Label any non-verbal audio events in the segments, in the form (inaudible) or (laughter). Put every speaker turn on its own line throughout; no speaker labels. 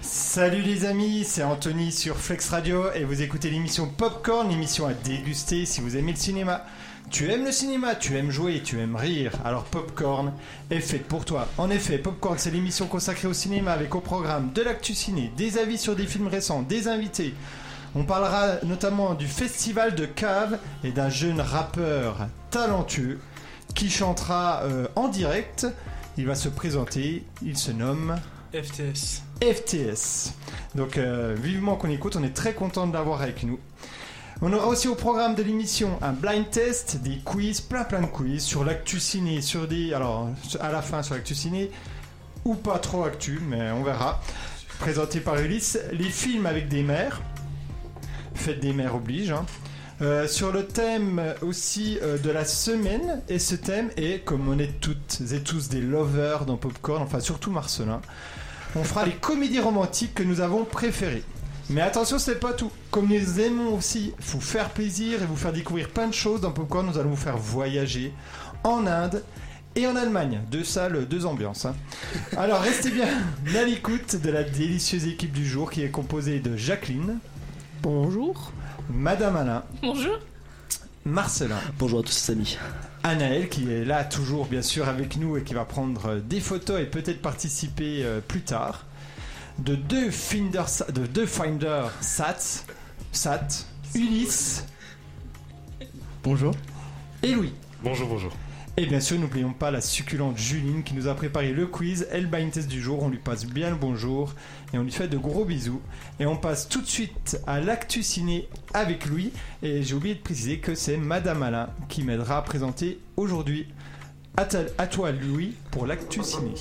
Salut les amis, c'est Anthony sur Flex Radio et vous écoutez l'émission Popcorn, l'émission à déguster si vous aimez le cinéma. Tu aimes le cinéma, tu aimes jouer, tu aimes rire, alors Popcorn est faite pour toi. En effet, Popcorn c'est l'émission consacrée au cinéma avec au programme de l'actu ciné, des avis sur des films récents, des invités. On parlera notamment du festival de Cave et d'un jeune rappeur talentueux qui chantera euh, en direct. Il va se présenter, il se nomme
FTS.
FTS. Donc euh, vivement qu'on écoute, on est très content de l'avoir avec nous. On aura aussi au programme de l'émission un blind test, des quiz, plein plein de quiz sur l'actu ciné, sur des... Alors à la fin sur l'actu ciné, ou pas trop actu, mais on verra. Présenté par Ulysse, les films avec des mères. Fête des mères oblige. hein. Euh, sur le thème aussi euh, de la semaine, et ce thème est, comme on est toutes et tous des lovers dans Popcorn, enfin surtout Marcelin, on fera les comédies romantiques que nous avons préférées. Mais attention, ce n'est pas tout. Comme nous aimons aussi vous faire plaisir et vous faire découvrir plein de choses dans Popcorn, nous allons vous faire voyager en Inde et en Allemagne. Deux salles, deux ambiances. hein. Alors restez bien à l'écoute de la délicieuse équipe du jour qui est composée de Jacqueline. Bonjour. Madame Alain.
Bonjour.
Marcelin.
Bonjour à tous les amis.
Anaël qui est là toujours bien sûr avec nous et qui va prendre euh, des photos et peut-être participer euh, plus tard de deux Finder Sa- de deux Finder Sat Sat Ulysse Bonjour et Louis.
Bonjour, bonjour.
Et bien sûr, n'oublions pas la succulente Juline qui nous a préparé le quiz et le blind test du jour. On lui passe bien le bonjour et on lui fait de gros bisous. Et on passe tout de suite à l'actu ciné avec Louis. Et j'ai oublié de préciser que c'est Madame Alain qui m'aidera à présenter aujourd'hui. À, ta- à toi, Louis, pour l'actu ciné.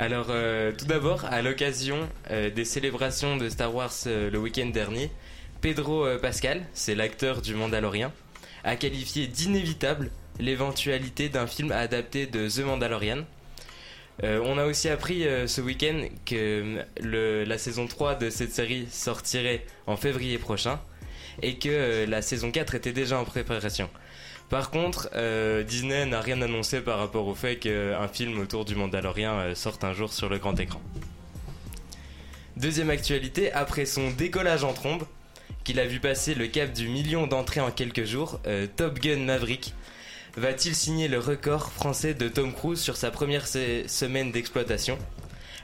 Alors, euh, tout d'abord, à l'occasion euh, des célébrations de Star Wars euh, le week-end dernier, Pedro euh, Pascal, c'est l'acteur du Mandalorian, a qualifié d'inévitable l'éventualité d'un film adapté de The Mandalorian. Euh, on a aussi appris euh, ce week-end que euh, le- la saison 3 de cette série sortirait en février prochain et que euh, la saison 4 était déjà en préparation. Par contre, euh, Disney n'a rien annoncé par rapport au fait qu'un film autour du Mandalorien euh, sorte un jour sur le grand écran. Deuxième actualité, après son décollage en trombe, qu'il a vu passer le cap du million d'entrées en quelques jours, euh, Top Gun Maverick va-t-il signer le record français de Tom Cruise sur sa première se- semaine d'exploitation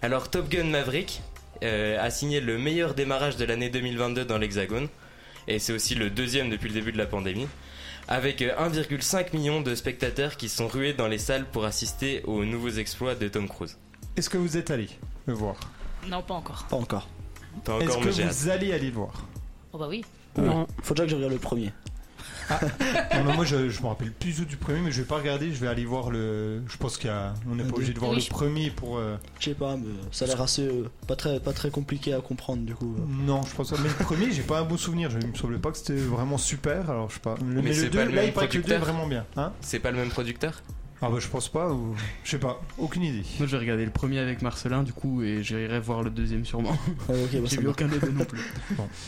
Alors Top Gun Maverick euh, a signé le meilleur démarrage de l'année 2022 dans l'Hexagone, et c'est aussi le deuxième depuis le début de la pandémie, avec euh, 1,5 million de spectateurs qui sont rués dans les salles pour assister aux nouveaux exploits de Tom Cruise.
Est-ce que vous êtes allé le voir
Non, pas encore.
Pas encore.
Pas
Est-ce
encore,
que
mais j'ai hâte.
vous allez aller voir
Oh bah oui.
Non. Faut déjà que je regarde le premier.
Ah. Non, mais Moi, je, je me rappelle plus du premier, mais je vais pas regarder. Je vais aller voir le. Je pense qu'il y a. On n'est pas obligé de voir
Oui,
le
je-
premier pour. euh,
Je sais pas, mais ça a l'air assez. euh, pas, très, pas très compliqué à comprendre du coup.
Non, je pense pas. Mais le premier, j'ai pas un bon souvenir. Je il me semblait pas que c'était vraiment super. Alors je sais pas. Le- Mais,
c'est
le
pas
2,
le
là,
même
il paraît que le 2 est
producteur.
vraiment bien. Hein
C'est pas le même producteur
ah bah je pense pas. Ou... Je sais pas. Aucune idée.
Moi, j'ai regardé le premier avec Marcelin, du coup, et j'irai voir le deuxième
(laughs)
sûrement.
Ah, ok, bah,
J'ai
ça
vu
marche.
aucun des deux non plus.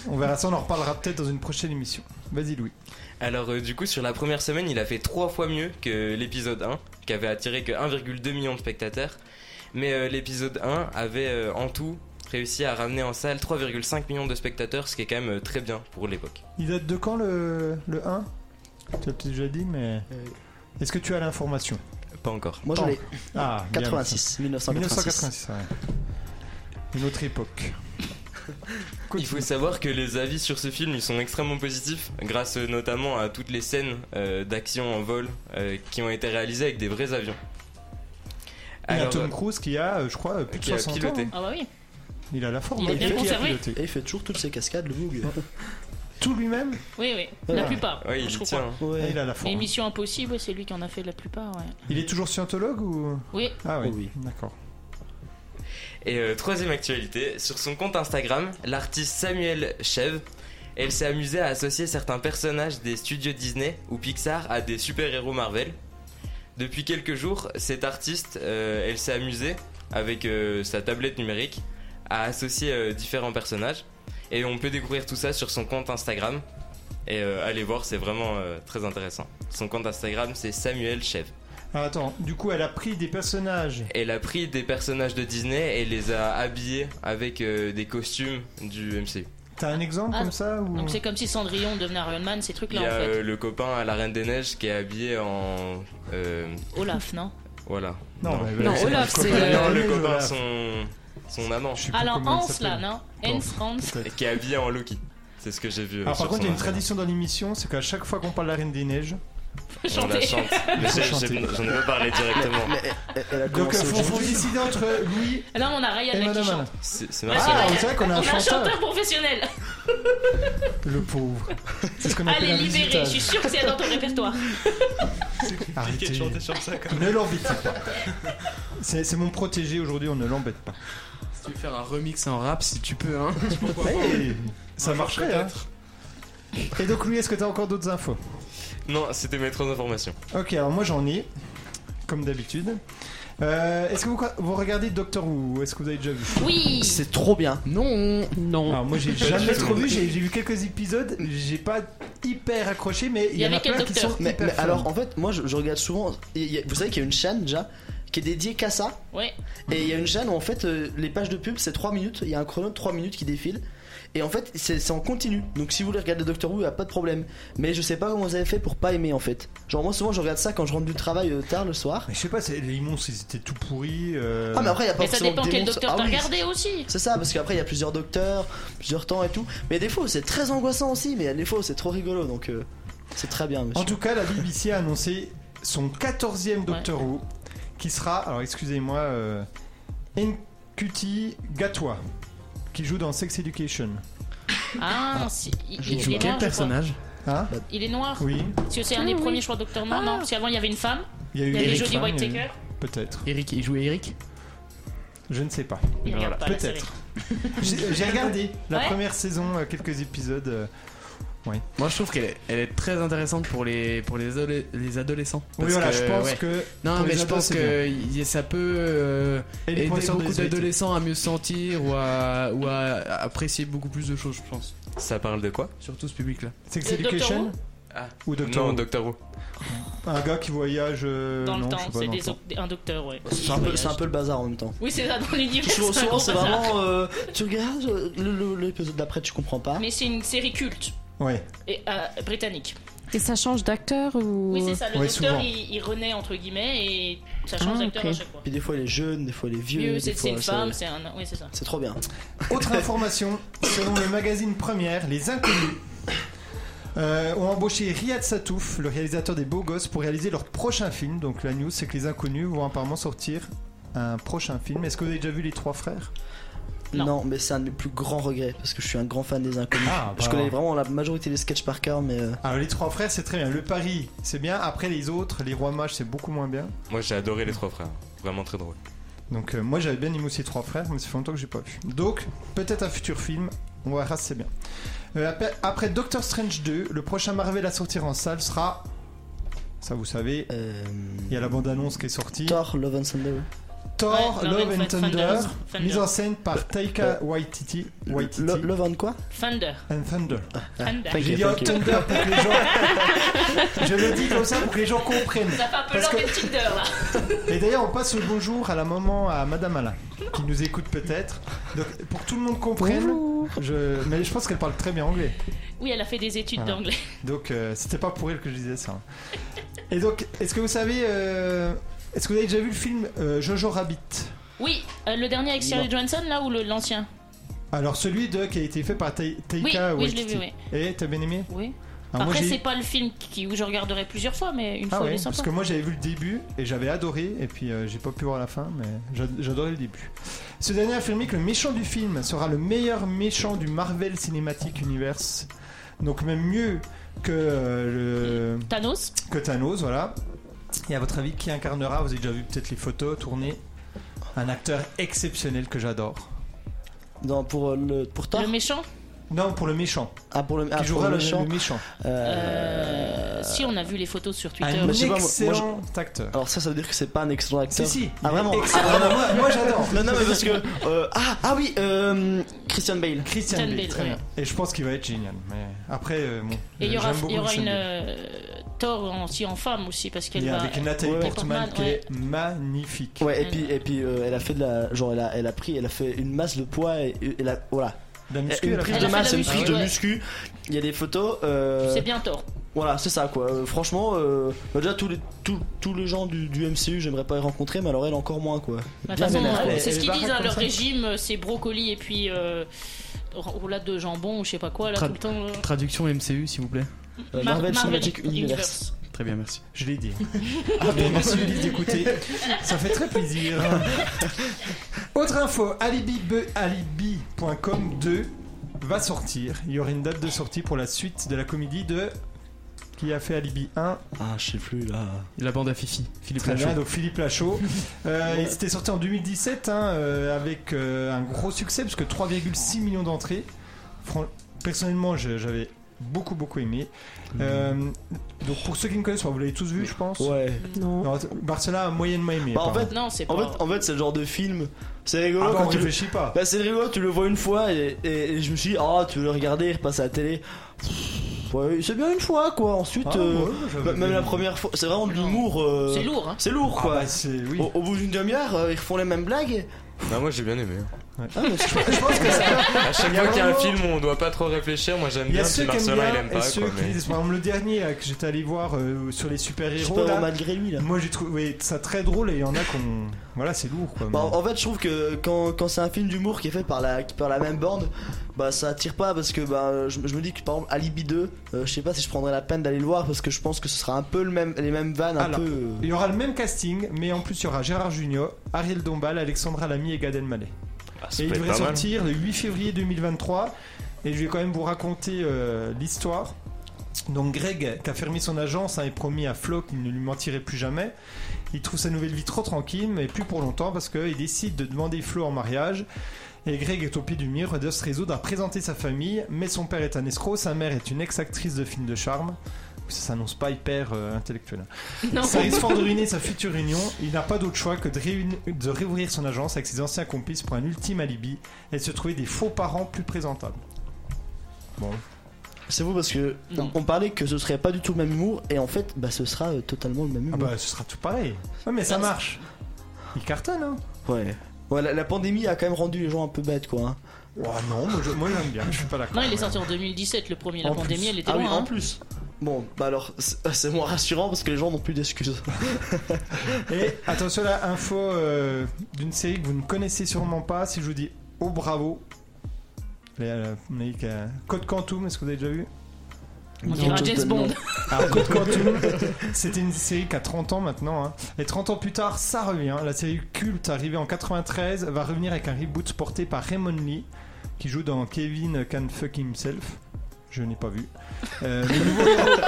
On verra ça. On en reparlera peut-être dans une prochaine émission. Vas-y Louis.
Alors euh, du coup sur la première semaine il a fait trois fois mieux que l'épisode 1 qui avait attiré que 1,2 million de spectateurs mais euh, l'épisode 1 avait euh, en tout réussi à ramener en salle 3,5 millions de spectateurs ce qui est quand même euh, très bien pour l'époque.
Il date de quand le, le 1 Tu l'as peut-être déjà dit, mais
Euh,
est-ce que tu as l'information
Pas encore.
Moi j'en ai
Ah, bien.
86, 1986.
1986. ouais. Une autre époque.
Il faut savoir que les avis sur ce film ils sont extrêmement positifs grâce euh, notamment à toutes les scènes euh, d'action en vol euh, qui ont été réalisées avec des vrais avions.
Il y a
Alors,
Tom Cruise qui a, euh, je crois, euh, plus de
qui a
60
piloté.
ans. hein.
Ah bah oui.
Il a la forme.
Il est
hein.
bien
qui a
conservé.
piloté.
Et il fait toujours toutes ces cascades,
(laughs)
le boug.
Tout lui-même, Ah.
Oui, oui.
Ouais.
La plupart.
euh, ouais, il
je
y
crois.
tient.
Ouais.
il a la
Les
forme.
missions impossibles, c'est lui qui en a fait la plupart. Ouais.
Il est toujours scientologue ou
Oui.
Ah oui,
Oh oui.
d'accord.
Et euh, troisième actualité, sur son compte Instagram, l'artiste Samuel Chev, elle s'est amusée à associer certains personnages des studios Disney ou Pixar à des super-héros Marvel. Depuis quelques jours, cette artiste, euh, elle s'est amusée, avec euh, sa tablette numérique, à associer euh, différents personnages. Et on peut découvrir tout ça sur son compte Instagram. Et euh, allez voir, c'est vraiment euh, très intéressant. Son compte Instagram, c'est Samuel Chev.
Alors, attends, du coup, elle a pris des personnages.
Elle a pris des personnages de Disney et les a habillés avec euh, des costumes du MCU.
T'as un exemple
Ah,
comme ça ou...
Donc c'est comme si Cendrillon devenait Iron Man, ces
Il
trucs-là
y a
en fait.
euh, le copain à la Reine des Neiges qui est habillé en. euh,
Olaf, non
voilà.
Non, mais-
Non,
mais c'est
Olaf,
pas le
c'est,
copain.
euh,
Non, le
Olaf.
copain, son, son amant,
Je sais plus
Alors
comment il
Hans
s'appelle.
là, non
Bon.
Hans Hans
Peut-être.
qui est habillé en Loki. C'est ce que j'ai vu. euh,
Alors,
sur
par contre, il y a
son
une tradition dans l'émission, c'est qu'à chaque fois qu'on parle de la Reine des Neiges,
Instagram. On la
Chantez. (laughs)
(laughs)
chante. Mais j'ai- j'ai- J'en ai pas parlé directement.
Mais elle- elle, elle a
donc
commencé
il faut, faut
aujourd'hui.
décider entre Louis
Là on a Ryan
et
là, qui
Eh, Madame Anne.
chante.
C'est c'est
Ah,
ma
Ah,
sœur.
on dirait qu'on a
On
un
a (laughs) un
chanteur,
chanteur professionnel
le pauvre. C'est ce qu'on appelle
Allez
un
libérer, je suis
visitage.
sûre que c'est dans ton répertoire.
Arrêtez. Ne l'embêtez
(laughs)
pas. C'est c'est mon protégé aujourd'hui, on ne l'embête pas.
Si tu veux faire un remix en rap, si tu peux, hein.
Hey, ça marcherait, hein. Et donc, Louis, est-ce que t'as encore d'autres infos
Non, c'était mes trois informations.
Ok, alors moi j'en ai, comme d'habitude. Euh, Est-ce que vous, vous regardez Doctor Who Est-ce que vous avez déjà vu
Oui
C'est trop bien.
Non, non.
Alors moi j'ai
Pas du (laughs)
jamais
tout.
trop vu, j'ai j'ai vu quelques épisodes, j'ai pas hyper accroché, mais il
y
y, en
avait
a
quel
plein qui
docteur
sont
Mais,
hyper
mais
fun.
alors, en fait, moi, je, je regarde souvent. il y a- vous savez qu'il y a une chaîne déjà qui est dédiée qu'à ça.
Ouais,
Et il y a une chaîne où en fait euh, les pages de pub c'est 3 minutes, il y a un chrono de 3 minutes qui défile. Et en fait c'est c'est en continu. Donc si vous voulez regarder Doctor Who, il a pas de problème. Mais je sais pas comment vous avez fait pour pas aimer en fait. Genre moi souvent je regarde ça quand je rentre du travail euh, tard le soir.
Mais je sais pas, c'est- les immondes ils étaient tout pourris. euh,
Ah mais après il y a pas
mais ça
forcément
dépend
de
quel
démons-
docteur
Ah
t'as
oui,
regardé aussi
C'est ça parce qu'après il y a plusieurs docteurs, plusieurs temps et tout. Mais des fois c'est très angoissant aussi, mais des fois c'est trop rigolo donc euh, c'est très bien
(laughs)
En
monsieur.
tout cas, la BBC a annoncé son 14e Doctor Who, qui sera, alors excusez-moi, euh, Nkuti Gatwa, qui joue dans Sex Education.
Ah, si, il,
Je
il
joue
est
quel
noir, je crois.
personnage Bah,
Hein
Il est noir
Oui,
Parce que c'est
Ah
un des premiers, je crois, docteur noir, non Parce qu'avant, il y avait une femme,
il y a eu
il y avait
Eric
Jodie
Fang, il y a eu-
Whittaker,
Peut-être,
Euh, Eric, il jouait Eric
je ne sais pas.
il regarde pas la série.
Peut-être. (laughs) J'ai j'ai regardé la
Ouais.
première saison, euh, quelques épisodes. euh,
Moi, je trouve qu'elle est, elle est très intéressante pour les, pour les, adole- les adolescents.
Oui,
Parce
voilà,
que,
je pense
ouais.
que.
Non,
pour
mais
les
je
ados,
pense
c'est
que y- ça peut euh,
Et les
aider
professeurs de
beaucoup
SVT.
d'adolescents à mieux se sentir ou à, ou à apprécier beaucoup plus de choses, je pense.
Ça parle de quoi
Surtout ce public-là.
Sex
De Doctor
Education
Ah.
Ou Doctor
Non,
Who
Doctor Who.
Un gars qui voyage. euh,
Dans
non,
le
je sais
temps,
pas,
c'est
dans le
des
temps.
oc- des- un docteur, ouais.
C'est un, peu- c'est un peu le bazar en même temps.
Oui, c'est ça, dans l'univers.
Souvent,
c'est un
souvent,
gros
c'est
bazar.
vraiment euh, tu regardes euh, le- le- l'épisode d'après tu comprends pas.
Mais c'est une série culte.
Ouais.
Et, euh, britannique.
Et ça change d'acteur ou
Oui, c'est ça. Le
Ouais,
docteur,
souvent.
il, il renaît entre guillemets et ça change
Ah,
d'acteur
ok.
à chaque fois.
Puis des fois elle est jeune, des fois elle est
Oui,
vieux,
oui,
des
c'est c'est
fois
une
c'est-
femme, c'est un. Oui, c'est ça.
c'est trop bien.
Autre information, selon le magazine Première, les inconnus euh, ont embauché Riyad Satouf, le réalisateur des Beaux Gosses, pour réaliser leur prochain film. Donc la news, c'est que les inconnus vont apparemment sortir un prochain film. Est-ce que vous avez déjà vu Les Trois Frères
Non.
Non. mais c'est un de mes plus grands regrets parce que je suis un grand fan des inconnus.
Ah,
je connais vraiment la majorité des sketchs par cœur, mais euh,
Alors Ah, les Trois Frères, c'est très bien. Le Paris, c'est bien. Après les autres, les Rois Mages, c'est beaucoup moins bien.
Moi, j'ai adoré les trois frères. Vraiment très drôle.
Donc euh, moi j'avais bien aimé aussi Trois Frères, mais ça fait longtemps que j'ai pas vu. Donc peut-être un futur film, on verra si c'est bien. Euh, après, après Doctor Strange 2, le prochain Marvel à sortir en salle sera, ça vous savez,
euh,
il y a la bande annonce qui est sortie.
Thor, Love and Thunder.
Thor,
Ouais,
Love
Love
and
and
Thunder,
Thunders, Thunder.
mise en scène par Taika Waititi, Waititi
Lo- Euh, Love and quoi
Thunder.
and Thunder.
Thunder.
thank
J'ai
you,
dit oh,
thank you.
Thunder pour que les gens. Je le dis comme ça pour que les gens comprennent.
Ça fait un peu
Parce que-
l'orgue de Tinder là.
Et d'ailleurs, on passe le bonjour à la maman, à Madame Alain, qui nous écoute peut-être. Donc, pour que tout le monde comprenne,
Bonjour.
je... mais je pense qu'elle parle très bien anglais.
Oui, elle a fait des études
Voilà.
d'anglais.
Donc, euh, c'était pas pour elle que je disais ça. hein. Et donc, est-ce que vous savez, euh, est-ce que vous avez déjà vu le film euh, Jojo Rabbit
Oui, euh, le dernier avec Scarlett Johansson là ou le- l'ancien
Alors, celui de, qui a été fait par Ta-
Oui,
Taika
oui, je l'ai
Waititi.
vu, oui.
Et t'as bien aimé
Oui.
Alors, Ah, moi,
Après,
j'ai-
c'est pas le film qui, où je regarderai plusieurs fois, mais une
Ah
fois,
ouais,
il est
parce
sympa.
que moi j'avais vu le début et j'avais adoré et puis euh, j'ai pas pu voir la fin mais j'a- j'adorais le début. Ce dernier affirmé que le méchant du film sera le meilleur méchant du Marvel Cinematic Universe. Donc même mieux que, euh, le-
Thanos
que Thanos, voilà. Et à votre avis, qui incarnera Vous avez déjà vu peut-être les photos tournées. Un acteur exceptionnel que j'adore.
Dans, pour, euh, le, pour Thor
Le méchant
Non, pour le méchant.
Ah, pour le, ah,
Qui
pour
jouera
le
le
méchant.
le méchant.
Euh, Si, on a vu les photos sur Twitter.
Un
je sais pas, moi- moi, je-
excellent acteur.
Alors ça, ça veut dire que c'est pas un excellent
Si,
acteur.
si.
Ah, vraiment
Excellent. Moi- moi j'adore.
Non, non, mais parce que. euh, ah, ah oui, euh, Christian Bale.
Christian
Christian Bale,
Bale,
très
ouais.
bien. Et je pense qu'il va être génial. Mais après, euh, bon.
Et il y
j'aime
aura,
beaucoup
il y aura
Christian
une
Bale.
euh, tort en- aussi en femme aussi parce qu'elle
Et
va.
avec Nathalie
Ouais.
Portman qui
ouais.
est magnifique.
Ouais, et
Ouais,
puis,
non.
et puis euh, elle a fait de la. Genre, elle a, elle a pris, elle a fait une masse de poids et, et elle a. Voilà.
La muscu,
une
elle a
prise
fait-
Elle
de
a fait
masse,
de la
une prise
muscu,
de
ouais.
muscu. Il y a des photos. euh,
C'est bien tort.
Voilà, c'est ça quoi. Euh, franchement, euh, bah déjà tous les, tous, tous les gens du, du MCU, j'aimerais pas les rencontrer, mais alors elle encore moins quoi.
Bah, De
Bien
toute façon,
vénère, quoi.
euh, c'est
Elle
ce
est
qu'ils
baraque
disent, hein,
comme
leur
ça.
régime, euh, c'est brocoli et puis euh, roulade de jambon ou je sais pas quoi, là
Tra-
tout le temps. euh,
Traduction MCU, s'il vous plaît.
Euh,
Mar-
Marvel Cinematic Universe.
Très bien, merci.
Je
(laughs)
l'ai dit.
euh,
Ah, Mais merci Ulysse d'écouter. Ça fait
(laughs)
très plaisir. Autre info, alibi.be- alibi.com 2 va sortir. Il y aura une date de sortie pour la suite de la comédie de qui a fait Alibi 1
Ah, je sais plus là.
La bande à Fifi, Philippe
Très
Lachaud.
bien, donc Philippe Lachaud. Euh, il s'était sorti en 2017 hein, euh, avec euh, un gros succès, parce que 3,6 millions d'entrées. Fran- Personnellement, je- j'avais beaucoup, beaucoup aimé. Euh, donc pour ceux qui ne connaissent pas, vous l'avez tous vu, je pense.
Ouais.
Non.
Non, att- Barcela a moyennement aimé.
Bah, en
apparemment.
fait,
Non, c'est pas.
En fait, en fait c'est le genre de film. C'est rigolo
Ah bah,
quand
on
tu le...
réfléchit pas.
Bah, c'est rigolo, tu le vois une fois et, et- et je me suis dit, ah, tu veux le regarder, il repasse à la télé. Pff, Ouais, c'est bien une fois quoi. Ensuite,
Ah,
euh,
ouais, j'avais
bah, même
bien
la
aimé.
première fois, c'est vraiment de
Non.
l'humour. euh,
C'est lourd, hein.
C'est lourd
Ah
quoi.
bah, c'est oui.
Au, au bout d'une demi-heure, euh, ils refont les mêmes blagues.
Non, moi j'ai bien aimé. hein.
Ah, mais c'est-
À chaque
y a
fois qu'il y a un
vraiment-
film où on doit pas trop réfléchir, moi j'aime
Il y
bien.
a
Puis
ceux qui aiment
Marcelin il aime
bien
pas.
et ceux
Quoi,
qui
mais...
disent, par exemple, le dernier là, que j'étais allé voir euh, sur les super-héros.
Super
là,
malgré lui là.
Moi j'ai trouvé ça très drôle et il y en a qu'on. Voilà, c'est lourd quoi.
Bah,
mais-
en fait, je trouve que quand, quand c'est un film d'humour qui est fait par la, par la même bande, bah ça attire pas parce que bah, je, je me dis que par exemple, Alibi 2, euh, je sais pas si je prendrais la peine d'aller le voir parce que je pense que ce sera un peu le même, les mêmes vannes, un
Alors,
peu. euh,
Il y aura le même casting, mais en plus il y aura Gérard Junior, Ariel Dombal, Alexandra Lamy et Gad Elmaleh.
Ah, ça
Et il
peut être
devrait
pas mal.
sortir le 8 février 2023. Et je vais quand même vous raconter euh, l'histoire. Donc Greg, qui a fermé son agence, hein, est promis à Flo qu'il ne lui mentirait plus jamais. Il trouve sa nouvelle vie trop tranquille, mais plus pour longtemps, parce qu'il décide de demander Flo en mariage. Et Greg est au pied du mur et doit se résoudre à présenter sa famille, mais son père est un escroc, sa mère est une ex-actrice de films de charme. Ça s'annonce pas hyper euh, intellectuel.
Non.
Ça risque fort de ruiner sa future union. Il n'a pas d'autre choix que de, réuni- de réouvrir son agence avec ses anciens complices pour un ultime alibi et de se trouver des faux parents plus présentables. Bon.
C'est vous parce que on,
Non.
on parlait que ce serait pas du tout le même humour et en fait, bah ce sera euh, totalement le même
Ah
humour.
bah ce sera tout pareil. Ouais, mais ça marche. Il cartonne, hein.
Ouais. Ouais, la, la pandémie a quand même rendu les gens un peu bêtes quoi. hein.
Oh non, moi, je- moi, j'aime bien, je suis pas d'accord.
Non, il est
ouais.
sorti en 2017, le premier. La
En
pandémie,
plus.
elle était
Ah oui,
loin.
en
hein.
plus. Bon, bah alors, c'est c'est moins rassurant parce que les gens n'ont plus d'excuses.
(laughs) Et attention à la info euh, d'une série que vous ne connaissez sûrement pas. Si je vous dis Oh bravo. Là, euh, on a dit qu'il y a- Code Quantum, est-ce que vous avez déjà vu
On dirait un James Bond.
Alors, Code Quantum, c'était une série qui a 30 ans maintenant. hein. Et 30 ans plus tard, ça revient. hein. La série culte arrivée en 93 va revenir avec un reboot porté par Raymond Lee, qui joue dans Kevin Can Fuck Himself. Je n'ai pas vu. Euh, le nouveau héros.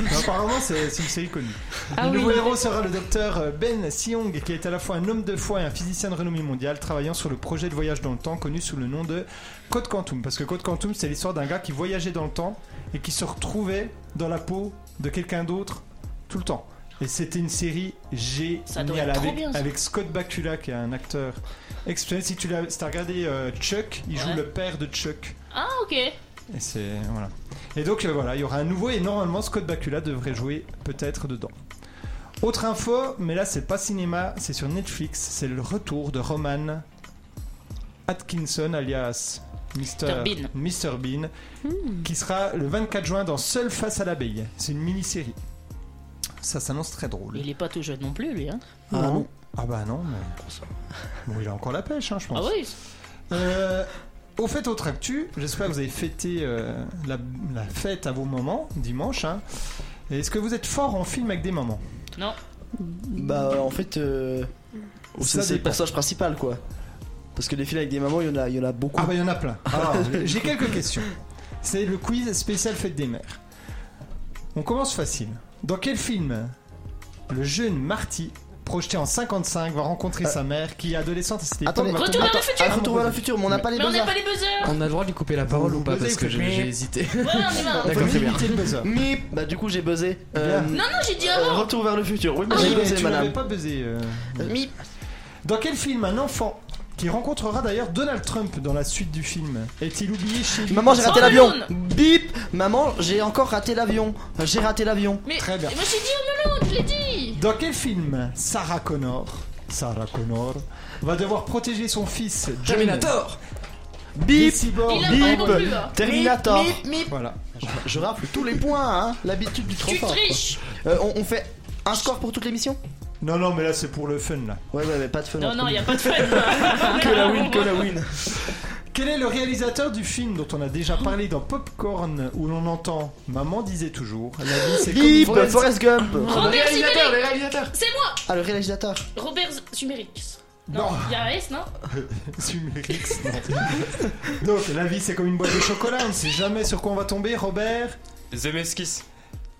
Non, apparemment, c'est c'est une série connue.
Ah
le
oui.
nouveau héros sera le docteur Ben Siong, qui est à la fois un homme de foi et un physicien de renommée mondiale, travaillant sur le projet de voyage dans le temps connu sous le nom de Code Quantum. Parce que Code Quantum, c'est l'histoire d'un gars qui voyageait dans le temps et qui se retrouvait dans la peau de quelqu'un d'autre tout le temps. Et c'était une série
Ça doit
géniale
être trop
avec,
bien, ça.
avec Scott Bakula, qui est un acteur exceptionnel. Si tu l'as si t'as regardé euh, Chuck, il joue
Ouais.
le père de Chuck.
Ah, ok.
Et c'est voilà. Et donc euh, voilà, il y aura un nouveau et normalement Scott Bakula devrait jouer peut-être dedans. Autre info, mais là c'est pas cinéma, c'est sur Netflix, c'est le retour de Roman Atkinson alias Mr.
Mr. Bean.
Mr. Bean, qui sera le 24 juin dans Seul face à l'abeille. C'est une mini-série. Ça s'annonce très drôle.
Il est pas tout jeune non plus, lui. Hein.
Ah non.
Ah bah non, mais...
(laughs)
Bon, il a encore la pêche, hein, je pense.
Ah oui.
Euh, au fait, autre actu, j'espère que vous avez fêté euh, la, la fête à vos moments, dimanche. hein. Et Est-ce que vous êtes fort en film avec des mamans
Non.
Bah euh, en fait, euh,
Oh, Ça
c'est c'est le
dépend.
personnage principal quoi. Parce que les films avec des mamans, il y en a, il y en a beaucoup.
Ah bah il y en a
(laughs)
plein. Alors, j'ai quelques questions. C'est le quiz spécial fête des mères. On commence facile. Dans quel film le jeune Marty, projeté en 55, va rencontrer sa mère qui, adolescente à cette époque,
Euh, Attendez.
va
Retour
tomber-
vers le futur.
Ah, retour vers le futur, mais on n'a pas les
Mais on
buzzers.
n'a pas les buzzers.
On a le droit de lui couper la parole
Vous-
ou pas
vous
Parce que
avez-
j'ai j'ai hésité.
Ouais, on y va.
On peut
D'accord, très bien.
limiter le buzzer.
Mip Bah du coup j'ai buzzé. Euh,
Bien.
Non, non, j'ai dit
euh,
avant.
retour vers le futur. Oui, mais
Ah,
j'ai
mais
buzzé
tu l'avais
madame.
pas buzzé. euh.
Mip.
Dans quel euh, film un enfant qui rencontrera d'ailleurs Donald Trump dans la suite du film. Est-il oublié chez lui
Maman, j'ai raté
Oh,
l'avion.
Malone
Bip. Maman, j'ai encore raté l'avion. Euh, J'ai raté l'avion.
Mais
Très bien.
mais je suis dit, oh Malone, je l'ai dit
Dans quel film Sarah Connor, Sarah Connor va devoir protéger son fils John
Terminator
Bip.
Decibel.
Il a
bip.
pas plus là
Terminator.
Voilà.
Je rafle tous les points, hein. L'habitude du trop
Tu
fort.
triches
Euh, on, on fait un score pour toute l'émission
Non, non, mais là c'est pour le fun là.
Ouais, ouais, mais pas de feu.
Non,
entre
non,
nous.
il a
(laughs)
pas de fun là.
que la win, que la win.
Quel est le réalisateur du film dont on a déjà parlé dans Popcorn où l'on entend Maman disait toujours La vie c'est comme une Ah,
Bip,
forêt.
Forrest Gump.
Le
Robert
réalisateur,
Zimmerich
le réalisateur
C'est moi
Ah,
(laughs)
le réalisateur.
Robert Zimmerich.
Non,
Non, il y a un S, non
Sumerix, non. Donc la vie c'est comme une boîte de chocolat, on ne sait jamais sur quoi on va tomber. Robert
The Meskis.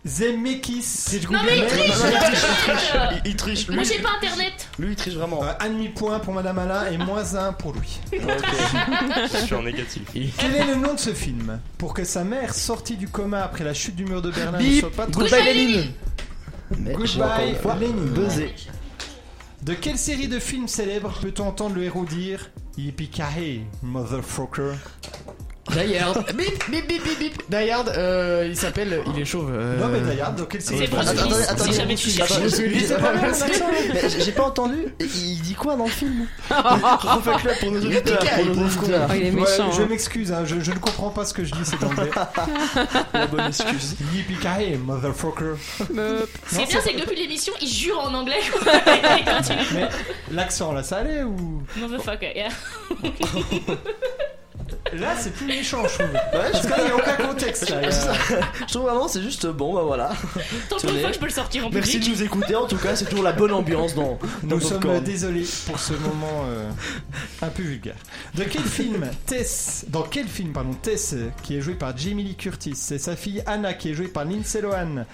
Zemeckis.
Non, mais il triche
Euh,
Euh,
Il, triche,
Moi j'ai pas internet
Lui, il triche vraiment.
Euh, Un demi-point pour Madame Alain et moins un pour Louis. (laughs)
Je suis en négatif.
Quel est le nom de ce film Pour que sa mère, sortie du coma après la chute du mur de Berlin, ne
Bip,
soit pas trop...
goodbye Lénine. Mais j'ai encore une
Goodbye,
fois
Lénine.
buzzé.
De quelle série de films célèbres peut-on entendre le héros dire Yippee-ki-yay, motherfucker
Die Hard Bip bip bip bip bip Die Hard, euh, il s'appelle, il est chauve euh...
Non mais d'ailleurs, dans quelle série
C'est Bruce
Attends,
Willis.
attends,
Willis,
attends,
attendez,
si jamais tu
attendez,
cherches.
Bruce Willis, c'est pas bien, mon accent.
Mais j'ai j'ai pas entendu. Il dit quoi dans le film Refaites-le pour nos auditeurs. Pour nos auditeurs.
Oh, il est
Ouais,
méchant.
je
hein.
m'excuse, hein, je, je ne comprends pas ce que je dis, c'est anglais.
La
(laughs)
bonne excuse.
Yippee-ki-yay, motherfucker.
Ce qui
Non,
est bien, c'est que depuis l'émission, il jure en anglais. Il continue.
Mais l'accent là, ça allait ou
(laughs) Motherfucker, yeah.
Là, c'est plus méchant, je trouve.
Ouais,
Parce que là, il n'y a aucun contexte. là, il y a-
(laughs) je, je trouve vraiment c'est juste bon bah voilà.
Tant
Tu
pour une
l'es.
fois que je peux le sortir en
Merci
public.
de nous écouter en tout cas c'est toujours la bonne ambiance dans.
Nous
dans
sommes
Popcorn.
désolés pour ce moment euh, un peu vulgaire. De quel film Tess, dans quel film pardon, Tess, euh, qui est jouée par Jamie Lee Curtis, et sa fille Anna, qui est jouée par Lindsay Lohan,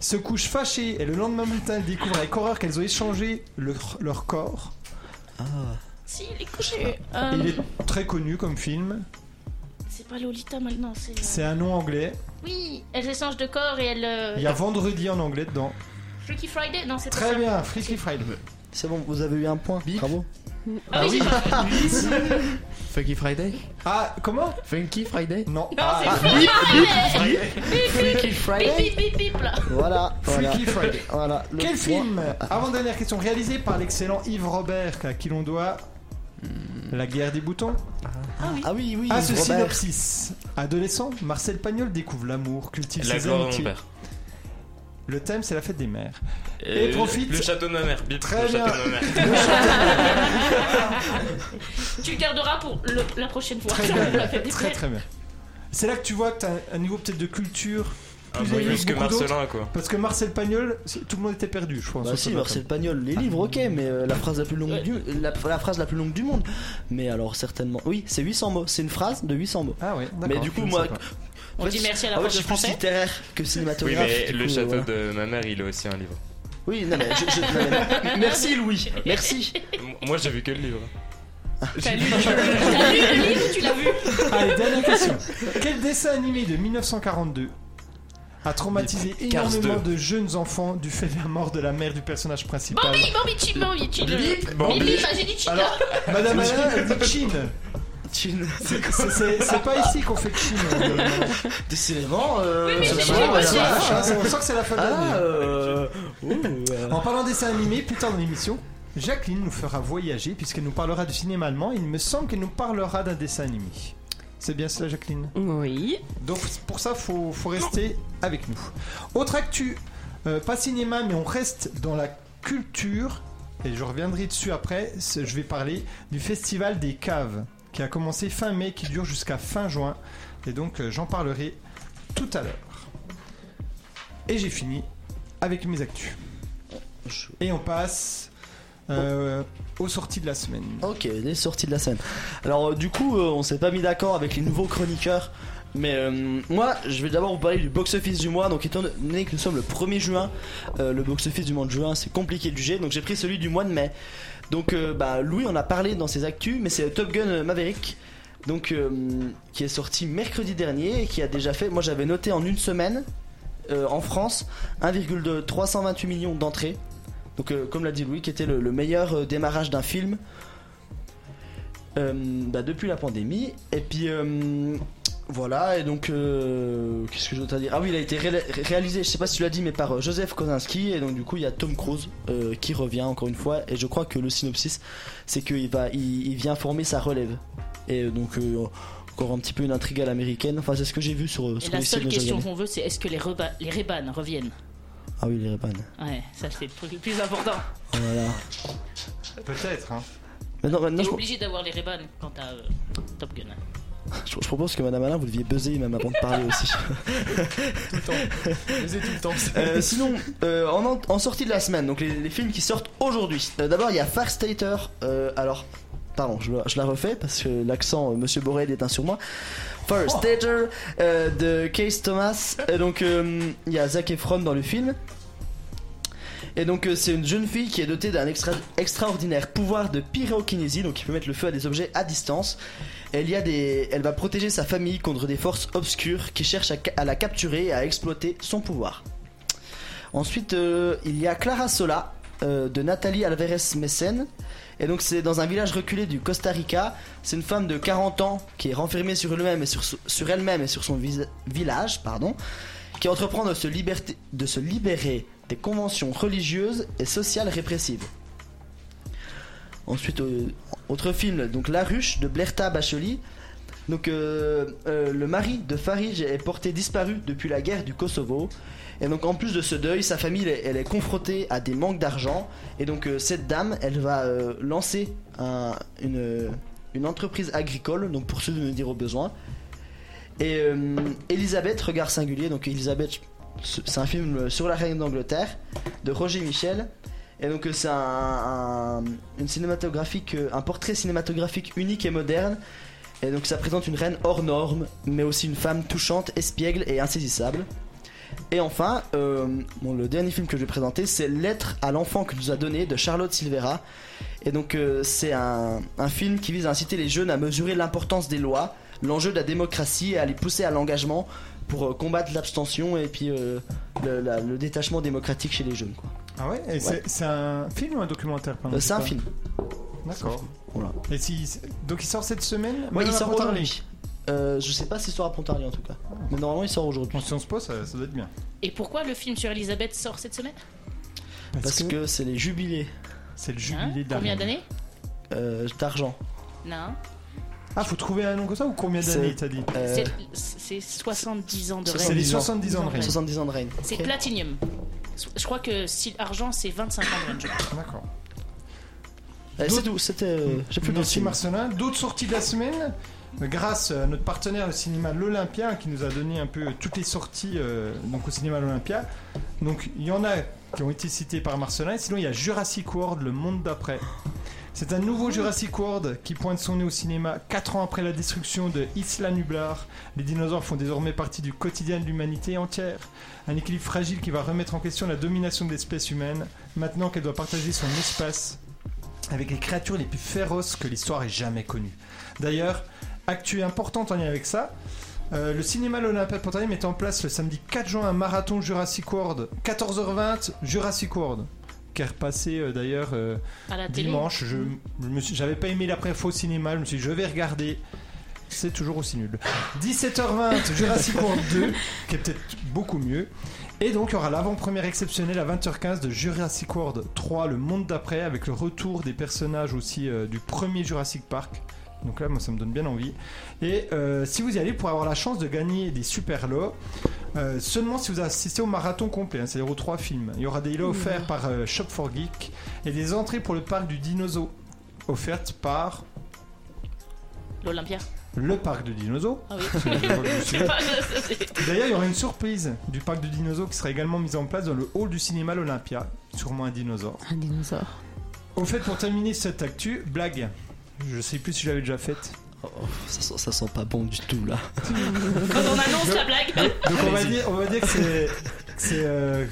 se couchent fâchées et le lendemain matin elles découvrent avec horreur qu'elles ont échangé leur, leur corps.
Si, il est couché. Euh,
Il est très connu comme film.
C'est pas Lolita maintenant, c'est. euh,
C'est un nom anglais.
Oui, elles échangent de corps et elles. euh,
Il y a Vendredi en anglais dedans.
Freaky Friday Non, c'est pas
Très
ça.
bien, Freaky Friday.
C'est bon vous avez eu un point. Bravo.
Ah oui, j'ai pas-
Funky Friday
Ah, comment
Funky Friday
Non.
Non, c'est
Ah,
Freaky Friday
Funky
Bip,
Friday
bip, bip, bip, là
Voilà. voilà.
Freaky Friday.
Voilà, le
Quel
point.
film Avant-dernière question, réalisé par l'excellent Yves Robert, à qui l'on doit La guerre des boutons
Hmm. Ah oui, oui,
Ah, ce
Robert.
synopsis. Adolescent, Marcel Pagnol découvre l'amour, cultive
La
ses
gloire de mon
amitiés.
père.
Le thème, c'est la fête des mères.
Euh,
Et profite.
Le château de ma mère. Bip,
Très
le
bien.
château de ma mère.
(laughs) Tu le garderas pour le- la prochaine fois.
Très
On l'a
bien,
fait des
très
frères.
très bien. C'est là que tu vois que t'as un- un niveau peut-être de culture.
Un peu
élevé
Ah, bah, plus que
beaucoup d'autres.
Marcelin, quoi.
Parce que Marcel Pagnol, c'est- tout le monde était perdu, je pense.
Bah
sur
si,
ce
alors c'est le pagnol,
Ah.
les livres, ok, mais euh, la phrase la plus longue
Ouais.
du la, la phrase la plus longue du monde. Mais alors certainement, oui, c'est 800 mots, c'est une phrase de 800 mots.
Ah ouais, d'accord.
Mais du coup,
je ne
moi-
sais pas.
On
En fait,
dit merci à la
en fait,
prof
je
de
suis plus
français.
littéraire
(laughs)
que
Oui,
cinématographe.
mais
du
le
coup,
château
euh, voilà.
de ma mère, il a aussi un livre.
Oui, non mais je, je- non, mais- euh, (laughs) merci Louis, merci.
M- Moi, j'ai vu que le livre. (laughs)
T'as lu, t'as lu le livre ou tu l'as vu
Allez, dernière question. Quel dessin animé de 1942 a traumatisé
Cars
énormément
2.
de jeunes enfants du fait de la mort de la mère du personnage principal
Bambi, Bambi, Chip, Bambi, Chip.
Bip,
Bip,
Bambi.
bip, ah, j'ai dit Chip.
Alors, Madame Alain, elle dit Chin.
Tu ne-
C'est- C'est c'est pas ici qu'on fait hein, Chin. madame Alain.
Décidément, euh,
Oui, mais
ça
je
va,
suis
ouais,
pas
ça
C'est
sûre.
va.
vache, hein, c'est- on sent que c'est la fin de
Ah,
l'année.
euh, ouh, euh,
En parlant dessin animé, plus tard dans l'émission, Jacqueline nous fera voyager puisqu'elle nous parlera du cinéma allemand. Il me semble qu'elle nous parlera d'un dessin animé. C'est bien cela, Jacqueline
Oui.
Donc pour ça, faut, faut rester avec nous. Autre actu, euh, pas cinéma, mais on reste dans la culture. Et je reviendrai dessus après. c'est- Je vais parler du festival des caves qui a commencé fin mai, qui dure jusqu'à fin juin. Et donc euh, j'en parlerai tout à l'heure. Et j'ai fini avec mes actus.
je-
Et on passe euh, aux sorties de la semaine.
Ok, les sorties de la scène. Alors euh, du coup, euh, on s'est pas mis d'accord avec les nouveaux chroniqueurs. Mais euh, moi, je vais d'abord vous parler du box-office du mois. Donc étant donné que nous sommes le 1er juin, euh, le box-office du mois de juin, c'est compliqué de juger. Donc j'ai pris celui du mois de mai. Donc euh, bah, Louis en a parlé dans ses actus, mais c'est Top Gun Maverick. Donc euh, qui est sorti mercredi dernier et qui a déjà fait, moi j'avais noté en une semaine, euh, en France, 1,328 millions d'entrées. Donc euh, comme l'a dit Louis, qui était le, le meilleur euh, démarrage d'un film. euh, bah, depuis la pandémie. Et puis euh, voilà, et donc euh, qu'est-ce que je dois te dire Ah oui, il a été ré- réalisé, je sais pas si tu l'as dit, mais par euh, Joseph Kosinski. Et donc du coup, il y a Tom Cruise euh, qui revient encore une fois. Et je crois que le synopsis, c'est qu'il va, il, il vient former sa relève. Et euh, donc euh, encore un petit peu une intrigue à l'américaine. Enfin, c'est ce que j'ai vu sur, euh,
Et
sur
la
les sites
seule
de
question
Jaganet.
qu'on veut, c'est est-ce que les, reba- les Reban reviennent
Ah oui, les Reban.
Ouais, ça c'est le truc le plus important.
Voilà.
Peut-être. Hein.
Maintenant, maintenant,
T'es
je,
obligé d'avoir les Reban quand t'as euh, Top Gun.
je- je propose que Madame Alain, vous deviez buzzer même avant de parler aussi.
tout le temps. Faisais tout le temps.
Euh, sinon, euh, en, en- en sortie de la semaine, donc les, les films qui sortent aujourd'hui. Euh, D'abord, il y a Farstater. Euh, alors, pardon, je, la- je la refais parce que l'accent euh, Monsieur Borel est un sur moi. Farstater euh, de Case Thomas. Et donc, euh, il y a Zac Efron dans le film. Et donc euh, c'est une jeune fille qui est dotée d'un extra- extraordinaire pouvoir de pyrokinésie, donc qui peut mettre le feu à des objets à distance. Elle, y a des... Elle va protéger sa famille contre des forces obscures qui cherchent à, ca- à la capturer et à exploiter son pouvoir. Ensuite, euh, il y a Clara Sola euh, de Nathalie Alvarez Messen. Et donc, c'est dans un village reculé du Costa Rica. C'est une femme de 40 ans qui est renfermée sur elle-même et sur, so- sur elle-même et sur son vis- village, pardon, qui entreprend de se, liberté- de se libérer des conventions religieuses et sociales répressives. Ensuite, euh, autre film, donc La Ruche de Blerta Bacheli. Donc, euh, euh, le mari de Farige est porté disparu depuis la guerre du Kosovo. Et donc en plus de ce deuil, sa famille elle, est- elle est confrontée à des manques d'argent. Et donc euh, cette dame, elle va euh, lancer un- une, euh, une entreprise agricole, donc pour de dire aux besoins. Et euh, Elisabeth, regard singulier, donc Elisabeth, c'est un film sur la reine d'Angleterre de Roger Michel. Et donc euh, c'est un, un- une cinématographique, euh, un portrait cinématographique unique et moderne. Et donc ça présente une reine hors norme, mais aussi une femme touchante, espiègle et insaisissable. Et enfin, euh, bon, le dernier film que je vais présenter, c'est Lettre à l'enfant que nous a donné de Charlotte Silvera. Et donc, euh, c'est un, un film qui vise à inciter les jeunes à mesurer l'importance des lois, l'enjeu de la démocratie et à les pousser à l'engagement pour euh, combattre l'abstention et puis euh, le, la- le détachement démocratique chez les jeunes. quoi.
Ah ouais, et c'est- c'est un film ou un documentaire pardon,
Euh,
je
c'est
sais
un
pas.
film.
D'accord.
Voilà.
Et si, donc il sort cette semaine
Ouais,
Madame
il
la
sort
Pontarlier.
aujourd'hui. Euh, je sais pas s'il sort à Pontarlier en tout cas. Mais normalement, il sort aujourd'hui.
Bon, si on se pose, ça, ça doit être bien.
Et pourquoi le film sur Elisabeth sort cette semaine
Parce que c'est les jubilés
c'est le
Hein
jubilé
Combien
d'Ariane.
d'années
euh, d'argent.
Non.
Ah, faut trouver un nom comme ça ou combien
C'est-
d'années t'as dit
Euh,
C'est- C'est 70 ans de
C'est
C'est
règne.
les 70 ans de règne.
70 ans de règne.
C'est
Ok.
platinium. Je crois que si argent c'est 25 ans de règne, je crois.
D'accord.
Eh, C'est tout, c'était. euh, J'ai plus de
Merci
film.
Marcelin. D'autres sorties de la semaine euh, grâce à notre partenaire le cinéma l'Olympia qui nous a donné un peu toutes les sorties euh, donc au cinéma l'Olympia. Donc il y en a qui ont été citées par Marcelin et sinon il y a Jurassic World le monde d'après. C'est un nouveau Jurassic World qui pointe son nez au cinéma 4 ans après la destruction de Isla Nublar. Les dinosaures font désormais partie du quotidien de l'humanité entière. Un équilibre fragile qui va remettre en question la domination de l'espèce humaine maintenant qu'elle doit partager son espace avec les créatures les plus féroces que l'histoire ait jamais connues. D'ailleurs, actu importante en lien avec ça, euh, le cinéma L'Olympia de Pontarlier met en place le samedi 4 juin un marathon Jurassic World, 14h20 Jurassic World, qui est repassé euh, d'ailleurs euh,
À la télé.
dimanche. Je, je me suis- j'avais pas aimé l'après-faux cinéma, je me suis dit je vais regarder. C'est toujours aussi nul. 17h20 Jurassic World 2, qui est peut-être beaucoup mieux. Et donc, il y aura l'avant-première exceptionnelle à 20h15 de Jurassic World 3, le monde d'après, avec le retour des personnages aussi euh, du premier Jurassic Park. Donc là, moi, ça me donne bien envie. Et euh, si vous y allez, pour avoir la chance de gagner des super lots, euh, seulement si vous assistez au marathon complet, hein, c'est-à-dire aux trois films. Il y aura des lots offerts par euh, Shop for Geek et des entrées pour le parc du Dinoso, offertes par (laughs)
L'Olympia.
le parc du Dinoso.
Ah oui. (laughs)
D'ailleurs,
Pas- c'est-
il y aura une surprise du parc du Dinoso qui sera également mise en place dans le hall du cinéma l'Olympia, sûrement un dinosaure.
Un dinosaure.
Au fait, pour terminer cette actu, blague. Je sais plus si j'avais déjà faite.
Oh, ça, sent- ça sent pas bon du tout là.
Quand on annonce la blague.
Donc on va dire, on va dire que c'est, que c'est, euh,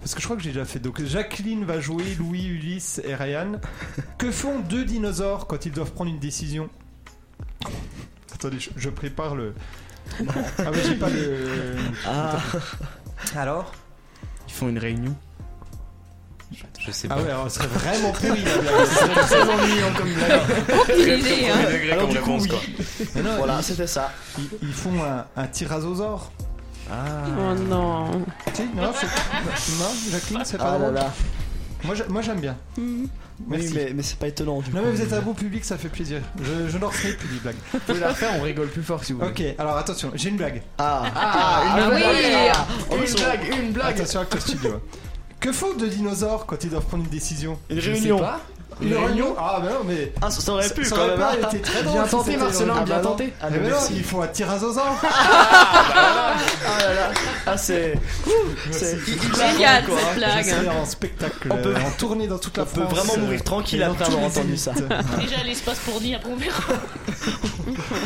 parce que je crois que j'ai déjà fait. Donc Jacqueline va jouer Louis, Ulysse et Ryan. Que font deux dinosaures quand ils doivent prendre une décision Attendez, je, je prépare le. Ah mais j'ai pas le.
Ah,
Alors
Ils font une réunion.
Je sais
Ah
pas.
ouais, alors, ce serait vraiment pourri la blague. Ce serait très ennuyant comme blague.
Très,
Aucune
très
idée,
premier
hein.
degré
Alors,
comme
du coup,
réponse,
oui.
quoi.
Mais non,
Voilà, c'était ça.
ils, ils font un, un tyrannosaure.
Ah.
Oh non.
Si, non, c'est- non, Jacqueline, c'est pas
Ah là
drôle.
là.
Moi, j'a- moi, j'aime bien. Merci.
Oui, mais, mais c'est pas étonnant. Du
Non
coup.
mais vous êtes un beau public, ça fait plaisir. Je, je n'en refais plus des blagues.
Vous pouvez la refaire, on rigole plus fort si vous voulez.
Ok, alors attention, j'ai une blague.
Ah,
Ah, une
Ah
blague,
oui.
une blague, une blague.
Attention Acteur Studio. Que font deux dinosaures quand ils doivent prendre une décision
une
Je sais
réunion.
pas.
Une réunion Ah bah non mais...
Ah, ça, ça aurait pu
ça
quand
aurait
même.
pas
hein.
été très drôle
Bien
si
tenté,
c'était-
Marcelin,
Ah
bien
bah non.
tenté.
Ah,
Eh
mais
ben non,
merci.
il faut un tyrannosaure
Ah là là. Ah, c'est. C'est
Génial
quoi,
cette
Je
blague.
serai en spectacle,
On peut-
en tournée dans toute la
On peut
France.
vraiment mourir tranquille
et dans
après
tous les
avoir entendu
élites.
(laughs) ça.
(laughs)
Ah
Déjà l'espace pour dire après on verra.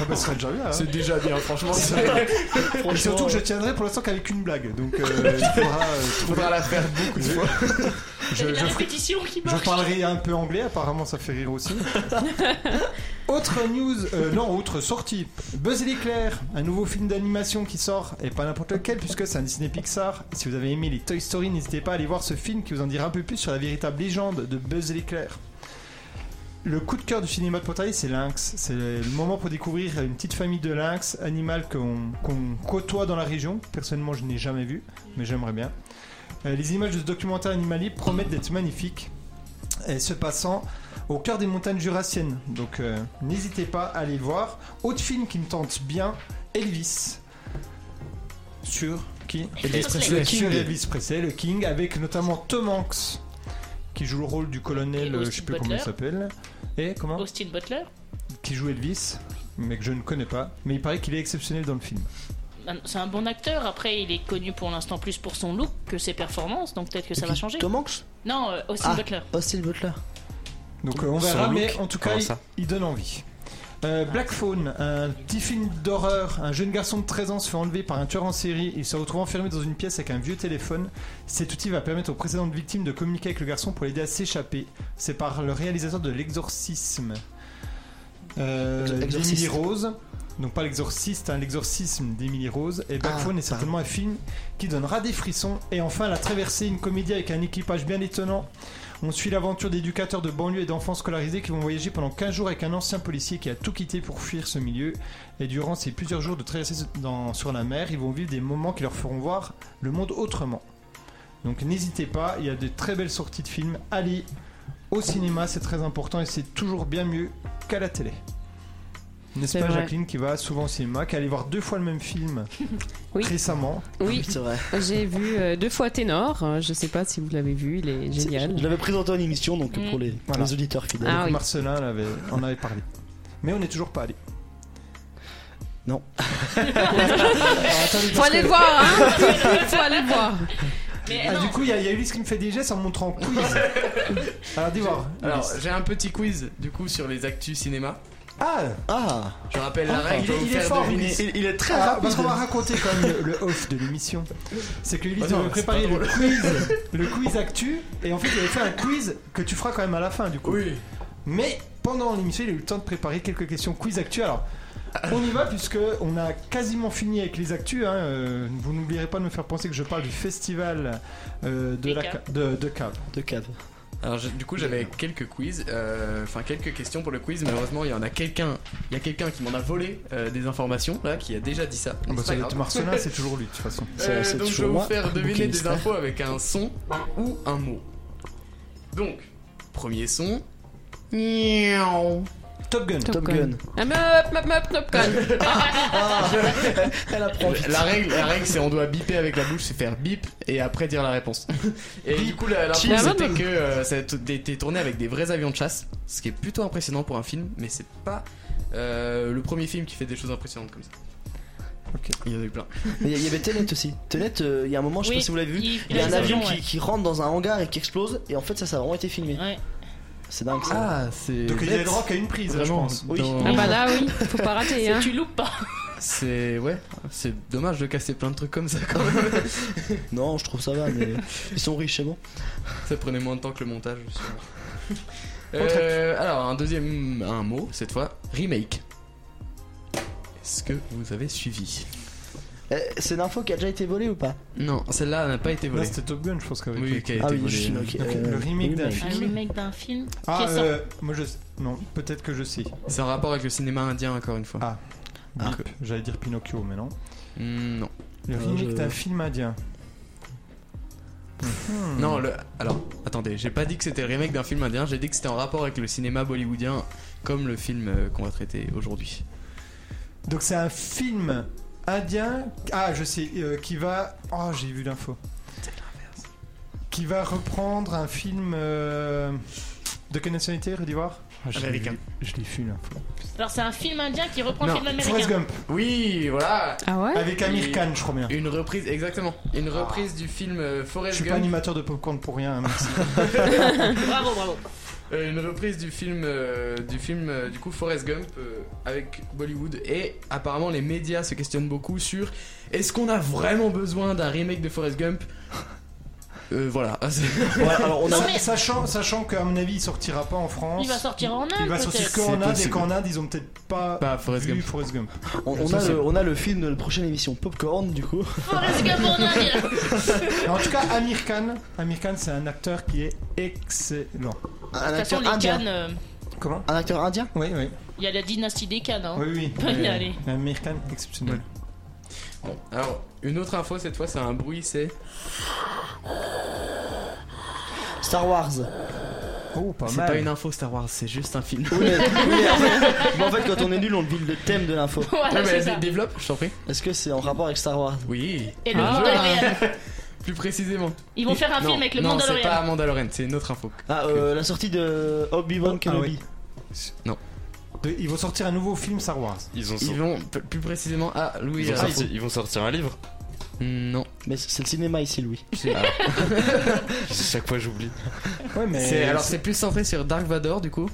bah, ce serait déjà bien. hein.
C'est déjà bien, franchement. c'est-
Et surtout que
euh,
je tiendrai pour l'instant qu'avec une blague. Donc euh, il faudra... euh,
Faudra la faire beaucoup de fois.
je,
C'est la
(laughs) je-
répétition qui
Je
marche.
parlerai un peu anglais, apparemment ça fait rire
(laughs)
aussi. autre news, euh, non, autre sortie. Buzz et l'éclair, un nouveau film d'animation qui sort, et pas n'importe lequel, puisque c'est un Disney Pixar. Si vous avez aimé les Toy Story, n'hésitez pas à aller voir ce film qui vous en dira un peu plus sur la véritable légende de Buzz et l'éclair. Le coup de cœur du cinéma de Pontarlier, c'est lynx. C'est le moment pour découvrir une petite famille de lynx, animal qu'on qu'on côtoie dans la région. Personnellement, je n'ai jamais vu, mais j'aimerais bien. Euh, les images de ce documentaire animalier promettent d'être magnifiques et se passant au cœur des montagnes jurassiennes. Donc euh, n'hésitez pas à aller le voir. Autre film qui me tente bien, Elvis. Sur qui
Elvis
Le
Presley.
King. Sur Elvis Presley, le King, avec notamment Tom Hanks qui joue le rôle du
Et
colonel, euh, je sais
Austin
plus comment il
Butler.
s'appelle. Et comment
Austin Butler
Qui joue Elvis, mais que je ne connais pas. Mais il paraît qu'il est exceptionnel dans le film.
Ben, C'est un bon acteur. Après, il est connu pour l'instant plus pour son look que ses performances, donc peut-être que ça va changer.
Tom Hanks
Non, euh, Austin
Ah.
Butler.
Austin Butler.
Donc euh, on
Son
verra,
look,
mais en tout cas,
comment
il,
ça Ah,
il donne envie. Euh, Black Phone, un petit film d'horreur. Un jeune garçon de 13 ans se fait enlever par un tueur en série. Il se retrouve enfermé dans une pièce avec un vieux téléphone. Cet outil va permettre aux précédentes victimes de communiquer avec le garçon pour l'aider à s'échapper. C'est par le réalisateur de L'Exorcisme. Euh,
The Exorcist.
d'Emily Rose. Donc pas L'Exorciste, hein, L'Exorcisme d'Emily Rose. Et Black
Ah,
Phone est certainement un film qui donnera des frissons. Et enfin, La Traversée, une comédie avec un équipage bien étonnant. On suit l'aventure d'éducateurs de banlieue et d'enfants scolarisés qui vont voyager pendant 15 jours avec un ancien policier qui a tout quitté pour fuir ce milieu. Et durant ces plusieurs jours de traversée dans- sur la mer, ils vont vivre des moments qui leur feront voir le monde autrement. Donc n'hésitez pas, il y a de très belles sorties de films. Allez au cinéma, c'est très important et c'est toujours bien mieux qu'à la télé. N'est-ce
C'est
pas
vrai.
Jacqueline qui va souvent au cinéma, qui est allée voir deux fois le même film
(laughs) Oui.
récemment
Oui,
C'est vrai.
j'ai vu euh, deux fois Ténor. Euh, Je sais pas si vous l'avez vu, il est génial.
Je l'avais présenté en émission donc
Mm.
pour les, pour
Voilà.
les auditeurs fidèles.
Ah oui.
Marcelin l'avait- en avait parlé. Mais on n'est toujours pas allé.
(laughs)
Non.
Faut aller le voir, hein (laughs) Faut aller le voir.
Mais
Ah,
non,
du coup, il y, a- il y a Ulysse qui me fait des gestes en me montrant en quiz.
(laughs)
Alors, dis voir.
Alors,
Ulysse.
j'ai un petit quiz du coup sur les actus cinéma.
ah,
Ah
Je rappelle la
Ah,
règle.
il est-
je vais
il
vous
est
faire
fort,
deviner.
Ulysse.
il, il est très
ah,
rapide.
parce qu'on va raconter quand même le, le off de l'émission. C'est que Ulysse
Oh non,
avait
c'est pas
préparé le
drôle.
quiz, le quiz actu, et en fait, il avait fait un quiz que tu feras quand même à la fin, du coup.
Oui.
Mais pendant l'émission, il a eu le temps de préparer quelques questions quiz actu. Alors, on y va puisque on a quasiment fini avec les actus. hein. Euh, Vous n'oublierez pas de me faire penser que je parle du festival euh, de,
Des
la,
Caves.
ca- de, de Caves.
De cave.
Alors je- du coup j'avais quelques quiz, euh, enfin quelques questions pour le quiz. mais Malheureusement il y en a quelqu'un, il y a quelqu'un qui m'en a volé euh, des informations là, qui a déjà dit ça.
Ah bah,
C'est
ça
pas
doit être
grave.
Marcelin,
(laughs)
c'est toujours lui de toute façon.
Euh,
C'est- c'est
donc je vais
toujours
vous
moi,
faire deviner des
bouquiniste.
infos avec un son ou un mot. Donc premier son. Miaou.
Top Gun.
Top Gun.
Ah, mais hop, hop, hop, Top
(laughs)
Gun.
Elle apprend vite.
La règle, la règle c'est on doit biper avec la bouche, c'est faire bip et après dire la réponse. (laughs) Et du coup la, l'info
Cheese.
c'était que euh, ça a t- été tourné avec des vrais avions de chasse, ce qui est plutôt impressionnant pour un film, mais c'est pas euh, le premier film qui fait des choses impressionnantes comme ça.
Ok.
Il y en a eu plein.
Mais il y avait Tenet aussi. Tenet, euh, il y a un moment, je sais
Oui,
pas si vous l'avez vu.
il-
Il y a un
les
avion
avions,
qui,
ouais.
qui rentre dans un hangar et qui explose, et en fait, ça, ça a vraiment été filmé.
Ouais.
C'est dingue ça.
Ah, c'est.
Donc il y a le droit qu'à une prise, hein, je
Vraiment,
pense.
Oui.
dans-
Ah bah là, oui, faut
(laughs)
pas rater, hein.
Tu loupes pas.
c'est. Ouais, c'est dommage de casser plein de trucs comme ça quand même.
(laughs) Non, je trouve ça va, mais ils sont riches, c'est bon.
ça prenait moins de temps que le montage, je suis sûr. Euh, alors, un deuxième. Un mot, cette fois, remake. Est-ce que vous avez suivi
Eh, Euh, c'est une info qui a déjà été volée ou pas
Non, celle-là n'a pas été
Là,
volée.
c'était Top Gun, je pense qu'avec
Oui, qui a
Ah
été
oui, je
volée.
suis ok.
Donc,
euh,
le remake
oui,
d'un
mais-
Ah
film.
Un remake d'un film qui
Ah,
est sorti.
euh, moi je. Non, peut-être que je sais.
C'est en rapport avec le cinéma indien, encore une fois.
Ah.
Ah.
Bip, J'allais dire Pinocchio, mais non.
Hmm, non.
Le
Euh,
remake
je-
d'un film indien. Mhm.
Non, le... alors, attendez, j'ai pas dit que c'était le remake d'un film indien, j'ai dit que c'était en rapport avec le cinéma bollywoodien, comme le film euh, qu'on va traiter aujourd'hui.
Donc c'est un film indien. Ah, je sais, euh, qui va. Oh, j'ai vu l'info. Qui va reprendre un film. euh, De quelle nationalité, Redivoir
Américain.
Ah, Je l'ai vu l'info.
Alors c'est un film indien qui reprend
Non,
le film
Forrest
américain.
Gump,
Oui, voilà
Ah ouais
avec Amir Khan, je crois bien.
Une reprise, exactement. Une reprise du film euh,
Je
Forrest
suis pas
Gump.
animateur de popcorn pour
(laughs)
rien. hein, merci.
(laughs) Bravo, bravo.
Euh, une reprise du film, euh, du film euh, du coup Forrest Gump euh, avec Bollywood et apparemment les médias se questionnent beaucoup sur est-ce qu'on a vraiment besoin d'un remake de Forrest
(laughs)
Gump Euh, Voilà.
Ouais, alors, on a-
Non, mais-
Sachant, sachant qu'à mon avis, il sortira pas en France.
Il va sortir en Inde
Il va sortir
peut-être.
qu'en
C'est
Inde et
possible.
qu'en Inde, ils ont peut-être pas,
Pas
(laughs)
Forrest
vu
Gump.
Forrest Gump.
on- on a le- on a le film de la prochaine émission Popcorn, du coup. (laughs)
Forrest Gump en Inde.
En tout cas, Amir Khan, Amir Khan, c'est un acteur qui est excellent.
Un
De toute façon,
acteur
les
indien.
Cannes, euh,
Comment
Un acteur indien
Oui, oui.
il y a la dynastie des Cannes. hein.
Oui, oui.
Allez,
Euh,
allez.
Amir Khan, exceptionnel.
Bon, alors une autre info cette fois c'est un bruit, c'est
Star Wars.
Oh, pas
c'est
mal.
pas une info Star Wars, c'est juste un film.
Oui,
(laughs)
mais- oui, mais en, fait, mais en fait, quand on est nul, on devine le thème de l'info.
Ouais,
Voilà,
mais
c'est
dé-
ça.
développe, je t'en prie.
Est-ce que c'est en rapport avec Star Wars
Oui.
Et le
Ah.
Mandalorian.
Plus précisément.
Ils vont faire un
Non,
film avec le
non,
Mandalorian.
c'est pas Mandalorian, c'est une autre info.
Ah, euh, la sortie de Obi-Wan
Ah
Kenobi.
oui. De- Ils vont sortir un nouveau film Star Wars.
Ils, ont
Ils
sor-
vont p- plus précisément ah Louis.
ils ont
euh,
sorti- ils vont sortir un livre.
Non.
Mais c'est le cinéma ici, Louis. (laughs)
Chaque fois j'oublie.
Ouais, mais.
C'est- alors c'est plus centré sur Dark Vador du coup.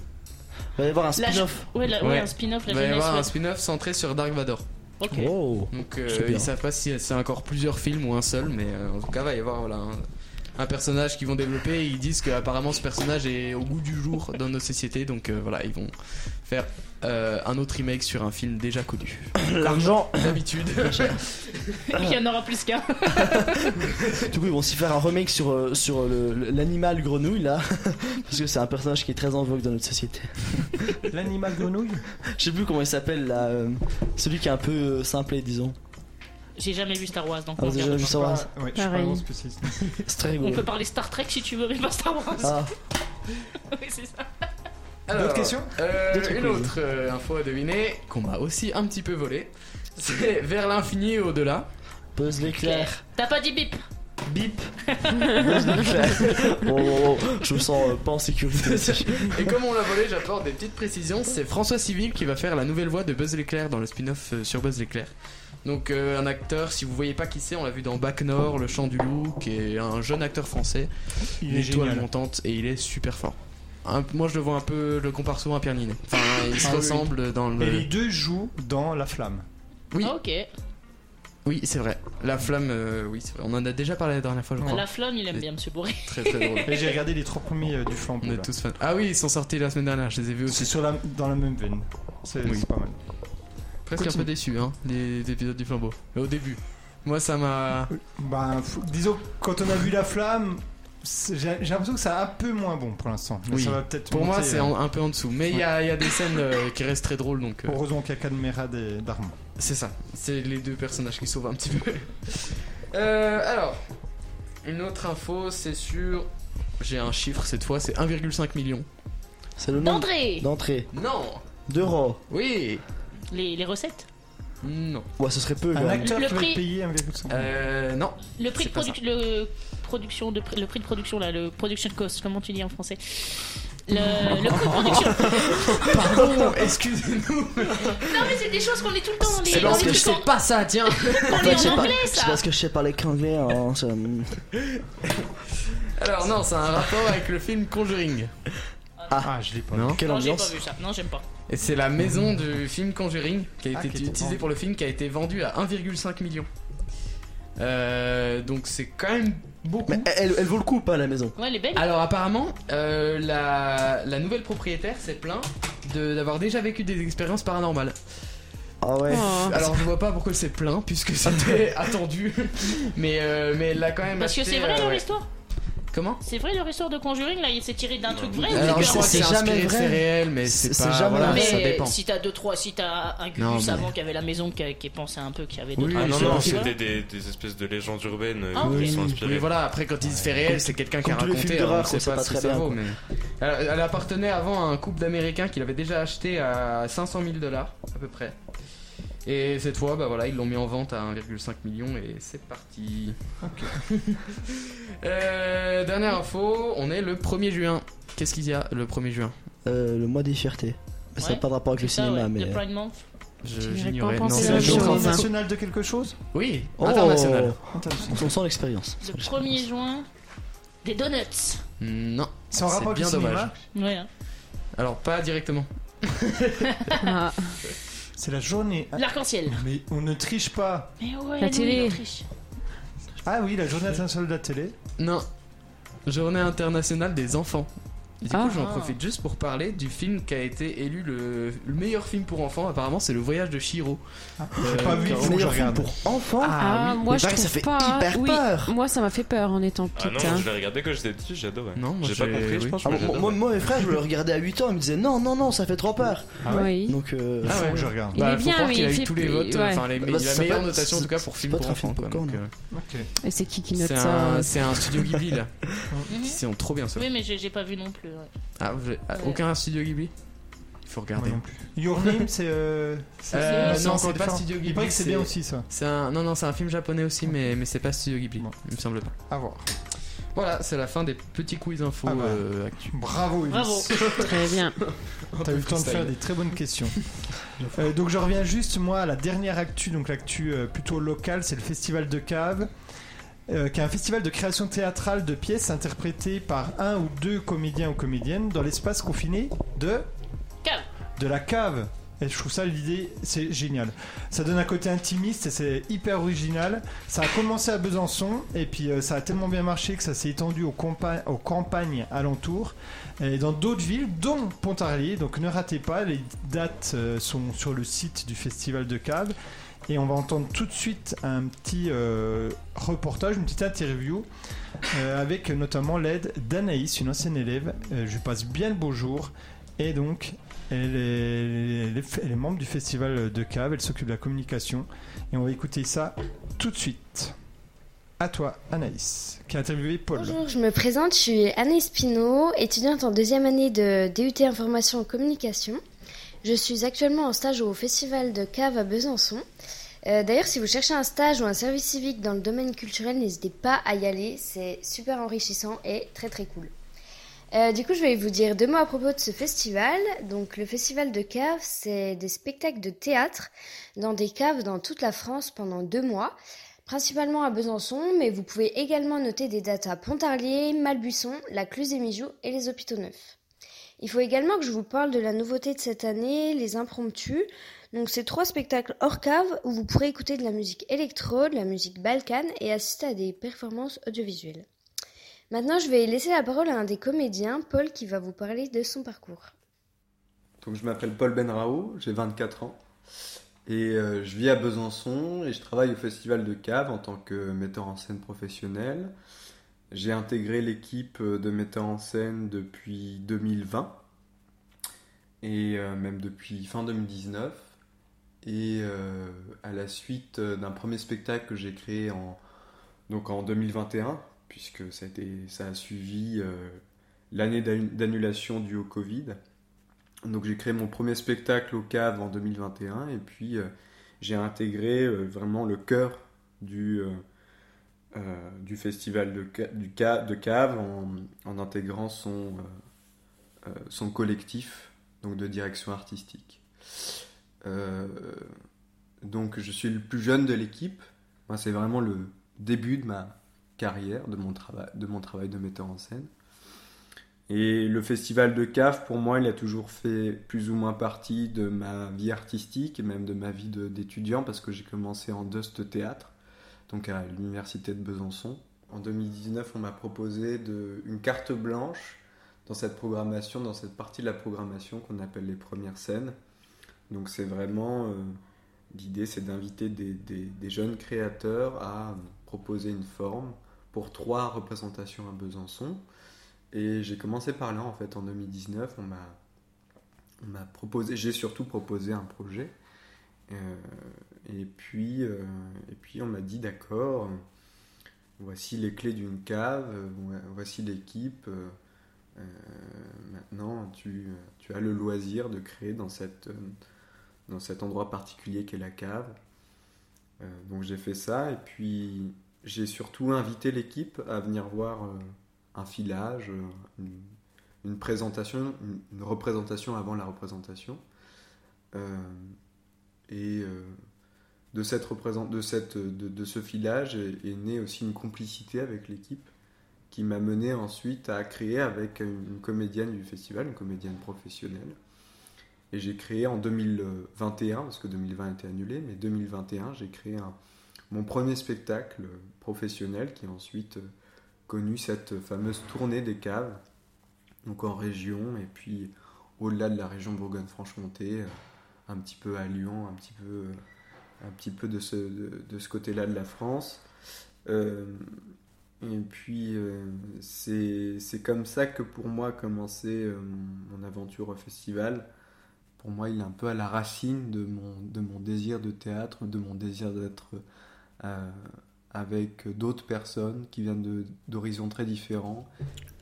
Il va y avoir un
La-
spin-off.
Ouais, la-
Ouais.
ouais, un spin-off, la
Il va y
jeunesse.
avoir
ouais.
un spin-off centré sur Dark Vador.
Ok.
Oh.
Donc euh,
C'est bien.
ils savent pas si c'est encore plusieurs films ou un seul, mais euh, en tout cas va y avoir voilà, un, un personnage qu'ils vont développer. Ils disent que apparemment ce personnage est au goût du jour dans nos sociétés, donc euh, voilà ils vont faire euh, un autre remake sur un film déjà connu.
L'argent.
D'habitude.
(laughs)
Il y en aura plus qu'un.
Du coup, ils vont s'y faire un remake sur, euh, sur le- le- l'animal grenouille là. (laughs) Parce que c'est un personnage qui est très en vogue dans notre société.
l'animal grenouille
Je sais plus comment il s'appelle là. euh, celui qui est un peu euh, simplet, disons.
J'ai jamais vu Star Wars, donc
Ah,
on,
vous avez
regarde.
jamais vu Star Wars Ah,
Ouais, je suis pas
Pareil.
un spécialiste.
(laughs) C'est très
On
rigolo.
peut parler Star Trek si tu veux, mais pas Star Wars.
Ah,
(laughs) Oui, c'est ça.
Alors,
D'autres questions
euh,
D'autres
Une
quiz.
autre euh, info à deviner qu'on m'a aussi un petit peu volé. C'est vers l'infini et au-delà.
Buzz l'éclair.
T'as pas dit bip.
(laughs)
Bip.
Buzz l'éclair. (laughs) Oh, oh, oh, je me sens euh, pas en sécurité.
Et
(laughs)
comme on l'a volé, j'apporte des petites précisions. C'est François Civil qui va faire la nouvelle voix de Buzz l'éclair dans le spin-off euh, sur Buzz l'éclair. Donc euh, un acteur, si vous voyez pas qui c'est, on l'a vu dans Bac Nord, Le Chant du Loup, qui est un jeune acteur français,
Il
une
est
étoile
génial.
montante et il est super fort. Un- moi je le vois un peu, je le compare souvent à Pierre Ninet. Enfin, il se
Ah oui.
ressemble dans le.
Et les deux jouent dans La Flamme.
Oui.
Ah, ok.
Oui, c'est vrai. La flamme, euh, oui, c'est vrai. On en a déjà parlé la dernière fois, je crois.
La flamme, il aime bien Monsieur Bourré.
Très très drôle.
Et j'ai regardé les trois premiers euh, du flambeau.
On est
là.
tous fans. Ah oui, ils sont sortis la semaine dernière, je les ai vus
C'est
aussi.
sur la, dans la même veine. C'est
Oui.
c'est pas mal.
Presque un peu déçus, hein, des des épisodes du flambeau. Mais au début. Moi ça m'a.
Ben, f- disons, que quand on a vu la flamme, c'est- j'ai j'ai l'impression que c'est un peu moins bon pour l'instant. Mais
Oui.
ça va peut-être
Pour moi,
monter,
c'est
euh,
en- un peu en dessous. Mais il y, a il y a des scènes euh, qui restent très drôles, donc euh,
Heureusement qu'il y a Cadmera et d'Armand.
c'est ça. C'est les deux personnages qui sauvent un petit peu. (laughs) Euh, alors, une autre info, c'est sur. J'ai un chiffre cette fois, c'est 1,5 million.
C'est le nom
D'André
d'entrée.
Non
D'euros.
Oui
les, les recettes
Non.
Ouais, ce serait peu. quand
Un
même.
acteur
Le
qui va
prix-
être payé 1,5.
Euh, non.
Le prix
C'est
de
pas
production. Le, production de, pr- le prix de production, là, le production cost, comment tu dis en français le, le
(laughs)
coût de production.
Pardon, excusez-nous.
Non, mais c'est des choses qu'on est tout le temps. On
C'est
est, on
parce
est
que je
tout le
sais
temps- (laughs)
pas Ah, ça, tiens.
on
Ouais,
est
je sais
en
pas-
anglais,
C'est
ça.
parce que je sais parler qu'anglais. hein, ça me-
Alors non, c'est un rapport avec le film Conjuring.
Ah, je l'ai pas.
Non.
Quelle
Non, j'ai pas
ambiance.
vu ça. Non, j'aime pas.
Et c'est la maison du film Conjuring qui a
Ah,
été
qui était
utilisée
vendue.
pour le film qui a été vendue à 1,5 million. Euh, donc c'est quand même beaucoup.
Mais elle, elle vaut le coup ou pas la maison
Ouais, les belles.
Alors apparemment, euh, la, la nouvelle propriétaire s'est plaint de- d'avoir déjà vécu des expériences paranormales.
Ah ouais.
Oh.
Alors je vois pas pourquoi c'est plein
(laughs)
puisque c'était attendu, mais euh, mais là quand même.
Parce que
acheté,
c'est vrai
euh,
leur
ouais.
histoire.
Comment
C'est vrai leur histoire de Conjuring là, il s'est tiré d'un truc vrai. ou
Alors
c'est
je
que- Ah,
crois que
c'est
c'est
jamais
inspiré,
vrai.
c'est réel, mais
C'est-
c'est
c'est
pas.
jamais
voilà,
mais
ça dépend.
si t'as deux trois, si t'as un
Non,
Gugus
mais-
avant qui avait la maison qui, qui pensait un peu qu'il y avait deux
Oui,
Ah
oui,
non,
c'est
non,
vrai.
c'était des, des espèces de légendes urbaines euh,
Ah,
qui
ok.
sont
Oui,
inspirées.
voilà, après quand il se fait réel, c'est quelqu'un qui a
comme tous les
raconté,
films
alors on
d'horreur,
sait
on sait
pas
pas
ce
très
que ça
bien,
vaut,
quoi.
mais... Elle, elle appartenait avant à un couple d'Américains qui l'avait déjà acheté à 500 000 dollars, à peu près. Et cette fois, bah voilà, ils l'ont mis en vente à 1,5 million et c'est parti. (laughs) Euh, dernière info, on est le 1er juin. Qu'est-ce qu'il y a le 1er juin
Euh, le mois des fiertés. Ça n'a
Ouais.
pas de rapport avec le
ça,
cinéma,
ouais,
mais.
le Pride Month.
Je-
Tu n'aurais
J'ignorais.
pas
non.
pensé
C'est
la
la
même
journée
chose.
internationale de quelque chose
Oui,
Oh,
international.
On sent l'expérience.
Le 1er juin, des donuts.
Non,
C'est en
C'est
rapport avec
bien
le
dommage.
cinéma
Ouais. hein.
alors pas directement.
Ah,
C'est la journée. Ah,
L'arc-en-ciel.
Mais on ne triche pas.
Mais ouais,
La
nous,
télé.
on triche.
Ah oui, la journée internationale de la télé.
Non. Journée internationale des enfants. Du coup,
Ah.
j'en profite juste pour parler du film qui a été élu le, le meilleur film pour enfants. Apparemment, c'est Le Voyage de Shiro.
Ah,
Euh,
J'ai pas vu, il faut que je
Meilleur film
regarde.
pour enfants.
Ah, moi
Mais
je
pareil,
trouve
ça fait
pas.
hyper
oui,
peur.
Moi ça m'a fait peur en étant
Ah
petite.
non,
hein.
je l'ai regardé quand j'étais petit, j'adorais.
Non, moi,
j'ai pas
j'ai-
compris, je
Eh oui.
pense.
Ah,
mais
moi,
j'adorais.
moi, moi, mes frères, je le regardais à 8 ans, ils me disaient non, non, non, ça fait trop peur.
Ah ouais
Oui.
Donc, euh,
Ah
Il faut
ouais.
que je regarde.
Il est
faut
bien,
croire
mais
qu'il a
il
eu
fait-
tous les votes,
ouais.
enfin les,
Bah,
la
c'est
meilleure
pas-
notation en
c'est-
tout cas pour
c'est
film
pas
pour
très film
enfants. quoi,
popcorn.
donc, euh,
Ok.
Et c'est qui qui note
C'est
ça
un, c'est un studio Ghibli
(laughs)
là. Ils sont trop bien ça.
Oui, mais j'ai j'ai pas vu non plus. ouais.
Ah, vous- ah, aucun studio Ghibli. Il faut regarder.
Moi non plus. Your Name, c'est. euh, c'est-
Euh,
c'est
non,
encore
c'est pas
différent.
Studio
Il
Ghibli.
paraît que c'est bien aussi ça.
c'est un, non, non, c'est un film japonais aussi, mais, mais c'est pas Studio Ghibli.
Bon.
Il me semble pas.
À voir.
Voilà, c'est la fin des petits quiz info
Ah bah.
euh, actu.
Bravo, Elvis.
Bravo.
Très bien.
T'as eu le temps de faire des très bonnes questions. Euh, donc je reviens juste moi à la dernière actu, donc l'actu euh, plutôt locale, c'est le Festival de Cave, euh, qui est un festival de création théâtrale de pièces interprétées par un ou deux comédiens ou comédiennes dans l'espace confiné de
Cave.
de la cave. Et je trouve ça l'idée, c'est génial. Ça donne un côté intimiste et c'est hyper original. Ça a commencé à Besançon et puis euh, ça a tellement bien marché que ça s'est étendu aux, compa- aux campagnes alentours et dans d'autres villes, dont Pontarlier. Donc ne ratez pas, les dates euh, sont sur le site du Festival de Cave. Et on va entendre tout de suite un petit euh, reportage, une petite interview euh, avec notamment l'aide d'Anaïs, une ancienne élève. Euh, je lui passe bien le bonjour. Et donc, elle est, elle est- elle est membre du festival de Cave, elle s'occupe de la communication. Et on va écouter ça tout de suite. À toi, Anaïs, qui a interviewé Paul.
Bonjour, je me présente, je suis Anaïs Pinault, étudiante en deuxième année de DUT Information et Communication. Je suis actuellement en stage au Festival de Cave à Besançon. Euh, D'ailleurs, si vous cherchez un stage ou un service civique dans le domaine culturel, n'hésitez pas à y aller, c'est super enrichissant et très très cool. Euh, du coup, je vais vous dire deux mots à propos de ce festival. Donc, le Festival de Cave, c'est des spectacles de théâtre dans des caves dans toute la France pendant deux mois principalement à Besançon, mais vous pouvez également noter des dates à Pontarlier, Malbuisson, la Cluse des Mijoux et les Hôpitaux Neufs. Il faut également que je vous parle de la nouveauté de cette année, les impromptus. Donc c'est trois spectacles hors cave où vous pourrez écouter de la musique électro, de la musique balkane et assister à des performances audiovisuelles. Maintenant, je vais laisser la parole à un des comédiens, Paul, qui va vous parler de son parcours.
Donc je m'appelle Paul Benrao, j'ai 24 ans et euh, je vis à Besançon et je travaille au Festival de Cave en tant que metteur en scène professionnel. J'ai intégré l'équipe euh, de metteurs en scène depuis 2020 et euh, même depuis fin 2019. Et euh, à la suite euh, d'un premier spectacle que j'ai créé en, donc en 2021, puisque ça a, été- ça a suivi euh, l'année d'annu- d'annulation due au Covid. Donc j'ai créé mon premier spectacle au cave en 2021 et puis euh, j'ai intégré euh, vraiment le cœur du, euh, euh, du festival de, Ca- du Ca- de cave en, en intégrant son, euh, euh, son collectif donc de direction artistique. Euh, donc je suis le plus jeune de l'équipe. Moi, c'est vraiment le début de ma carrière, de mon, travail de mon travail de metteur en scène. Et le festival de CAF, pour moi, il a toujours fait plus ou moins partie de ma vie artistique et même de ma vie de- d'étudiant parce que j'ai commencé en Dust Théâtre, donc à l'université de Besançon. En 2019, on m'a proposé de- une carte blanche dans cette programmation, dans cette partie de la programmation qu'on appelle les premières scènes. Donc c'est vraiment euh, L'idée, c'est d'inviter des, des- des jeunes créateurs à euh, proposer une forme pour trois représentations à Besançon. Et j'ai commencé par là, en fait, en 2019. On m'a, on m'a proposé, j'ai surtout proposé un projet. Euh, et, puis, euh, et puis, on m'a dit d'accord, euh, voici les clés d'une cave, euh, vo- voici l'équipe. euh, euh, maintenant, tu, tu as le loisir de créer dans cette. euh, dans cet endroit particulier qu'est la cave. Euh, donc j'ai fait ça et puis j'ai surtout invité l'équipe à venir voir euh, un filage, euh, une, une présentation, une, une représentation avant la représentation. Euh, et euh, de, cette représent- de, cette, de, de ce filage est, est née aussi une complicité avec l'équipe qui m'a mené ensuite à créer avec une, une comédienne du festival, une comédienne professionnelle. Et j'ai créé en 2021, parce que 2020 était annulé, mais 2021, j'ai créé un- mon premier spectacle professionnel qui a ensuite euh, connu cette fameuse tournée des caves, donc en région, et puis au-delà de la région Bourgogne-Franche-Comté, euh, un petit peu à Lyon, un petit peu, euh, un petit peu de ce, de, de ce côté-là de la France. Euh, et puis, euh, c'est c'est comme ça que pour moi commençait euh, mon- mon aventure au festival pour moi, il est un peu à la racine de mon, de mon désir de théâtre, de mon désir d'être euh, avec d'autres personnes qui viennent de- d'horizons très différents.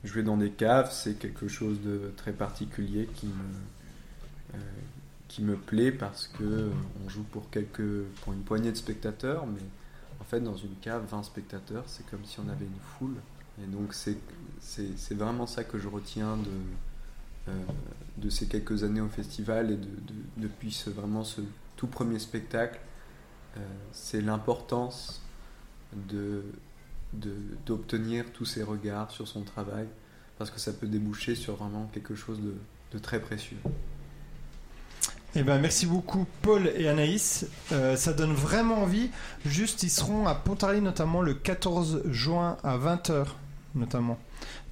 Jouer dans des caves, c'est quelque chose de très particulier qui me, euh, qui me plaît parce que euh, on joue pour, quelques, pour une poignée de spectateurs, mais en fait, dans une cave, 20 spectateurs, c'est comme si on avait une foule. Et donc, c'est- c'est c'est vraiment ça que je retiens de, euh, de ces quelques années au festival et de, de- depuis ce, vraiment ce tout premier spectacle, euh, c'est l'importance de de- d'obtenir tous ces regards sur son travail parce que ça peut déboucher sur vraiment quelque chose de, de très précieux.
Eh ben, merci beaucoup Paul et Anaïs. Euh, ça donne vraiment envie. Juste, ils seront à Pontarlier notamment le 14 juin à 20h notamment.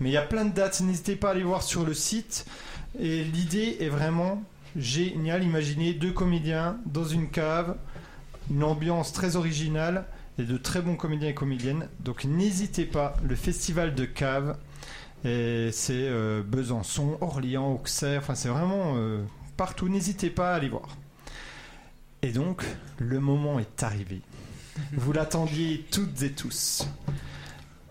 Mais il y a plein de dates, n'hésitez pas à aller voir sur le site. Et l'idée est vraiment géniale. Imaginez deux comédiens dans une cave, une ambiance très originale et de très bons comédiens et comédiennes. Donc n'hésitez pas, le festival de cave. Et c'est euh, Besançon, Orléans, Auxerre, enfin c'est vraiment euh, partout, n'hésitez pas à aller voir. Et donc, le moment est
(laughs)
arrivé. Vous l'attendiez toutes et tous.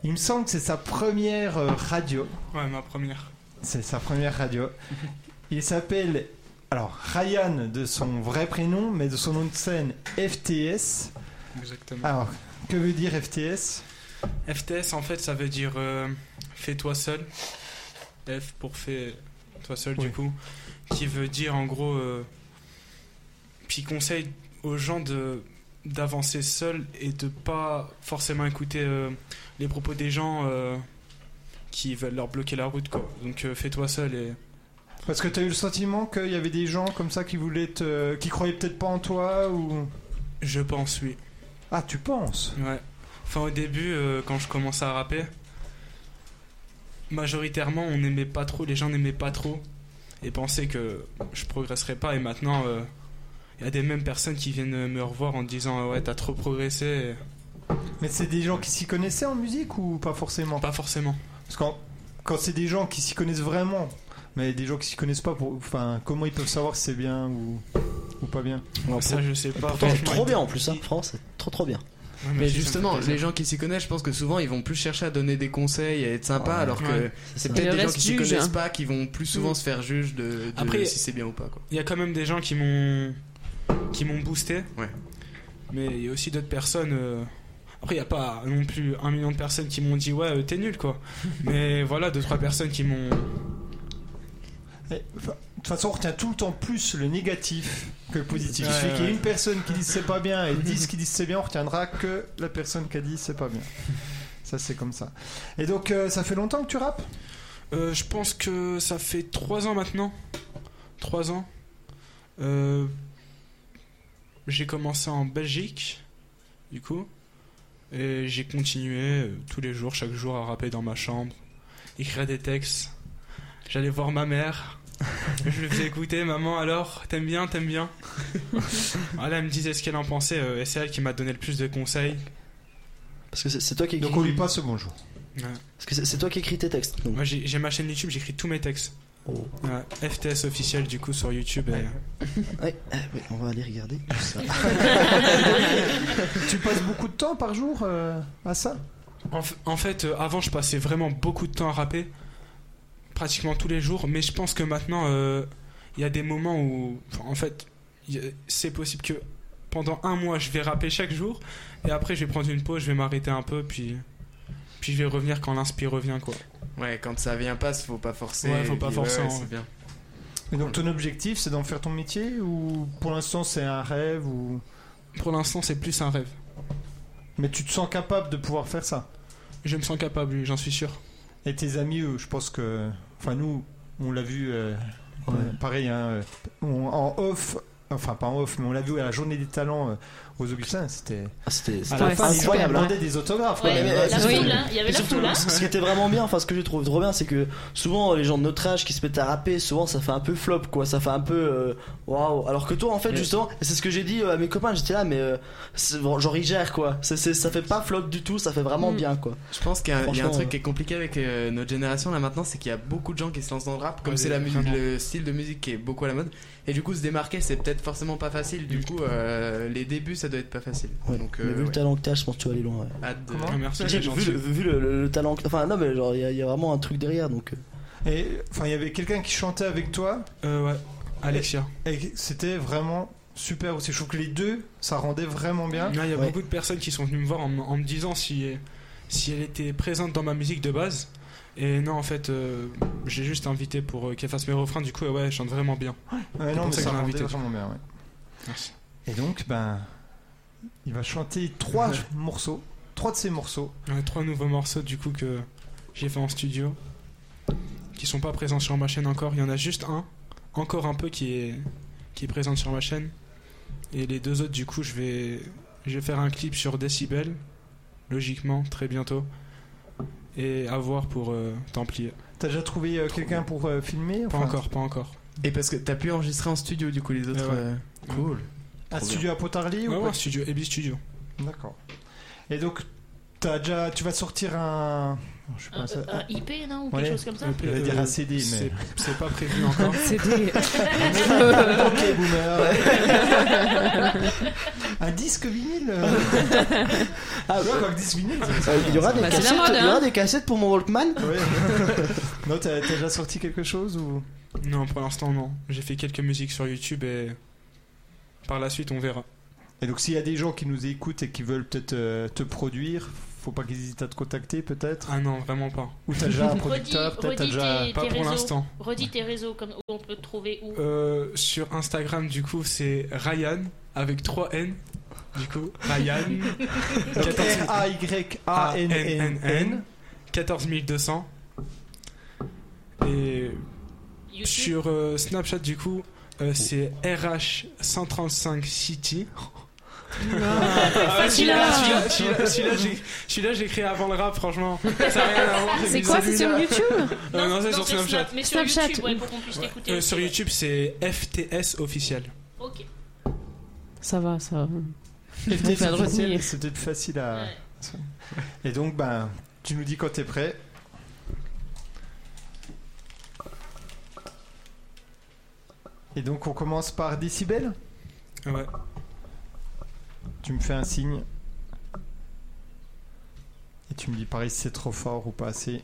Il me semble que c'est sa première euh, radio.
Ouais, ma première.
C'est sa première
(laughs)
radio. Il s'appelle, alors, Ryan de son vrai prénom, mais de son nom de scène, FTS.
Exactement.
Alors, que veut dire FTS
FTS, en fait, ça veut dire euh, fais-toi seul. F pour fais-toi seul,
Oui.
du coup. Qui veut dire, en gros. euh, puis conseille aux gens de d'avancer seul et de pas forcément écouter euh, les propos des gens euh, qui veulent leur bloquer la route, quoi. Donc euh, fais-toi seul et.
Parce que tu as eu le sentiment qu'il y avait des gens comme ça qui voulaient te- qui croyaient peut-être pas en toi ou.
Je pense, oui.
Ah, tu penses
Ouais. Enfin, au début, euh, quand je commençais à rapper, majoritairement, on n'aimait pas trop, les gens n'aimaient pas trop et pensaient que je progresserais pas. Et maintenant, euh, il y a des mêmes personnes qui viennent me revoir en disant ah Ouais, t'as trop progressé.
Mais c'est des gens qui s'y connaissaient en musique ou pas forcément
Pas forcément.
Parce que quand c'est des gens qui s'y connaissent vraiment, mais des gens qui s'y connaissent pas, pour, enfin, comment ils peuvent savoir si c'est bien ou, ou pas bien
ça, je sais pas.
Pourtant, c'est
franchement.
trop bien en plus, hein, France, c'est trop trop bien.
Ouais,
Mais
merci, ça me fait
justement,
plaisir.
les gens qui s'y connaissent, je pense que souvent ils vont plus chercher à donner des conseils et être sympa,
Ouais.
alors que
Ouais.
c'est
ça.
Et
peut-être
le
des gens
reste
qui s'y
juge,
connaissent
hein.
pas qui vont plus souvent
Mm.
se faire juge de, de
Après-
si c'est bien ou pas. Quoi.
Il y a quand même des gens qui m'ont qui m'ont boosté.
Ouais.
Mais il y a aussi d'autres personnes. euh, Après, il n'y a pas non plus un million de personnes qui m'ont dit ouais euh, t'es
(laughs)
nul quoi. Mais voilà deux trois personnes qui m'ont.
Eh, enfin, De toute façon, on retient tout le temps plus le négatif que le positif.
Ouais,
Il suffit qu'il y ait
ouais.
une personne qui dit c'est pas bien et 10 qui disent c'est bien, on retiendra que la personne qui a dit c'est pas bien. Ça, c'est comme ça. Et donc, euh, ça fait longtemps que tu rappes
Euh, je pense que ça fait trois ans maintenant. Trois ans. Euh, J'ai commencé en Belgique du coup et j'ai continué euh, tous les jours, chaque jour à rapper dans ma chambre, écrire des textes. J'allais voir ma mère. je lui faisais écouter, maman, alors, t'aimes bien,
(laughs)
t'aimes bien. voilà, elle me disait ce qu'elle en pensait, euh, et c'est elle qui m'a donné le plus de conseils.
Parce que c'est- c'est toi qui écris.
Donc on lui passe le bonjour.
Ouais.
Parce que c'est- c'est toi qui écris tes textes. donc.
Moi, j'ai j'ai ma chaîne YouTube, j'écris tous mes textes.
Oh.
Ouais, FTS officiel, du coup, sur YouTube. et-
Ouais, euh, ouais, on va aller regarder.
(laughs) Tu passes beaucoup de temps par jour euh, à ça
(laughs) En, f- en fait, euh, avant, je passais vraiment beaucoup de temps à rapper, pratiquement tous les jours, mais je pense que maintenant, euh, il y a des moments où, enfin, en fait, il y a- c'est possible que pendant un mois, je vais rapper chaque jour, et après, je vais prendre une pause, je vais m'arrêter un peu, puis, puis je vais revenir quand l'inspire revient, quoi.
Ouais, quand ça vient pas, faut pas forcer.
Ouais, faut pas
Et puis,
forcer,
ouais,
hein.
c'est bien.
Et donc ton objectif, c'est d'en faire ton métier ou pour l'instant c'est un rêve ou
Pour l'instant, c'est plus un rêve.
mais tu te sens capable de pouvoir faire ça
Je me sens capable, j'en suis sûr.
Et tes amis, eux, je pense que enfin nous, on l'a vu euh, euh, pareil hein, euh, on- en off. Enfin, pas en off, mais on l'a vu à la journée des talents euh, aux Augustins. C'était.
Ah, c'était hein.
À
c'était-
la
Ouais,
fin, ils
super,
demandaient
hein.
ouais.
des autographes. quand
Ouais,
même.
mais
Ouais,
la
c'est
surtout-
foule, hein, il y avait la
surtout-
foule, hein.
Ce qui était vraiment bien, enfin ce que je trouve trop bien, c'est que souvent les gens de notre âge qui se mettent à rapper, souvent ça fait un peu flop, quoi. Ça fait un peu euh, waouh. Alors que toi, en fait,
Mais-
justement, et c'est ce que j'ai dit euh, à mes copains, j'étais là, mais euh, c'est- bon, genre ils gèrent, quoi. C'est- c'est- ça fait pas flop du tout, ça fait vraiment
Mm.
bien, quoi.
Je pense qu'il y a, il y a un
Franchement,
truc
euh,
qui est compliqué avec euh, notre génération là maintenant, c'est qu'il y a beaucoup de gens qui se lancent dans le rap, comme
Ouais,
c'est la musique,
vraiment.
le style de musique qui est beaucoup à la mode. Et du coup, se démarquer, c'est peut-être forcément pas facile. Du coup, euh, les débuts, ça doit être pas facile. Donc,
mais
euh,
vu le
ouais,
talent que t'as, je pense que tu vas aller loin. ouais.
hâte de-
Comment
Ah, merci,
J'ai-
c'est
vu
gentil.
le, vu le- le- le talent, que- enfin non, mais genre il y, a- il y a vraiment un truc derrière, donc. euh,
Et enfin, il y avait quelqu'un qui chantait avec toi
Euh, ouais, Alexia.
et c'était vraiment super aussi. Je trouve que les deux, ça rendait vraiment bien.
Là, il y a
Ouais.
beaucoup de personnes qui sont venues me voir en, me- en me disant si, si elle était présente dans ma musique de base. Et non, en fait, euh, j'ai juste invité pour euh, qu'elle fasse mes refrains. Du coup, ouais, elle chante vraiment bien.
Ouais, non,
pour
mais
ça que
ça
je l'ai
rendait
invité.
vraiment bien. ouais.
Merci.
Et donc, ben, il va chanter trois morceaux, trois de ses morceaux.
On a trois nouveaux morceaux, du coup, que j'ai fait en studio. Qui sont pas présents sur ma chaîne encore. Il y en a juste un, encore un peu, qui est, qui est présent sur ma chaîne. Et les deux autres, du coup, je vais, je vais faire un clip sur Decibel. Logiquement, très bientôt. Et à voir pour euh, Templier.
T'as déjà trouvé euh, quelqu'un pour euh, filmer
Pas
Enfin,
encore, pas encore.
Et parce que t'as pu enregistrer en studio, du coup, les autres.
Ouais, ouais.
euh, Cool.
Un Ah, studio à Potarly
Ouais,
ou
ouais,
pas
studio, Ebi Studio.
D'accord. Et donc, t'as déjà, tu vas sortir un, je sais
Un,
pas, ça-
un- un IP, non Ou quelque
Ouais.
chose comme ça
J'allais dire un CD, mais-
Euh, c'est- C'est pas prévu encore.
(laughs) C'est
(laughs)
des-
un- ok, boomer. (laughs) un disque
(laughs)
vinyle. euh.
Ah,
Tu vois, quoi que disque vinyle. ça-
euh, il y aura des
Bah, c'est la
cassettes,
mode,
il y aura
hein.
des cassettes pour mon Walkman. (laughs)
Ouais. non, t'as t'as déjà sorti quelque chose ou
Non, pour l'instant, non. J'ai fait quelques musiques sur YouTube et par la suite, on verra.
Et donc, s'il y a des gens qui nous écoutent et qui veulent peut-être euh, te produire, faut pas qu'ils hésitent à te contacter, peut-être.
Ah non, vraiment pas.
Ou t'as
(laughs)
déjà un
Redis,
producteur, peut-être t'as
redis
déjà.
tes,
Pas
tes
pour
réseaux.
l'instant.
Redis tes réseaux, comme où on peut te trouver où.
Euh, sur Instagram, du coup, c'est Ryan avec 3 N. Du coup, Ryan. 14
R-A-Y-A-N-N-N.
14200. Et
YouTube
sur euh, Snapchat, du coup, euh, c'est (laughs) RH135City.
Ah,
Ah,
Ah,
facile
hein.
à
Ah, Celui-là, celui-là, celui-là, j'ai- celui-là, j'ai créé avant le rap, franchement. Ça a rien à voir,
C'est
bizarre.
quoi C'est sur YouTube
(laughs) Euh, non, c'est sur Snapchat.
Snap, mais sur
Snapchat.
YouTube, ouais, pour qu'on puisse t'écouter.
Euh,
aussi,
sur
ouais.
YouTube, c'est FTS officiel.
Ok.
Ça va, ça va.
Et
vais pas le retenir.
C'est peut-être facile à.
Ouais.
Et donc, ben, tu nous dis quand t'es prêt. Et donc, on commence par décibel.
Ouais.
Tu me fais un signe. Et tu me dis pareil si c'est trop fort ou pas assez.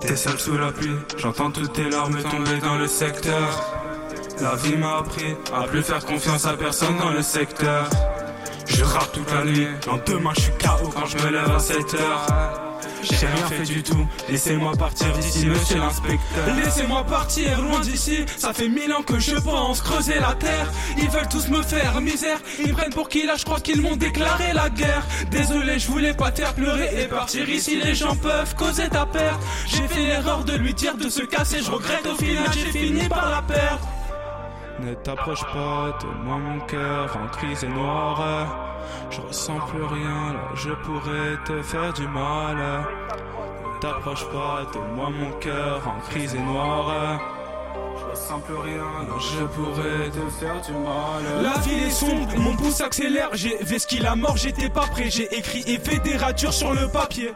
T'es seul sous la pluie, j'entends toutes tes larmes tomber dans le secteur. La vie m'a appris à plus faire confiance à personne dans le secteur. Je rappe toute la nuit, lendemain je suis KO quand je me lève à 7 heures. J'ai rien fait du tout, laissez-moi partir d'ici, monsieur l'inspecteur. Laissez-moi partir loin d'ici, ça fait mille ans que je pense creuser la terre. Ils veulent tous me faire misère, ils me prennent pour qui là, je crois qu'ils m'ont déclaré la guerre. Désolé, je voulais pas te faire pleurer et partir ici, les gens peuvent causer ta perte. J'ai fait l'erreur de lui dire de se casser, je regrette au final, j'ai fini par la perdre.
Ne t'approche pas de moi, mon cœur en crise et noir. Je ressens plus rien, là, je pourrais te faire du mal. Ne t'approche pas de moi, mon cœur en crise et noir.
Je ressens plus rien,
là, je pourrais te
faire du mal.
La
La ville est sombre, mon pouce accélère, j'ai vesqui la mort, j'étais pas prêt, j'ai écrit et fait des ratures sur le papier.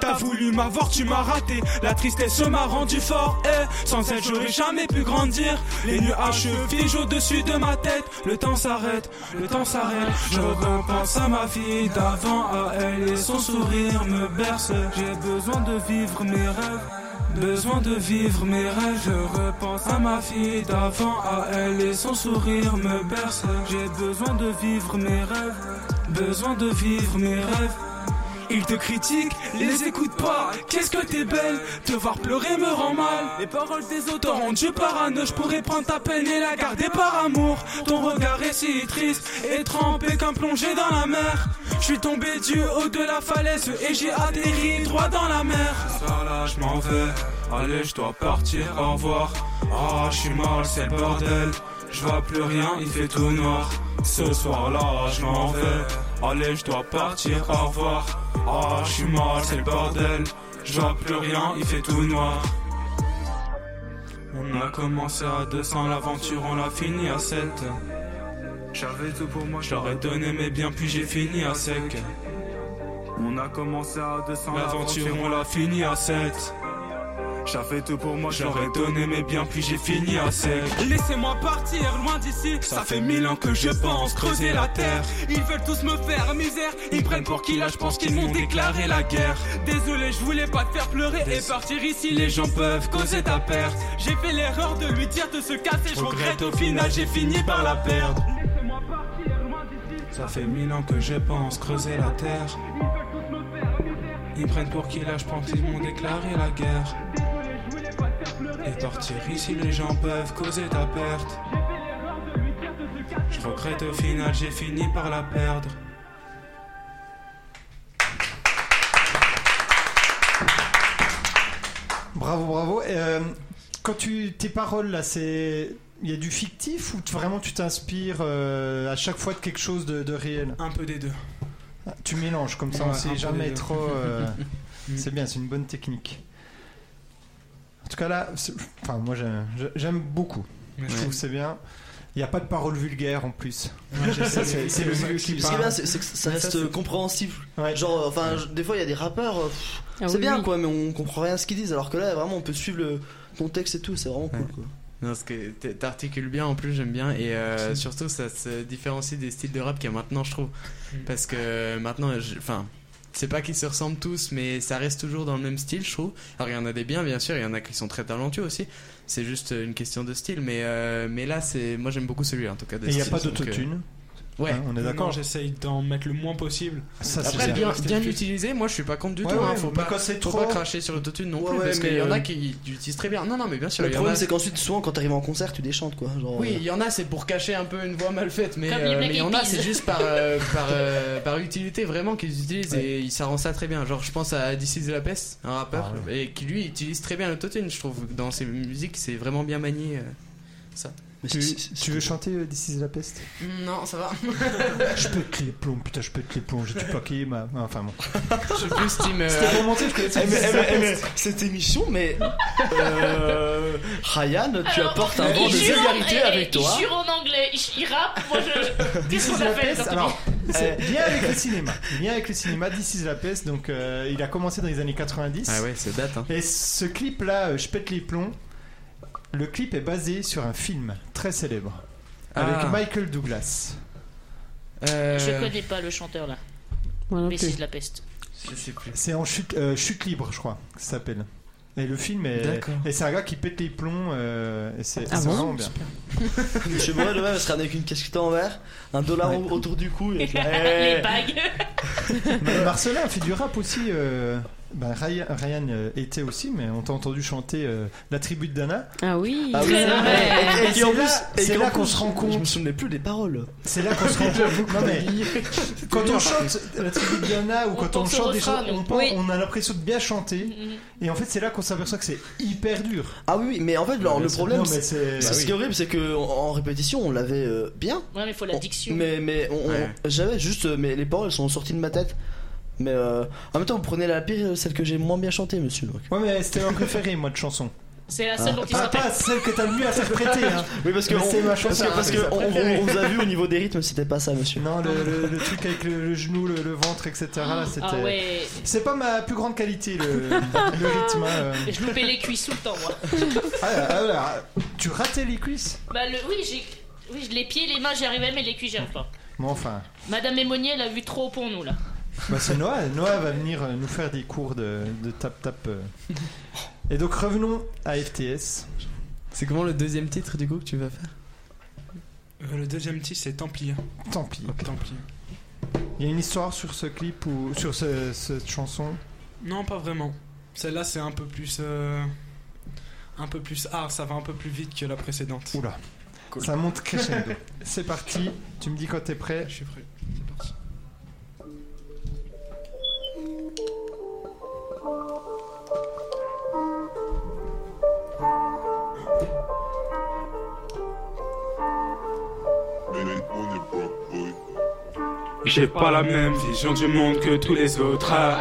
T'as voulu m'avoir, tu m'as raté, la tristesse m'a rendu fort, et sans elle j'aurais jamais pu grandir. Les nuages se figent au-dessus de ma tête, le temps s'arrête, le temps s'arrête. Je repense à ma vie d'avant, à elle et son sourire me berce. J'ai besoin de vivre mes rêves. Besoin de vivre mes rêves, je repense à ma fille d'avant, à elle et son sourire me berce. J'ai besoin de vivre mes rêves, besoin de vivre mes rêves. Ils te critiquent, les écoute pas, qu'est-ce que t'es belle, te voir pleurer me rend mal. Les paroles des autres rendent du parano, je pourrais prendre ta peine et la garder par amour. Ton regard est si triste et trempé comme plongé dans la mer. Je suis tombé du haut de la falaise et j'ai atterri droit dans la mer.
Ce soir-là, je m'en vais. Allez, je dois partir, au revoir. Ah, je suis mal, c'est le bordel. Je vois plus rien, il fait tout noir. Ce soir-là, je m'en vais. Allez, je dois partir, au revoir. Ah, je suis mal, c'est le bordel. Je vois plus rien, il fait tout noir. On a commencé à 200 l'aventure, on l'a fini à 7. J'avais tout pour moi, je leur ai donné mes biens, puis j'ai fini à sec.
On a commencé à 200
L'aventure, on l'a fini à 7. J'avais tout pour moi, j'aurais donné mes biens, puis j'ai fini à sec.
Laissez-moi partir loin d'ici, ça fait mille ans que je pense creuser la terre. Ils veulent tous me faire misère, ils prennent pour qui là, je pense qu'ils m'ont déclaré la guerre. Désolé, je voulais pas te faire pleurer et partir ici, les gens peuvent causer ta perte. J'ai fait l'erreur de lui dire de se casser, je regrette au final, j'ai fini par la perdre.
Ça fait mille ans que je pense creuser la terre. Ils prennent pour qui là, je pense qu'ils m'ont déclaré la guerre. Et partir ici, les gens peuvent causer ta perte. Je regrette au final, j'ai fini par la perdre.
Bravo, bravo. Euh, quand tu tes paroles là, c'est il y a du fictif ou tu- vraiment tu t'inspires euh, à chaque fois de quelque chose de, de réel Ah,
Un peu des deux.
Tu mélanges comme ça, on
Ouais, un
sait
peu des
jamais
deux. Mm.
trop.
(laughs)
euh, c'est bien, c'est une bonne technique. En tout cas là, c'est- enfin moi j'aime- j'aime beaucoup. Je
Merci.
trouve que c'est bien. Il n'y a pas de paroles vulgaires en plus. (laughs)
Ouais, je sais,
c'est c'est le
c'est ça
mieux qui
qui-
Ce qui est
parle.
bien, c'est c'est que ça
Ça,
reste
c'est-
compréhensible. Genre, euh, enfin, je- des fois, il y a des rappeurs, euh, pff,
Ah
c'est
oui,
bien
oui.
quoi, mais on comprend rien à ce qu'ils disent. Alors que là, vraiment, on peut suivre le contexte et tout, c'est vraiment cool quoi.
Non, parce que t- t'articules bien en plus, j'aime bien. Et euh, surtout, ça se différencie des styles de rap qu'il y a maintenant, je trouve.
Mm.
Parce que euh, maintenant, je- enfin, c'est pas qu'ils se ressemblent tous, mais ça reste toujours dans le même style, je trouve. Alors, il y en a des biens, bien sûr, il y en a qui sont très talentueux aussi. C'est juste une question de style, mais, euh, mais là, c'est moi j'aime beaucoup celui-là, en tout cas.
Et il n'y a
styles,
pas
donc,
d'autotune.
euh, Ouais.
Hein, on est
Non,
d'accord. Ah,
j'essaye d'en mettre le moins possible.
Ça, c'est
Après, bien, bien utilisé, moi je suis pas contre du
Ouais,
tout. hein,
ouais,
faut
mais
pas,
quand c'est
faut
trop-
pas cracher sur l'autotune non
Ouais,
plus,
ouais,
parce
mais,
qu'il y en a
euh,
qui l'utilisent très bien. Non, non, mais bien sûr,
Le
il y en
problème,
a-
c'est qu'ensuite, souvent, quand t'arrives en concert, tu déchantes quoi. Genre,
Oui,
euh,
il y en a, c'est pour cacher un peu une voix mal faite, mais
Comme
euh,
les Black
mais il y
Eyed
en a,
Peas.
c'est juste par,
(laughs)
euh, par, euh, par utilité vraiment qu'ils utilisent et ils- ça rend ça très bien. Genre, je pense à This is La Peste, un rappeur,
Ah
et qui lui utilise très bien l'autotune, je trouve. Dans ses musiques, c'est vraiment bien manié. euh, ça.
mais c'est-
Tu,
c'est-
tu veux chanter euh, This is la peste
Mm, Non, ça va.
(laughs) Je pète les plombs, putain, je pète les plombs, j'ai dû plaquer ma. Enfin bon.
je suis plus team. euh,
C'était pour monter, je connaissais
Eh, mais-
This is
eh,
la
mais- eh, mais
peste.
cette émission, mais euh, Ryan, tu
Alors,
apportes un
il
vent de
jure en-
vulgarité
eh,
avec
Il
toi.
jure en anglais, il, il rappe, moi je... (laughs) Qu'est-ce
(laughs) This
qu'on
is la
appelle
peste.
quand on
Alors, c'est
Eh.
lien avec le cinéma. Lien avec le cinéma, This is la peste. Donc, euh, il a commencé dans les années 90.
Ah ouais, c'est date. Hein.
Et ce clip-là, euh, je pète les plombs. Le clip est basé sur un film très célèbre
Ah.
avec Michael Douglas.
Euh,
dit Je connais pas le chanteur là,
Moi non
mais c'est
plus.
de la peste.
je sais plus.
C'est en chute, euh, chute libre, je crois, que ça s'appelle. Et le film est.
D'accord.
Et c'est un gars qui pète les plombs. euh, et c'est
Ah
c'est
bon
vraiment bien.
Chez moi, le même serait avec une casquette en verre, un dollar
Ouais.
(laughs)
au- autour du cou. Et...
Les bagues.
Mais Marcelin fait du rap aussi. euh, Ben, Ryan, Ryan, euh, était aussi, mais on t'a entendu chanter euh, La tribu de Dana.
Ah oui,
Ah oui,
c'est
c'est
vrai.
Et, et
C'est
en
là-
plus, et
c'est
qu'en
là qu'on
plus,
se rend
Je
compte.
me souvenais plus des paroles.
C'est là qu'on se rend compte. Non,
(laughs)
mais quand on chante La tribu de Dana ou
On
quand on
pense au
chante des
refrain,
choses, on,
nous.
pense-
Oui.
on a l'impression de bien chanter.
Mhm.
Et en fait, c'est là qu'on s'aperçoit que c'est hyper dur.
Ah oui, oui, mais en fait, alors, le problème,
Non, mais
c'est
c'est. Bah
c'est- ce qui est horrible, c'est que en, en répétition, on l'avait euh, bien.
Ouais, mais faut
On-
l'addiction.
Mais, mais on- on-
Ouais.
j'avais juste, euh, mais les paroles sont sorties de ma tête. Mais euh, en même temps, vous prenez la pire, euh, celle que j'ai moins bien chantée, monsieur. donc.
Ouais, mais c'était ma préférée, moi, de chanson.
C'est la seule dont il
Ah. Pas,
s'appelle.
pas celle que t'as mieux interprétée. Hein.
(laughs) Oui, parce que
Mais
on-
c'est ma
parce que-
chanson,
parce
hein,
que
c'est sa
on- on-
préférée.
on vous a vu au niveau des rythmes, c'était pas ça, monsieur.
Non, le, le- le truc avec le, le genou, le, le ventre, etc. Là, c'était.
Ah ouais.
C'est pas ma plus grande qualité, le, le rythme. hein, euh.
(laughs) Je loupais les cuisses tout le temps, moi.
Ah, ah, ah, ah, tu ratais les cuisses
Bah, le... oui, j'ai. Oui, je- les pieds, les mains, j'y arrivais, mais les cuisses, j'y arrive pas.
Mais enfin,
Madame Mémonier, elle a vu trop pour nous, là.
bah, c'est Noah. Noah va venir euh, nous faire des cours de, de tap-tap. euh. Et donc revenons à FTS.
C'est comment le deuxième titre du coup que tu vas faire
Euh, le deuxième titre, c'est Templier.
Tant pis.
Templier.
Il y a une histoire sur ce clip ou sur ce- cette chanson.
Non, pas vraiment. Celle-là, c'est un peu plus. euh, Un peu plus art, ça va un peu plus vite que la précédente.
Oula. Ça monte crescendo. c'est parti. Tu me dis quand t'es prêt.
Je suis prêt. C'est parti.
(laughs) J'ai pas la même vision du monde que tous les autres. ah.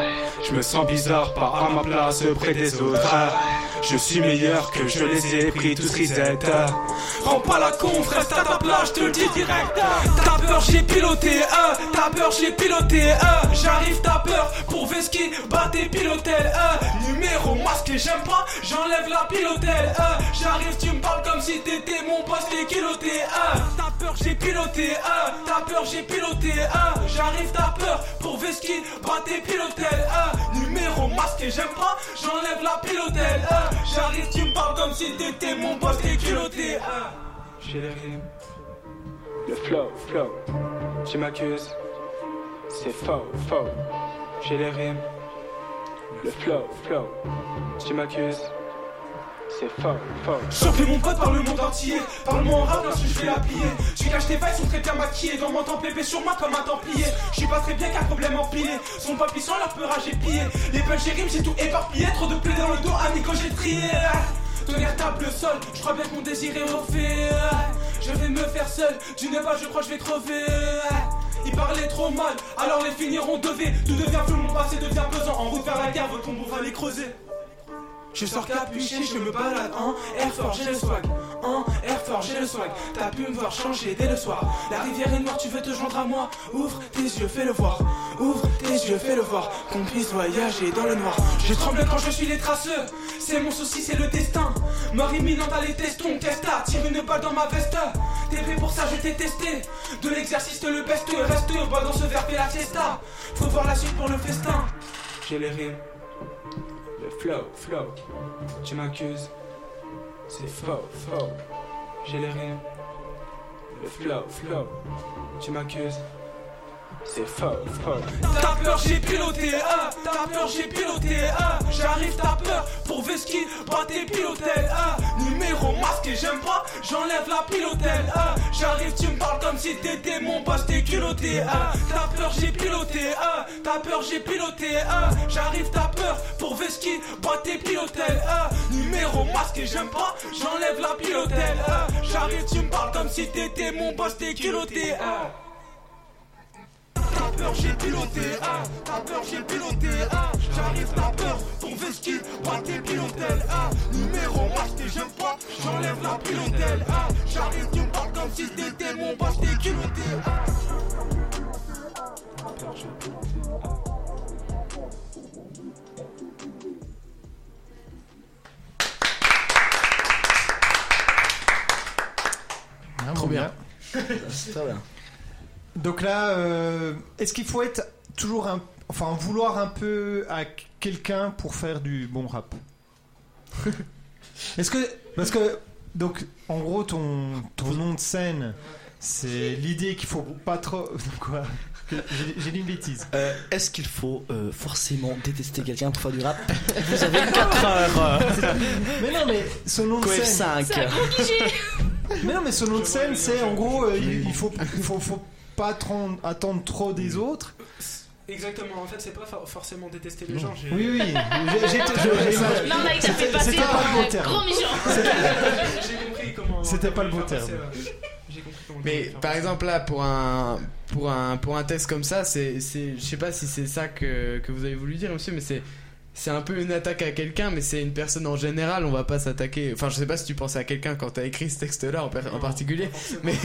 Je me sens bizarre, pas à ma place près des autres. ah. Je suis meilleur que je les ai pris tous reset. ah. Prends pas la conf, reste à ta place, je te le dis direct. ah. T'as peur, j'ai piloté. ah. T'as peur, j'ai piloté. ah. J'arrive, t'as peur pour Veski, bat tes pilotels. ah. Numéro masqué, j'aime pas, j'enlève la pilotelle. ah. J'arrive, tu me parles comme si t'étais mon poste, t'es culotté. ah. T'as peur, j'ai piloté. ah. T'as peur, j'ai piloté. ah. J'arrive, t'as peur pour Veski, bat tes pilotels. ah. Numéro masqué, j'aime pas, j'enlève la pilotelle. ah. J'arrive, tu me parles comme si t'étais mon poste, t'es culotté. ah. J'ai les rimes. Le flow, flow. Je m'accuse. C'est faux, faux. J'ai les rimes. Le flow, flow. Je m'accuse. C'est faux, faux. Chauffé mon pote par le monde entier. Parle-moi en rap, parce que je vais la plier. Tu caches tes failles, sont très bien maquillés. Dans mon temple épais sur moi comme un templier. Je suis pas très bien qu'un problème empilé. Sont pas puissants, leur peur ah, j'ai plié. Les punch et rimes, j'ai tout éparpillé. Trop de plaies dans le dos, ami, quand j'ai trié. Tonnerre tape le sol, je crois bien que mon désir est refait. Je vais me faire seul, d'une pas, je crois que je vais crever. Ils parlaient trop mal, alors les finiront devés. Tout devient flou, mon passé devient pesant. En route vers la guerre, votre tombeau va les creuser. Je sors capuché, je me balade en Air Force, j'ai le swag. En Air Force, j'ai le swag. T'as pu me voir changer dès le soir. La rivière est noire, tu veux te joindre à moi. Ouvre tes yeux, fais le voir. Ouvre tes yeux, fais le voir. Qu'on puisse voyager dans le noir. Je tremble quand je suis les traceurs. C'est mon souci, c'est le destin. Mort imminente à les testons. Testa, tire une balle dans ma veste. T'es prêt pour ça, je t'ai testé. De l'exercice, le best. Reste, bois dans ce verre, fais la fiesta. Faut voir la suite pour le festin. J'ai les rimes. Le flow, flow, tu m'accuses, c'est faux, faux, j'ai les rimes. Le flow, flow, tu m'accuses, c'est faux, faux. T'as peur, j'ai piloté, ah, t'as peur, j'ai piloté, ah, j'arrive, t'as peur, pour Veski, bat tes pilotels, ah, numéro masqué, j'aime pas, j'enlève la pilotelle, ah, j'arrive, tu me parles comme si t'étais mon boss, t'es culotté, ah, t'as peur, j'ai piloté, ah, t'as peur, j'ai piloté, ah, j'arrive, t'as peur, pour Veski, bat tes pilotels, ah, numéro masqué, j'aime pas, j'enlève la pilotelle, ah, j'arrive, tu me parles comme si t'étais mon boss, t'es culotté, ah. T'as peur, j'ai piloté, ah, t'as peur, j'ai piloté, ah, j'arrive, t'as peur, ton vesquille, pas tes pilotelles, ah, numéro masqué, j'aime pas, j'enlève la pilotelle, ah, j'arrive, tu me parles comme si t'étais mon boss, t'es culotté, ah.
Hein,
Trop
mon
bien.
gars.
(laughs) Très bien.
Donc là, euh, est-ce qu'il faut être toujours un, enfin vouloir un peu à quelqu'un pour faire du bon rap (laughs) Est-ce que parce que donc en gros ton ton nom de scène c'est l'idée qu'il faut pas trop (laughs) quoi J'ai dit une bêtise.
Est-ce qu'il faut euh, forcément détester quelqu'un pour faire du rap Vous avez
(laughs)
4 heures
Mais non, mais son nom de
Coef
scène.
5
Mais non, mais son nom de scène, c'est en gros, euh, il il faut, il faut, faut pas attendre, attendre trop des autres.
Exactement, en fait, c'est pas for- forcément détester les gens. j'ai-
Oui,
(laughs)
oui. j'ai- j'ai- j'ai- j'ai-
Non, mais ça fait passer
c'était pas
pour
le bon
un
terme.
gros méchant.
(laughs)
J'ai compris comment.
C'était
comment
pas le
faire
bon terme.
passer, euh, j'ai compris comment
Mais
faire
par
passer.
exemple là pour un pour un pour un test comme ça, c'est c'est je sais pas si c'est ça que, que vous avez voulu dire monsieur mais c'est c'est un peu une attaque à quelqu'un mais c'est une personne en général, on va pas s'attaquer. Enfin, je sais pas si tu pensais à quelqu'un quand t'as écrit ce texte là en, per- en particulier mais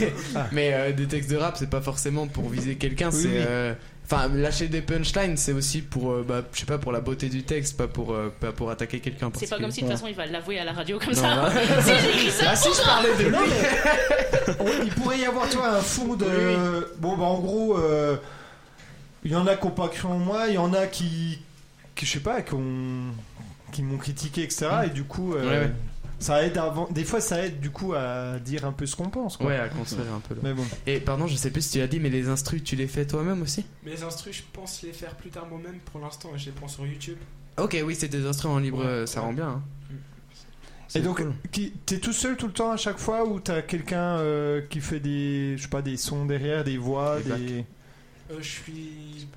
mais euh, des textes de rap, c'est pas forcément pour viser quelqu'un,
Ah. Oui,
c'est
oui.
euh, Enfin, lâcher des punchlines, c'est aussi pour, euh, bah, je sais pas, pour la beauté du texte, pas pour, euh, pas pour attaquer quelqu'un. en
C'est pas
particulier.
comme si de toute façon il va l'avouer à la radio comme
Non,
ça.
bah.
(laughs) si j'ai écrit ça,
Ah si, je parlais de lui.
on- il pourrait y avoir, tu vois, un fond de. Bon, bah, en gros, euh, il y en a qui n'ont pas cru en moi, il y en a qui. qui je sais pas, qui, ont- qui m'ont critiqué, etc. Et du coup, euh,
Mm. Ouais, ouais.
ça aide avant. Des fois, ça aide, du coup, à dire un peu ce qu'on pense, quoi.
Ouais, à construire un peu. là.
Mais bon.
Et pardon, je sais plus si tu l'as dit, mais les instrus, tu les fais toi-même aussi
Mes instrus, je pense les faire plus tard moi-même. Pour l'instant, je les prends sur YouTube.
Ok, oui, c'est des instrus en libre,
Ouais.
euh, ça rend bien. hein. C'est
Et donc,
cool.
qui- t'es tout seul tout le temps à chaque fois ou t'as quelqu'un euh, qui fait des, je sais pas, des sons derrière, des voix,
Des
des.
Euh, je suis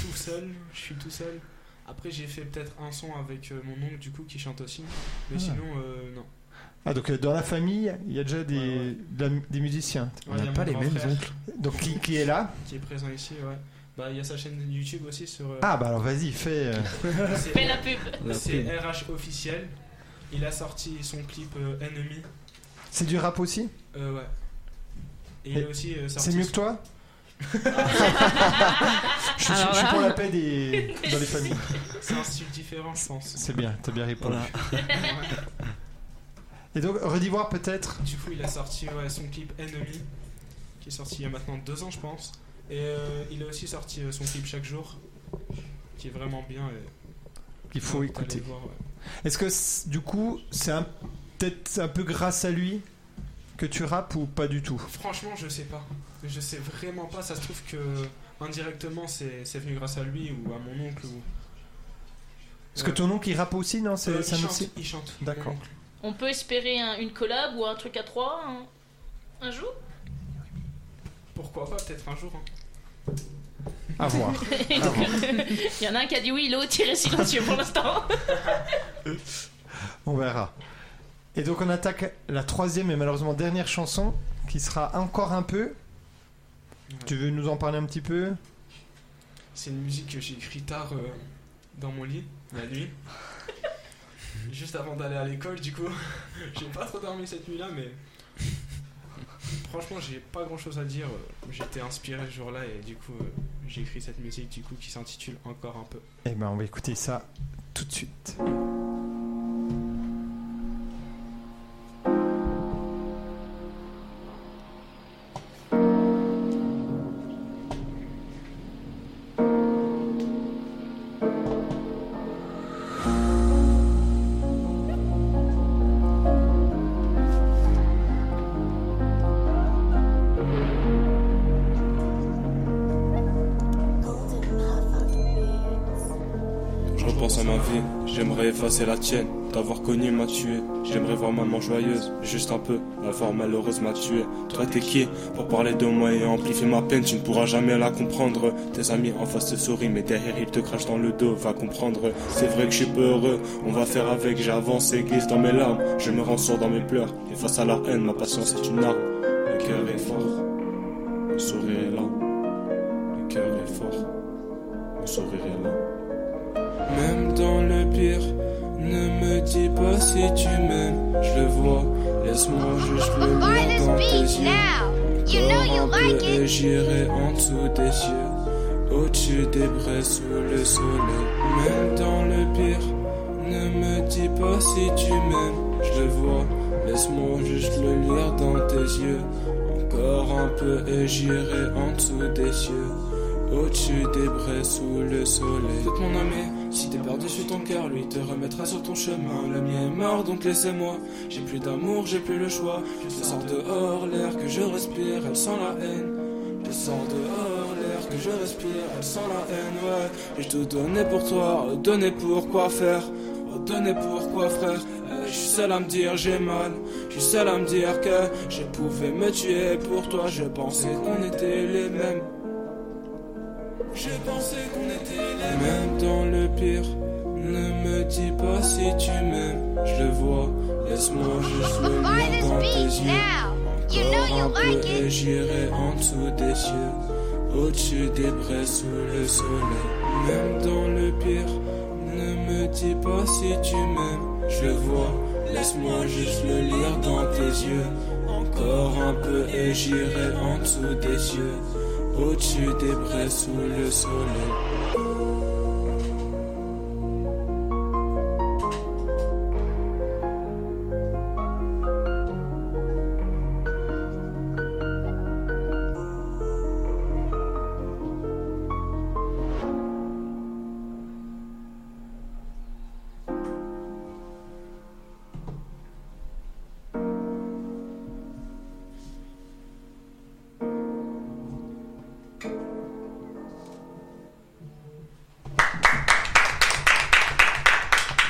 tout seul, je suis tout seul. Après, j'ai fait peut-être un son avec euh, mon oncle, du coup, qui chante aussi. Mais
Ah.
sinon, euh, non.
Ah donc euh, dans la famille, il y a déjà des,
Ouais, ouais.
de la- des musiciens.
On
Ouais,
n'a
y a
pas
mon
les
grand
mêmes
frère
oncles.
Donc qui, qui est là
Qui est présent ici, ouais. Bah, il y a sa chaîne YouTube aussi sur. euh,
Ah bah alors vas-y, fais.
(laughs)
euh,
c'est-
fais la pub.
C'est euh, RH officiel. Il a sorti son clip euh, Enemy.
C'est du rap aussi
Euh, ouais. Et il
Mais
a aussi euh, sorti.
C'est mieux
son-
que (laughs)
(laughs)
toi je, suis-
Alors
je suis
là.
pour la
euh,
paix
(laughs)
(laughs) des, dans les familles.
C'est un style différent, je pense.
C'est bien, t'as bien répondu.
Voilà.
(laughs) Et donc Redivoir peut-être
Du coup, il a sorti ouais, son clip Enemy, qui est sorti il y a maintenant deux ans, je pense. Et euh, il a aussi sorti euh, son clip Chaque jour, qui est vraiment bien. et-
Il faut
Ouais, allez
écouter.
le voir, ouais.
Est-ce que c- du coup c'est un- peut-être un peu grâce à lui que tu rappes ou pas du tout
Franchement, je sais pas. Je sais vraiment pas. Ça se trouve que indirectement, c'est c'est venu grâce à lui ou à mon oncle. Ou...
Est-ce que ton oncle il rappe aussi Non, c'est
Euh,
ça
il,
nous
chante, il chante. Euh, mon
D'accord.
oncle.
(laughs) On peut espérer un- une collab ou un truc à trois un, un jour
Pourquoi pas, peut-être un jour. hein.
À
(laughs)
(laughs)
voir.
Donc, Il y en a un qui a dit oui, l'autre il reste silencieux pour l'instant.
On verra. Et donc on attaque la troisième et malheureusement dernière chanson qui sera encore un peu. Tu veux nous en parler un petit peu
C'est une musique que j'ai écrite tard euh, dans mon lit, la
(laughs)
nuit. Juste avant d'aller à l'école, du coup. (laughs) j'ai pas trop dormi cette nuit-là, mais. Franchement, j'ai pas grand chose à dire. Euh, J'étais inspiré ce jour-là et du coup, euh, j'ai écrit cette musique du coup qui s'intitule Encore un peu.
Eh ben on va écouter ça tout de suite.
Je repense à ma vie, j'aimerais effacer la tienne. T'avoir connu m'a tué, j'aimerais voir maman joyeuse, juste un peu. La voir malheureuse m'a tué. Toi t'es qui pour parler de moi et amplifier ma peine, tu ne pourras jamais la comprendre. Tes amis en face te sourient, mais derrière ils te crachent dans le dos, va comprendre. C'est vrai que je suis peu heureux, on va faire avec, j'avance et glisse dans mes larmes. Je me rends sourd dans mes pleurs, et face à la haine, ma patience est une arme. Le cœur est fort, le sourire est là. Le cœur est fort, le sourire est là. Même dans le pire, ne me dis pas si tu m'aimes. Je le vois, laisse-moi juste le mien dans tes yeux. Encore un peu et j'irai en dessous des cieux, au-dessus des bras sous le soleil. Même dans le pire, ne me dis pas si tu m'aimes. Je le vois, laisse-moi juste le lire dans tes yeux. Encore un peu et j'irai en dessous des cieux. Au-dessus des bras sous le soleil. Écoute mon ami, si t'es perdu sur ton cœur, lui te remettra sur ton chemin. Le mien est mort, donc laissez-moi. J'ai plus d'amour, j'ai plus le choix. Je sors dehors, l'air que je respire, elle sent la haine. Je sors dehors, l'air que que je respire, elle sent la haine, ouais. J'ai tout donné pour toi, donné pour quoi faire, donné pour quoi frère. Eh, Je suis seul à me dire j'ai mal, je suis seul à me dire que je pouvais me tuer pour toi. Je pensais qu'on était les mêmes. Je pensais qu'on était les mêmes dans le pire. Ne me dis pas si tu m'aimes, je le vois. Laisse-moi juste me lire dans tes yeux. Encore un peu et j'irai en dessous des cieux, au-dessus des prés sous le soleil. Même dans le pire, ne me dis pas si tu m'aimes. Je le vois, laisse-moi juste le lire dans tes yeux. Encore un peu et j'irai en dessous des cieux, au-dessus des prés sous le soleil.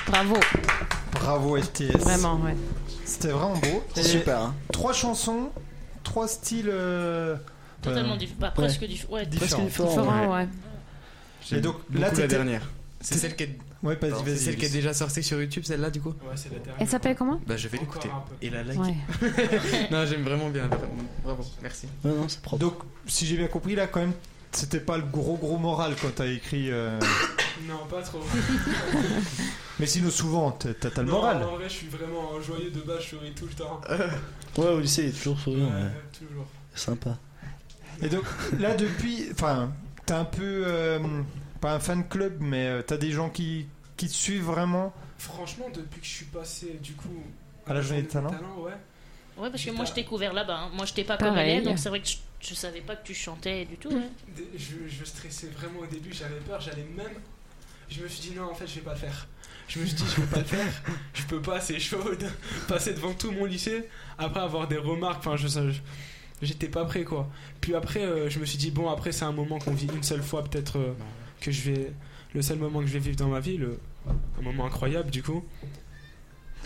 Bravo,
Bravo STS.
vraiment, ouais.
C'était vraiment beau. Et
Super. hein.
Trois chansons, trois styles euh,
Totalement
euh,
différent. Bah, presque différent. Ouais,
Parce
différents.
qu'il faut-
Différent, ouais.
Et donc, là,
la
t'étais-
dernière. C'est celle qui est,
Ouais, vas-y,
c'est
vas-y,
celle qui est
vas-y.
déjà sortie sur YouTube, celle-là du coup
Ouais, c'est la dernière.
Elle s'appelle comment
Bah je vais
Encore
l'écouter
un peu.
et la liker.
Ouais.
(laughs) Non, j'aime vraiment bien. vraiment. Bravo, merci.
Ouais, non, c'est propre.
Donc, si j'ai bien compris, là, quand même, c'était pas le gros gros moral quand t'as écrit. euh, (coughs)
Non, pas trop.
Mais sinon, souvent, t'as t'as le
Non,
moral.
En vrai, je suis vraiment joyeux de base, je souris tout le
(laughs)
temps.
Euh.
Ouais, au lycée, il est toujours souriant,
Ouais,
ouais.
toujours.
sympa.
Et donc, là, depuis. Enfin, t'as un peu. euh, pas un fan club, mais euh, t'as des gens qui, qui te suivent vraiment.
Franchement, depuis que je suis passé, du coup.
À la journée de talent
Ah ouais.
Ouais, parce que moi je t'ai couvert là-bas. hein. Moi je t'ai pas
Pareil.
comme élève, donc c'est vrai que je, je savais pas que tu chantais du tout. hein.
Dé- Je, je stressais vraiment au début, j'avais peur, j'allais même. Je me suis dit non, en fait, je vais pas le faire. Je me suis dit, je vais pas le faire. Je peux pas, c'est chaud. de Passer devant tout mon lycée, après avoir des remarques, enfin, je, je- j'étais pas prêt quoi. Puis après, euh, je me suis dit, bon, après, c'est un moment qu'on vit une seule fois, peut-être euh, que je vais. Le seul moment que je vais vivre dans ma vie, le, un moment incroyable du coup.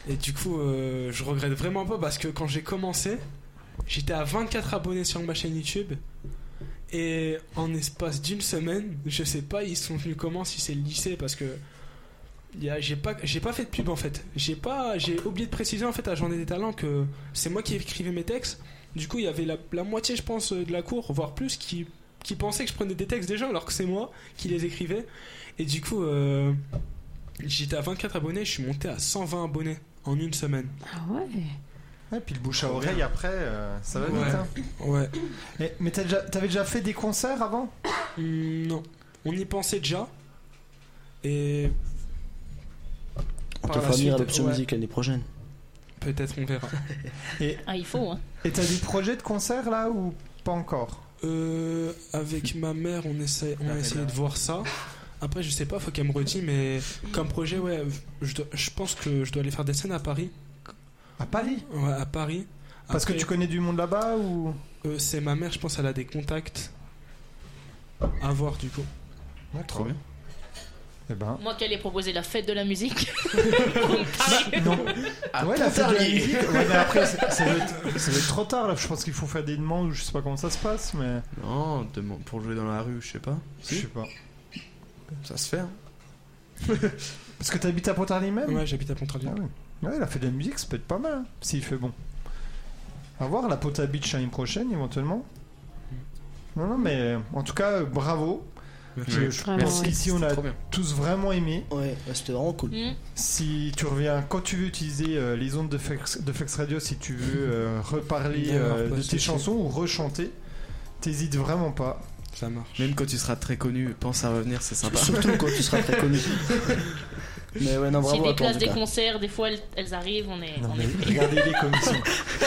Et du coup, euh, je regrette vraiment pas parce que quand j'ai commencé, j'étais à 24 abonnés sur ma chaîne YouTube. Et en espace d'une semaine, je sais pas, ils sont venus comment, si c'est le lycée, parce que y a- j'ai pas, j'ai pas fait de pub en fait. J'ai pas, j'ai oublié de préciser en fait à Journée des Talents que c'est moi qui écrivais mes textes. Du coup, il y avait la, la moitié, je pense, de la cour, voire plus, qui, qui pensait que je prenais des textes déjà, alors que c'est moi qui les écrivais. Et du coup, euh, j'étais à 24 abonnés, je suis monté à 120 abonnés en une semaine.
Ah ouais.
Et puis le bouche à oreille après, euh, ça va
Ouais.
vite. hein.
Ouais.
Et- mais t'as déjà- t'avais déjà fait des concerts avant
Hmm, Non, on y pensait déjà. Et
On te
Par la
fera venir à
suite,
l'option
ouais.
musique l'année prochaine.
peut-être on verra.
Ah, il faut. Hein.
Et t'as des projets de concerts là ou pas encore
Euh, avec ma mère, on essaie, on a
Ah,
essayé de voir ça. Après, je sais pas, faut qu'elle me redit, mais comme projet, ouais, je, dois- je pense que je dois aller faire des scènes à Paris.
À Paris
Ouais, à Paris.
Parce que
Après,
tu connais du monde là-bas ou
euh, c'est ma mère, je pense, elle a des contacts. À voir du coup.
Trop bien. Eh ben.
Moi qui allais proposer la fête de la
(laughs)
musique.
Non. ouais, la fête de la musique. Ouais, mais après, c'est- ça va (laughs) être- ça va être trop tard là. Je pense qu'il faut faire des demandes ou je sais pas comment ça se passe, mais
Non, demande- pour jouer dans la rue, je sais pas.
je sais pas.
Ça se fait. hein.
(laughs) Parce que t'habites à Pontarlier même
Ouais, j'habite à Pontarlier.
Ah oui. Ouais, la fête de la musique, ça peut être pas mal hein, s'il fait bon. À voir la Pota Beach l'année prochaine éventuellement. Non, non, mais euh, en tout cas, euh, bravo.
Merci.
Je, je
Vraiment,
pense
ouais.
qu'ici on a
Trop bien.
tous vraiment aimé.
Ouais, ouais, c'était vraiment cool.
Mm.
Hmm.
Si tu reviens, quand tu veux utiliser euh, les ondes de Flex, de Flex Radio, si tu veux euh, reparler
D'accord,
euh, de
pas de
tes
souci.
chansons ou rechanter, t'hésites vraiment pas.
Ça marche.
Même quand tu seras très connu, pense à revenir, c'est sympa. (laughs)
Surtout quand tu seras très connu. Mais ouais, non,
C'est
bravo à
des
toi, en
classes,
tout
des
cas.
concerts, des fois elles, elles arrivent, on est.
Non,
on
mais
est...
regardez les comme ils
(laughs)
sont.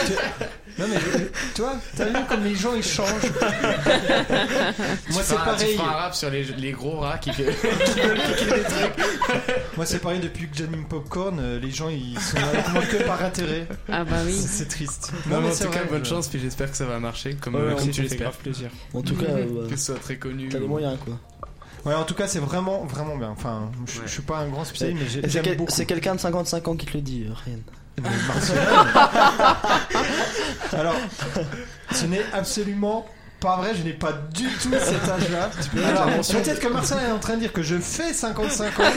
Tu- Non, mais euh, toi, t'as vu comme les gens ils changent. (laughs) Moi, c'est pareil.
un rap sur les, les gros rats qui fait.
Moi, c'est pareil depuis que j'anime Popcorn, euh, les gens ils sont avec moi que par intérêt.
Ah bah oui.
C'est c'est triste.
Non, mais en
c'est
tout cas,
vrai,
bonne
je-
chance, puis j'espère que ça va marcher comme,
Ouais,
euh,
ouais,
comme
ça
tu
fait
l'espères.
grave plaisir.
En tout cas,
(laughs)
euh,
Que ce soit très connu.
t'as les moyens quoi.
Ouais, en tout cas, c'est vraiment, vraiment bien. Enfin, je je suis pas un grand spécialiste, mais j'ai-
Et C'est
j'aime
quel-
beaucoup.
c'est quelqu'un de 55 ans qui te le dit, euh, Ryan.
Mais
(laughs)
Marcel. Alors, ce n'est absolument pas vrai, je n'ai pas du tout cet âge-là. Alors, peut-être que Marcel est en train de dire que je fais 55 ans,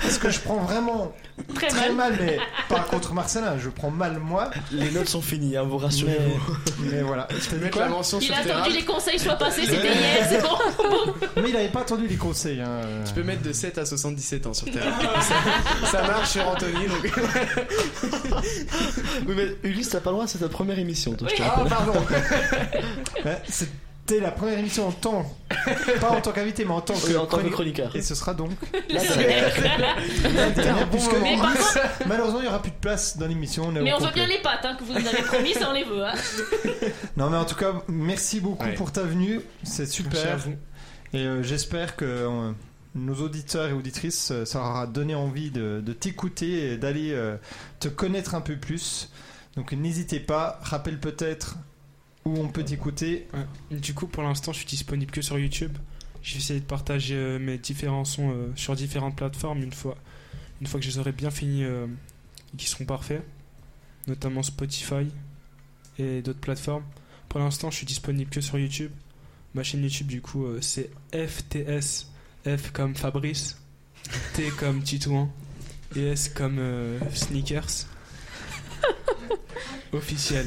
parce que je prends vraiment
Très
très
mal.
mal, mais pas contre Marcelin, je prends mal moi.
Les notes sont finies, hein, vous
Mais,
rassurez-vous.
mais voilà. Je t'ai dit
Mettre
quoi
la mention
Il
sur
a
tes
attendu
raps.
les conseils soient passés, c'était
(laughs)
hier, c'est bon.
Mais il avait pas attendu les conseils. hein.
Tu peux mettre de 7 à 77 ans sur
(laughs)
tes raps. ça, ça marche sur Anthony, donc.
Oui, mais Ulysse, t'as pas le droit, c'est ta première émission, toi, je te
Ah,
rappelle.
pardon.
(laughs)
Ouais, C'était la première émission en temps, pas en tant qu'invité, mais en tant que,
Oui, en tant que
chronique.
chroniqueur.
Et ce
(laughs)
sera donc
Là, t'as-
la dernière, puisque
Mais par contre,
malheureusement il n'y aura plus de place dans l'émission. est
mais
au
on veut
complet.
bien les pattes hein, que vous nous avez promis, ça on les veut. Hein.
Non mais en tout cas, merci beaucoup
Ouais.
pour ta venue, c'est
Merci à
super.
vous.
Et euh, j'espère que euh, nos auditeurs et auditrices, euh, ça leur aura donné envie de, de t'écouter et d'aller euh, te connaître un peu plus. Donc n'hésitez pas, rappelle peut-être où on peut t'écouter.
Du coup, pour l'instant, je suis disponible que sur YouTube. J'ai essayé de partager euh, mes différents sons euh, sur différentes plateformes une fois, une fois que je les aurai bien finis euh, et qu'ils seront parfaits, notamment Spotify et d'autres plateformes. Pour l'instant, je suis disponible que sur YouTube. Ma chaîne YouTube, du coup, euh, c'est FTS, F comme Fabrice, T comme Titouan et S comme euh, Sneakers.
(laughs)
Officiel.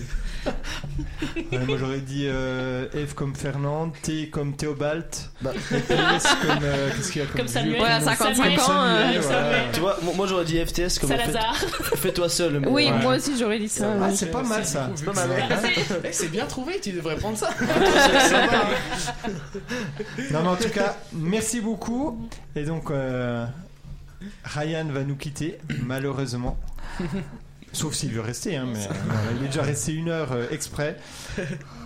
Ouais, moi j'aurais dit euh, F comme Fernand, T comme Théobalt, (laughs)
Bah.
et S comme... euh, Qu'est-ce qu'il y a comme...
Comme Samuel.
vieux
Ouais, à 55
prénom Comme
ans, euh,
Samuel,
Samuel.
voilà.
Tu vois, moi moi, j'aurais dit FTS comme
Salazar.
fais- fais-toi seul. mais
Oui,
ouais.
moi aussi j'aurais dit ça.
Ah,
oui.
c'est pas mal ça.
C'est Eh,
pas mal.
(laughs) C'est bien trouvé, tu devrais prendre
(laughs)
ça. hein.
Non, mais en tout cas, merci beaucoup. Et donc, euh, Ryan va nous quitter, malheureusement. Sauf s'il veut rester, hein, mais euh, voilà, il est déjà resté une heure euh, exprès.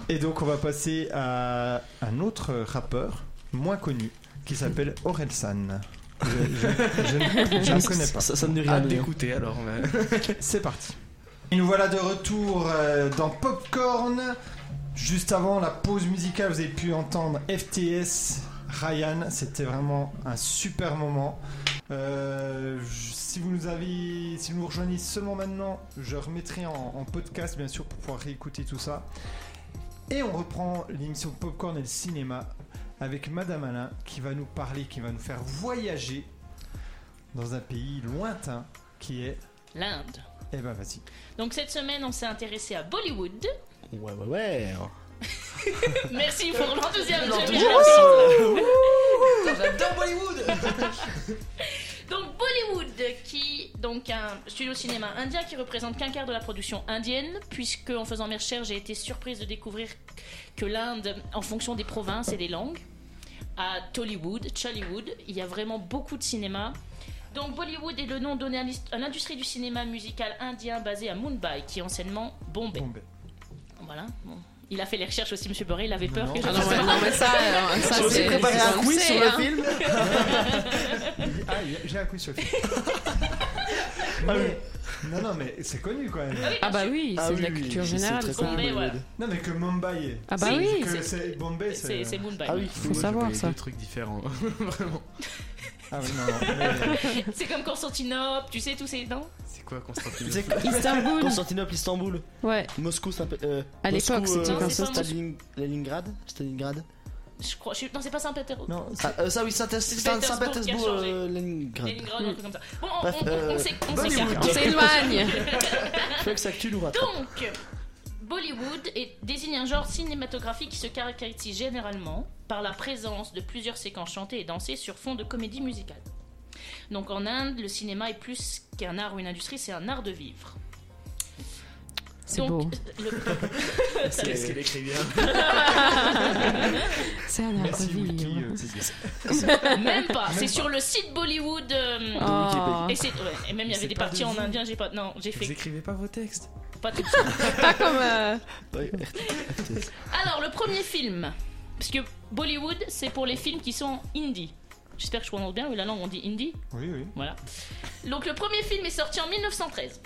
Et donc, on va passer à un autre rappeur, moins connu, qui s'appelle Orelsan. Je, je- je ne- je
(laughs)
ne connais pas.
Ça, ça ne dit rien.
Hâte
Lyon.
d'écouter alors. mais-
C'est parti. Et nous voilà de retour euh, dans Popcorn. Juste avant la pause musicale, vous avez pu entendre FTS, Ryan. C'était vraiment un super moment. Euh, je- si vous nous avez, si vous nous rejoignez seulement maintenant, je remettrai en, en podcast bien sûr pour pouvoir réécouter tout ça. Et on reprend l'émission Popcorn et le cinéma avec Madame Alain qui va nous parler, qui va nous faire voyager dans un pays lointain qui est
L'Inde.
eh ben vas-y.
Donc cette semaine, on s'est intéressé à Bollywood.
Ouais, ouais, ouais.
Merci pour l'enthousiasme. j'aime bien.
J'adore Bollywood.
Donc Bollywood, qui donc un studio cinéma indien qui représente qu'un quart de la production indienne, puisque en faisant mes recherches, j'ai été surprise de découvrir que l'Inde, en fonction des provinces et des langues, à Tollywood, Chollywood, il y a vraiment beaucoup de cinéma. Donc Bollywood est le nom donné à l'hist- à l'industrie du cinéma musical indien basée à Mumbai, qui est anciennement Bombay.
Bombay.
Voilà. bon. Il a fait les recherches aussi, Monsieur Boré. Il avait peur
Non,
que je
Ah non, mais, non, mais ça, euh, ça
J'ai aussi
c'est- hein.
préparé un
on
quiz
sait,
sur le
hein. (laughs)
film. (laughs)
Ah, il y a- j'ai un quiz sur le film. Mais- non, non, mais c'est connu quand même.
Ah bah oui,
Ah
c'est de
oui,
la
oui,
culture
je sais
générale.
très
ça.
bien.
Bombay, voilà.
Non, mais que Mumbai est.
Ah bah
Si,
oui,
Que
c'est-
c'est Bombay,
C'est
c'est. euh,
c'est Mumbai.
Ah oui.
Faut
savoir, ça.
Des trucs différents.
Ah oui, non, non. mais-
(laughs) C'est comme Constantinople, tu sais tous ces noms.
C'est quoi Constantinople
Tu sais,
Istanbul.
Constantinople, Istanbul,
Ouais.
Moscou, Saint- euh,
À
Moscou,
l'époque, c'était
euh,
comme ça.
Staling- Leningrad, Stalingrad.
Je crois. je- Non, c'est pas Saint-Pétersbourg.
non, c'est-
Ah, euh, ça oui, Saint- Saint-
Saint-Pétersbourg qui a
Saint-Pétersbourg,
changé.
euh, Leningrad.
Leningrad, un truc comme ça. Bon, on,
Bref,
on- on-
euh,
on s'é- on
Bollywood.
s'écarte.
Mm.
(laughs)
On s'éloigne.
Je veux que ça tue nous rattrape.
Donc, Bollywood est- désigne un genre cinématographique qui se caractérise généralement par la présence de plusieurs séquences chantées et dansées sur fond de comédie musicale. Donc
(laughs)
en Inde, le cinéma est plus qu'un art ou une industrie, c'est un art de vivre.
C'est
Donc,
beau.
euh, le- (laughs)
Qu'est-ce qu'elle hein. écrit bien
C'est un
Merci Wiki.
imprévu.
(laughs)
euh,
Même pas, c'est sur le site Bollywood. euh,
Oh.
Ah.
Et, c'est- ouais, et même il y avait
C'est
des
pas
parties en
devenu.
indien, j'ai pas. Non, j'ai
Vous
fait
écrivez pas vos textes
pas tout.
(laughs) Pas comme. euh,
Alors, le premier film, parce que Bollywood, c'est pour les films qui sont indie. J'espère que je prononce bien, oui, la langue on dit indie.
Oui, oui.
Voilà. Donc le premier film est sorti en 1913.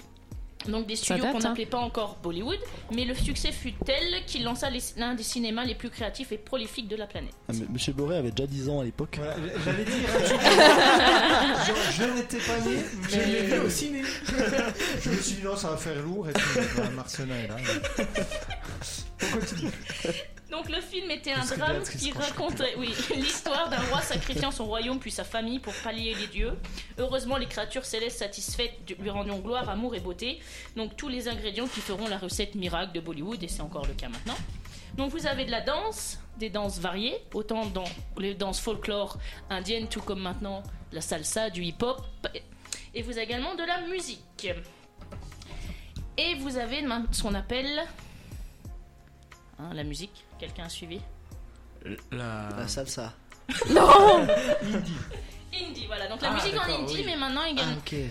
Donc des studios
date,
qu'on
hein.
n'appelait pas encore Bollywood, mais le succès fut tel qu'il lança les- l'un des cinémas les plus créatifs et prolifiques de la
(laughs)
planète.
Ah, mais Monsieur Boré avait déjà 10 ans à l'époque.
Voilà, j'allais dire. je je n'étais pas né, mais.
Je l'ai vu au ciné
Je me suis dit non, ça va faire lourd et puis bah, Marcelin est là. On continue.
Donc le film était un
Parce que
drame
Béatrice
qui
Roche-
racontait oui, (laughs) l'histoire d'un roi sacrifiant son royaume puis sa famille pour pallier les dieux. Heureusement, les créatures célestes satisfaites de- lui rendront gloire, amour et beauté. Donc tous les ingrédients qui feront la recette miracle de Bollywood, et c'est encore le cas maintenant. Donc vous avez de la danse, des danses variées, autant dans les danses folklore indiennes, tout comme maintenant la salsa, du hip-hop. Et vous avez également de la musique. Et vous avez ma- ce qu'on appelle... hein, la musique, quelqu'un a suivi
La.
La salsa. (laughs)
Indie, voilà. Donc la
Ah,
musique en
d'accord,
indie,
oui. Ah,
mais maintenant ils gagnent.
ok.
Il y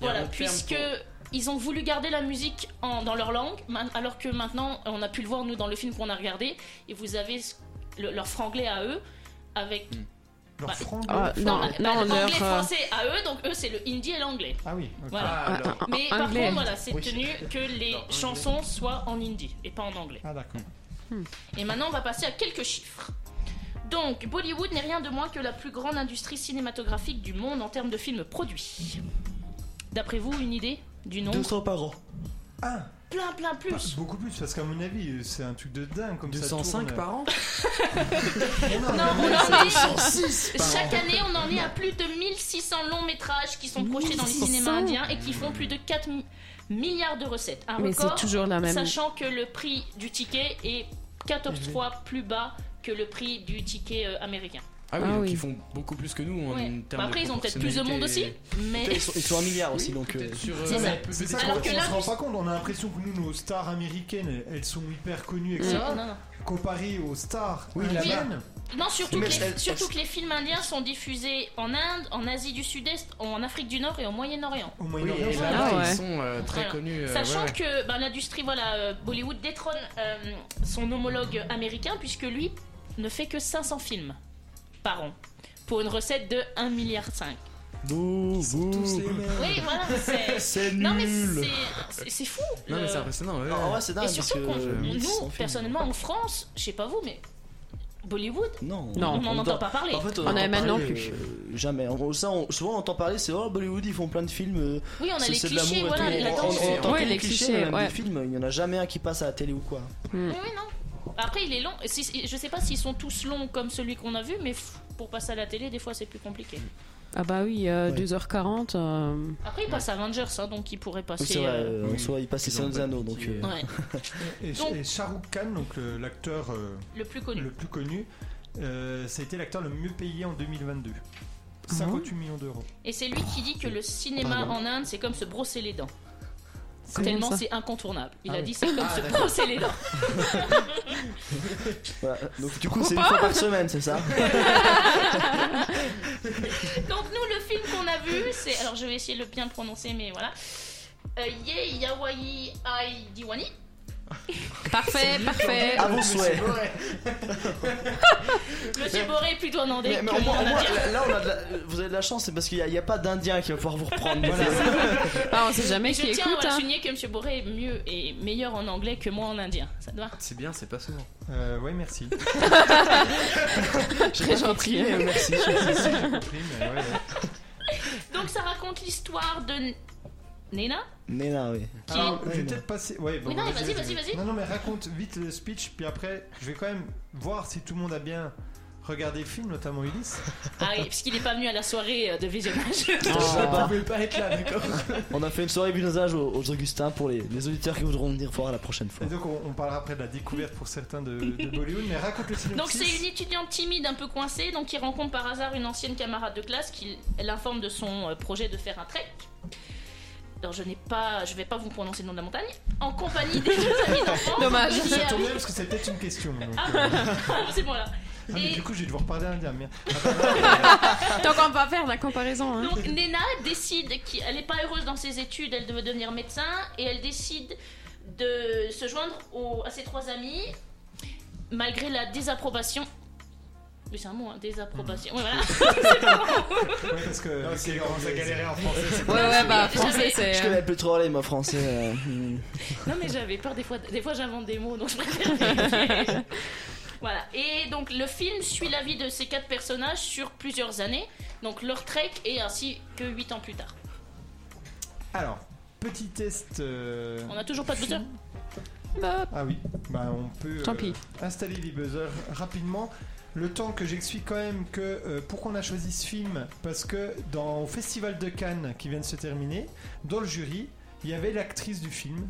voilà,
a un terme
puisque
pour-
ils ont voulu garder la musique en- dans leur langue, ma- alors que maintenant, on a pu le voir nous dans le film qu'on a regardé, et vous avez ce- le- leur franglais à eux, avec
Hmm.
Leur
Bah,
franc.
ah, non,
bah,
non,
l'anglais
leur. euh,
français à eux, donc eux c'est le hindi et l'anglais.
Ah oui. ok.
Voilà.
Ah, alors.
un-
Mais
un-
par
anglais.
contre, voilà, c'est
Oui.
tenu que
anglais.
les chansons soient en hindi et pas en anglais.
Ah d'accord.
Et maintenant, on va passer à quelques chiffres. Donc, Bollywood n'est rien de moins que la plus grande industrie cinématographique du monde en termes de films produits. D'après vous, une idée du nombre
200 par an.
Ah,
Plein, plein
bah,
plus
beaucoup plus parce qu'à mon avis c'est un truc de dingue comme ça.
205 par an Ah,
Non, on en est... Chaque année, on en est à plus de 1600 longs métrages qui sont projetés dans les
1600.
cinémas indiens et qui font plus de 4 mi- milliards de recettes. Un
Mais c'est
record,
toujours la même.
sachant que le prix du ticket est 14 fois plus bas que le prix du ticket euh, américain.
Ah oui,
Ah
donc
oui.
ils font beaucoup plus que nous hein, en
Ouais.
termes
Bah après,
de
ils ont peut-être plus de monde aussi,
proportionnalité.
mais...
Ils sont, ils sont un milliard aussi donc. euh,
Peut-être sur, euh,
C'est ça.
plus
C'est ça
petit.
qu'on
Alors
on
que
se
là-
rend pas compte, on a l'impression que nous, nos stars américaines, elles- elles sont hyper connues, etc.
Non, non, non.
Comparé aux stars
Oui,
la
indiennes,
Non, surtout,
Mais
que, les,
elle-
surtout
elle-
que les films indiens sont diffusés en Inde, en Asie du Sud-Est, en Afrique du Nord et au Moyen-Orient.
au
Oui,
Moyen-Orient,
et
ça-
là-bas,
Ah ouais.
ils sont euh, très
Voilà.
connus. euh,
Sachant
ouais, ouais.
que ben, l'industrie voilà, euh, Bollywood détrône euh, son homologue américain puisque lui ne fait que 500 films par an pour une recette de 1,5 milliard.
bouh, bouh.
Oui, voilà,
(laughs)
c'est...
C'est
Non mais
nul.
c'est- c'est c'est fou.
Non, mais c'est
Euh,
impressionnant. ouais.
Non, en vrai, c'est dingue
Et
parce que
surtout qu'on
euh,
nous,
1100 films.
personnellement, en France, je sais pas vous, mais Bollywood,
Non,
Non,
on n'en entend pas parler.
En fait,
On en a même
parler,
non plus.
euh, jamais. En- ça, on- souvent on entend parler, c'est oh Bollywood, ils font plein de films. euh,
Oui, on a
c'est
les
c'est de
clichés,
l'amour et
voilà,
tout.
la
On-
danse.
On, on entend
Ouais,
que
les
les clichés,
clichés,
même
ouais. Hmm.
des films, il n'y en a jamais un qui passe à la télé ou quoi.
Oui, non. Après, il est long. Si- si- Je sais pas s'ils sont tous longs comme celui qu'on a vu, mais f- pour passer à la télé, des fois, c'est plus compliqué.
Ah bah oui, euh,
Ouais.
(laughs)
2h40. euh,
Après, il passe à Avengers, hein, donc il pourrait
Donc,
passer.
C'est vrai,
euh,
euh, en
oui.
soi, ils passent les
Ils ont
Seigneurs des
pas de
Anneaux, donc.
budget.
euh,
ouais,
et,
Donc-
et Shah Rukh Khan, donc le- l'acteur euh,
le plus connu.
le plus connu, euh, ça a été l'acteur le mieux payé en 2022. 58 millions d'euros.
Et c'est lui qui dit que le cinéma
Pardon.
en Inde, c'est comme se brosser les dents.
Comment
Tellement
ça
c'est incontournable. Il
Ah
a
oui.
dit c'est comme se brosser les
(laughs)
dents. (laughs)
euh, voilà. Donc du coup, c'est une fois par semaine, c'est ça
Donc nous, le film qu'on a vu, c'est... Alors je vais essayer de le bien le prononcer, mais voilà. Euh, Ye Yawai Ai Diwani.
Parfait, parfait.
À vos souhaits.
(laughs) Monsieur Boré est plutôt en andais
Mais, mais
que
au moins, au
en
moins,
indien.
là, là, on a de la- vous avez de la chance, c'est parce qu'il n'y a, pas d'Indien qui va pouvoir vous reprendre.
Ah, on sait jamais
Mais
qui
je tiens
écoute.
à
hein.
souligner que M. Boré est mieux et meilleur en anglais que moi en indien. Ça
(laughs)
te va
C'est bien, c'est pas souvent.
Euh,
(laughs)
ouais, merci. Ah,
Très gentil.
Mais, euh, merci.
J'ai compris, mais ouais, ouais.
(laughs) Donc ça raconte l'histoire de N- Nena
Mais là, oui.
qui
Alors, je
Oui,
vais
non.
peut-être passer. Ouais, bon,
non, mais vas-y, vas-y, vas-y.
Non, non, mais raconte vite le speech, puis après, je vais quand même voir si tout le monde a bien regardé le film, notamment Ulysse.
est... Ah
(laughs)
oui, parce qu'il n'est pas venu à la soirée euh, de visionnage.
Ah.
pouvez pas être là, d'accord
On a fait une soirée visionnage aux, aux Augustins pour les, les auditeurs qui voudront venir voir la prochaine
Et
fois.
donc, on, on parlera après de la découverte pour certains de, de Bollywood, mais raconte le synopsis.
donc
(laughs)
c'est une étudiante timide, un peu coincée, donc qui rencontre par hasard une ancienne camarade de classe qui l'informe de son euh, projet de faire un trek. alors je n'ai pas, je vais pas vous prononcer le nom de la montagne, en compagnie des deux amis
(laughs)
d'enfance.
Dommage.
qui
Ça tombe bien
habitent-
parce que c'est peut-être une question. donc,
hein. Ah,
euh.
(laughs) c'est bon là.
Ah, mais
Et-
du coup, je vais devoir parler
(laughs)
indien. merde.
Tant qu'on va faire la comparaison. Hein.
Donc Nena décide qu'elle n'est pas heureuse dans ses études, elle devait devenir médecin et elle décide de se joindre au- à ses trois amis malgré la désapprobation. Oui, c'est un mot, hein, désapprobation.
Mmh.
Ouais, voilà.
Ouais, parce que. c'est
en français.
Ouais, ouais, bah, français,
Je
c'est.
euh,
connais le pétrole, ma français. euh, hmm.
Non mais j'avais peur des fois, des fois j'invente des mots donc je préfère. (laughs) vérifier. voilà. Et donc le film suit la vie de ces quatre personnages sur plusieurs années, donc leur trek et ainsi que 8 ans plus tard.
Alors, petit test. euh,
On n'a toujours pas de buzzer
Bah,
Ah oui, bah on peut
Tant pis.
installer les buzzers rapidement. Le temps que j'explique quand même que euh, pourquoi on a choisi ce film, parce que dans au Festival de Cannes qui vient de se terminer, dans le jury, il y avait l'actrice du film,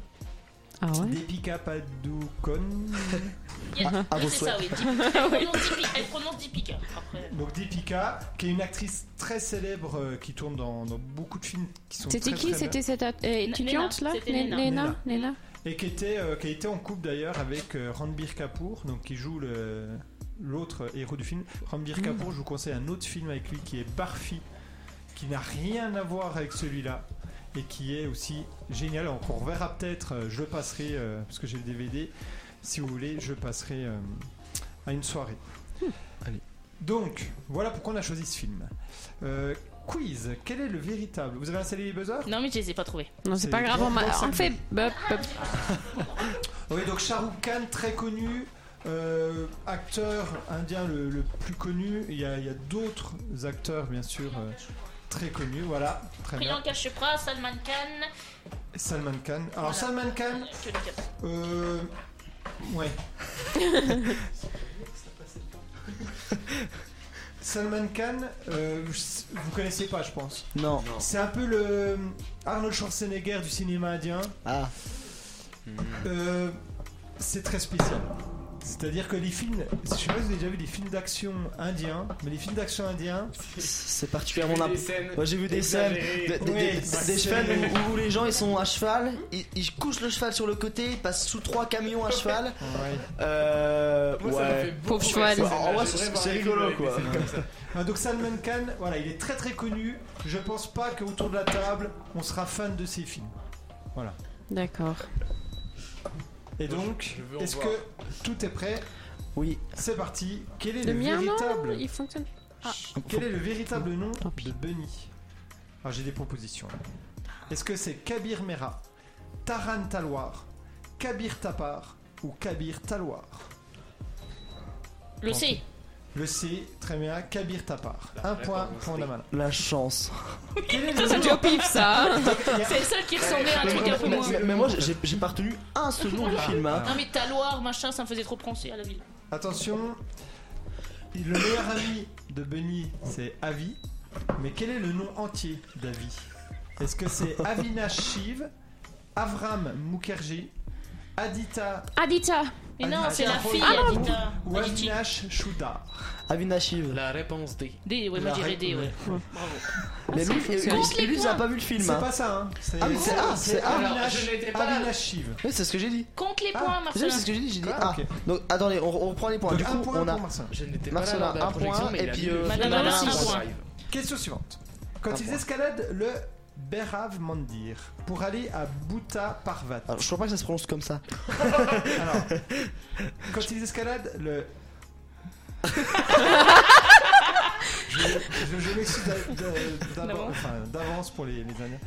Ah ouais
Deepika Padukone.
(laughs) Yes.
Ah, à
Oui,
vos
c'est ça, oui. (laughs)
(laughs)
Elle prononce Dipi- Elle prononce Deepika. Après.
Donc Deepika, qui est une actrice très célèbre euh, qui tourne dans, dans beaucoup de films qui sont
C'était
très,
qui
très bien.
C'était cette at- euh, étudiante là
Léna, c'était Léna.
Léna Léna
et qui était euh, qui a été en couple d'ailleurs avec euh, Ranbir Kapoor donc qui joue le l'autre héros du film Ranbir Kapoor je vous conseille un autre film avec lui qui est Barfi qui n'a rien à voir avec celui-là et qui est aussi génial on on verra peut-être euh, je le passerai euh, parce que j'ai le DVD si vous voulez je passerai euh, à une soirée
Allez.
donc voilà pourquoi on a choisi ce film Euh, quiz quel est le véritable vous avez installé les buzzers
Non mais je les ai pas trouvés.
Non,
C'est
c'est pas grave, on, m'a-
bon, bon,
on
c'est
fait. Bah, bah,
(laughs) Oui, donc Shah Rukh Khan, très connu, euh, acteur indien le, le plus connu. Il y a, il y a d'autres acteurs, bien sûr, euh, très connus. Voilà, très bien.
Priyanka Chopra, Salman Khan.
Salman Khan. Alors,
Voilà.
Salman Khan,
Je le capte.
euh, ouais. (laughs) Salman Khan, euh, vous connaissez pas, je pense.
Non.
C'est un peu le Arnold Schwarzenegger du cinéma indien.
Ah.
Euh, c'est très spécial. C'est-à-dire que les films, je sais pas si vous avez déjà vu les films d'action indiens, mais les films d'action indiens,
C'est particulièrement
Des
n'importe
scènes
Moi j'ai vu des scènes,
exagérées.
des, des-
Oui,
des-
c'est-
des chevals où, où les gens ils sont à cheval, ils, ils couchent le cheval sur le côté, ils passent sous trois camions à cheval. Euh,
Moi, ça m'a fait
ouais.
beaucoup
Pauvre
rire,
cheval.
ces
Ouais, en
images.
vrai,
J'aimerais
c'est-
voir
c'est
un film
rigolo,
avec des
quoi.
scènes comme ça.
Ah, donc Salman Khan, voilà, il est très très connu. Je pense pas qu'autour de la table, on sera fan de ses films.
D'accord.
Et
Moi, je-
donc,
je veux en
est-ce
voir.
que tout est prêt
Oui.
C'est parti. Quel est le,
Le mien, non
véritable
Il fonctionne.
Ah.
Quel est le véritable nom
Tant pis.
de Bunny Alors j'ai des propositions. Est-ce que c'est Kabir Mera, Taran Talwar, Kabir Tapar ou Kabir Talwar
Le C.
Le C, très bien, Kabir Tapar. Un point pour Naman.
La chance.
Quel est
Ça,
le
c'est
nom
au pif, ça. hein.
C'est le seul qui ressemblait à un truc un peu
mais,
moins.
mais- mais moi j'ai j'ai pas retenu un seul nom du film. hein.
Non mais Taloir, machin, ça me faisait trop penser à la ville.
Attention, le meilleur ami de Bunny, c'est Avi. Mais quel est le nom entier d'Avi Est-ce que c'est Avinash Shiv, Avram Mukherjee, Adita
Aditya.
Mais non,
Aditya
c'est la
Roy.
fille,
Ah non.
Adita.
ou
Aditi.
Avinash Shuddha
Avinashiv.
La réponse D.
D, ouais, moi je dirais D, ouais. Ah,
Mais
ça
lui,
fonctionne.
lui-
Compte
lui, il a pas vu le film.
C'est
hein.
pas ça, hein. C'est
Ah, mais c'est A, c'est A.
Avinash-
Alors, je n'étais pas là.
Avinash Shiv.
Oui, c'est ce que j'ai dit.
Compte les
Ah,
points,
Vous savez,
Marcelin.
C'est ce que j'ai dit, j'ai dit
Ah,
A.
ok.
Donc attendez, on, on reprend les points.
Donc,
Du
un
coup,
point
on
pour
a.
Marcin.
Je n'étais pas là
Marcella,
lors de la
un point,
projection, mais
et
il a
puis,
mis le
euh,
film
Madame
dans
Alain,
son
un point.
drive.
Question suivante. Quand
Un
ils
point.
escaladent le Berav Mandir pour aller à Bouta Parvat.
Alors, je crois pas que ça se prononce comme ça.
(laughs) Alors,
(laughs)
quand ils escaladent le. je, je, je m'excuse d'a- d'a- d'avance
D'avance.
enfin, d'avance pour les, les dernières.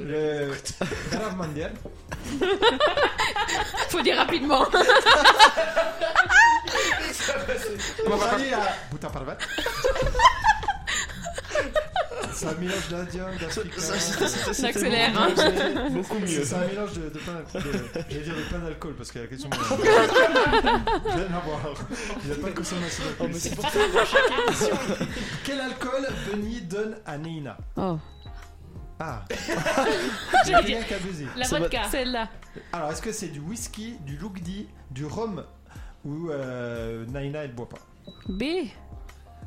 Le Berav Mandir.
(laughs) Faut dire rapidement.
Pour aller à Bouta Parvat. (laughs) C'est un mélange d'indien, d'africain. euh,
J'accélère. Hein.
Beaucoup mieux. C'est un mélange de, de pain d'alcool. J'allais dire de pain d'alcool parce que la question. (laughs) Rien à voir. Il n'y a pas de consommation d'alcool.
mais c'est
(laughs) Quel alcool Benny donne à Nina
Oh,
(laughs) Ah
Je
J'ai
vais
rien qu'à baiser.
La
Ça va-
vodka.
celle-là.
Alors est-ce que c'est du whisky, du lugdi, du rhum ou euh, Naina elle boit pas
B.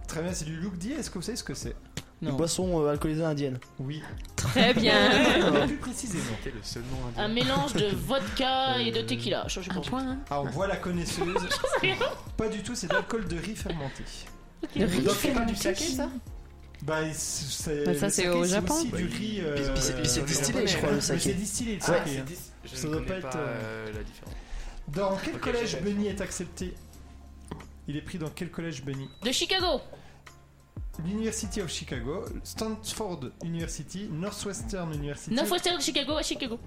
Très bien, c'est du lugdi. Est-ce que vous savez ce que c'est
Une boisson euh, alcoolisée indienne.
Oui.
Très bien.
Plus précisément.
C'était le seul nom indien.
euh, Un mélange de vodka et de tequila. Je sais pas.
Alors voilà
(laughs)
connaisseuse. pas du tout, c'est de l'alcool de riz fermenté.
Le riz
Donc, c'est pas
fermenté,
du saké
ça
Bah, c'est
Bah, ça,
le
c'est
saké,
au Japon.
aussi du riz. euh,
Puis- puis c'est- puis c'est
euh,
distillé, je crois, le
Mais
saké.
C'est distillé le
Ah,
saké.
c'est
hein.
dix- Je
Ça
ne
doit
connais
pas
pas,
être,
euh, la différence.
Dans quel
Ok,
collège
j'ai-
Benny est accepté Il est pris dans quel collège Benny
De Chicago.
L'University of Chicago, Stanford University, Northwestern University.
Northwestern de Chicago à Chicago.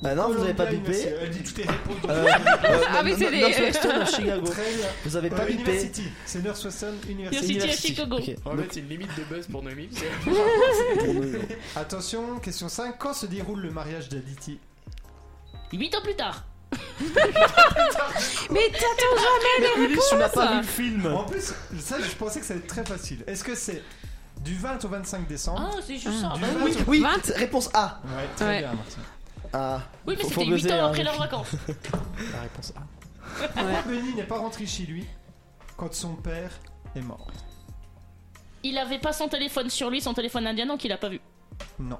Bah non, vous avez pas
Columbia
pipé.
University. Elle dit toutes les réponses. donc-
Euh, euh,
Ah oui,
non,
c'est
non,
des-
Northwestern of Chicago.
Très bien.
Vous avez
Euh,
pas pipé.
University, c'est Northwestern
University.
University.
University.
Chicago.
Ok.
On va mettre une limite de buzz pour Noémie.
(laughs) Euh, Attention, question 5. Quand se déroule le mariage d'Aditi
8 ans plus
(laughs)
tard.
Mais t'attends jamais les
Ulysse, on n'a pas vu
réponses
le film.
En plus, ça, je pensais que ça allait être très facile. Est-ce que c'est du 20 au 25 décembre
Ah, c'est juste ça.
Du
Bah
20
Oui,
au-
oui,
20.
réponse A.
Ouais, très
Ouais.
bien, Martin.
Ah,
Oui, mais
Faut-
c'était
faut
8
buzzer,
ans
hein,
après
les
leurs
filles.
vacances.
(laughs) la réponse A.
Pourquoi Benny n'est pas rentré chez lui quand son père est mort
Il avait pas son téléphone sur lui, son téléphone indien, donc il a pas vu.
Non.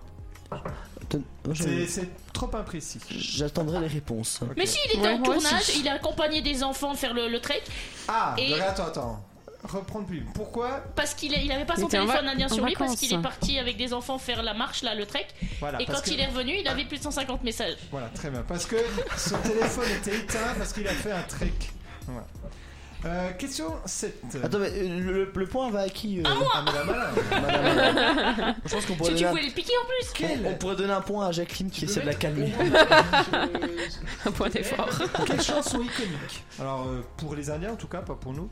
Attends, moi, je-
C'est c'est trop imprécis.
J'attendrai les réponses.
Ok.
Mais si, il était
Ouais,
en
moi
tournage,
aussi.
il a accompagné des enfants faire le, le trek
Ah,
Et-
mais attends, attends. Reprendre plus. Pourquoi
parce qu'il est- il avait pas
Il
son
était en
téléphone
vac-
indien
en
sur lui parce
vacances.
qu'il est parti avec des enfants faire la marche là, le trek.
Voilà,
et
parce
quand
que-
il est revenu, il avait plus de 150 messages.
Voilà, très bien. Parce que son téléphone était éteint parce qu'il a fait un trek. Voilà. Euh, question 7.
Attends, mais euh, le, le- le point va à qui euh,
Ah, mais la malin.
(laughs)
Je pense qu'on
Tu,
pourrait,
tu
donner
pouvais le piquer en plus.
un... on- on
Quelle,
pourrait donner un point à Jacqueline qui essaie de la calmer.
Un point d'effort.
quelle chanson iconique Alors, euh, pour les Indiens, en tout cas, pas pour
(laughs)
nous.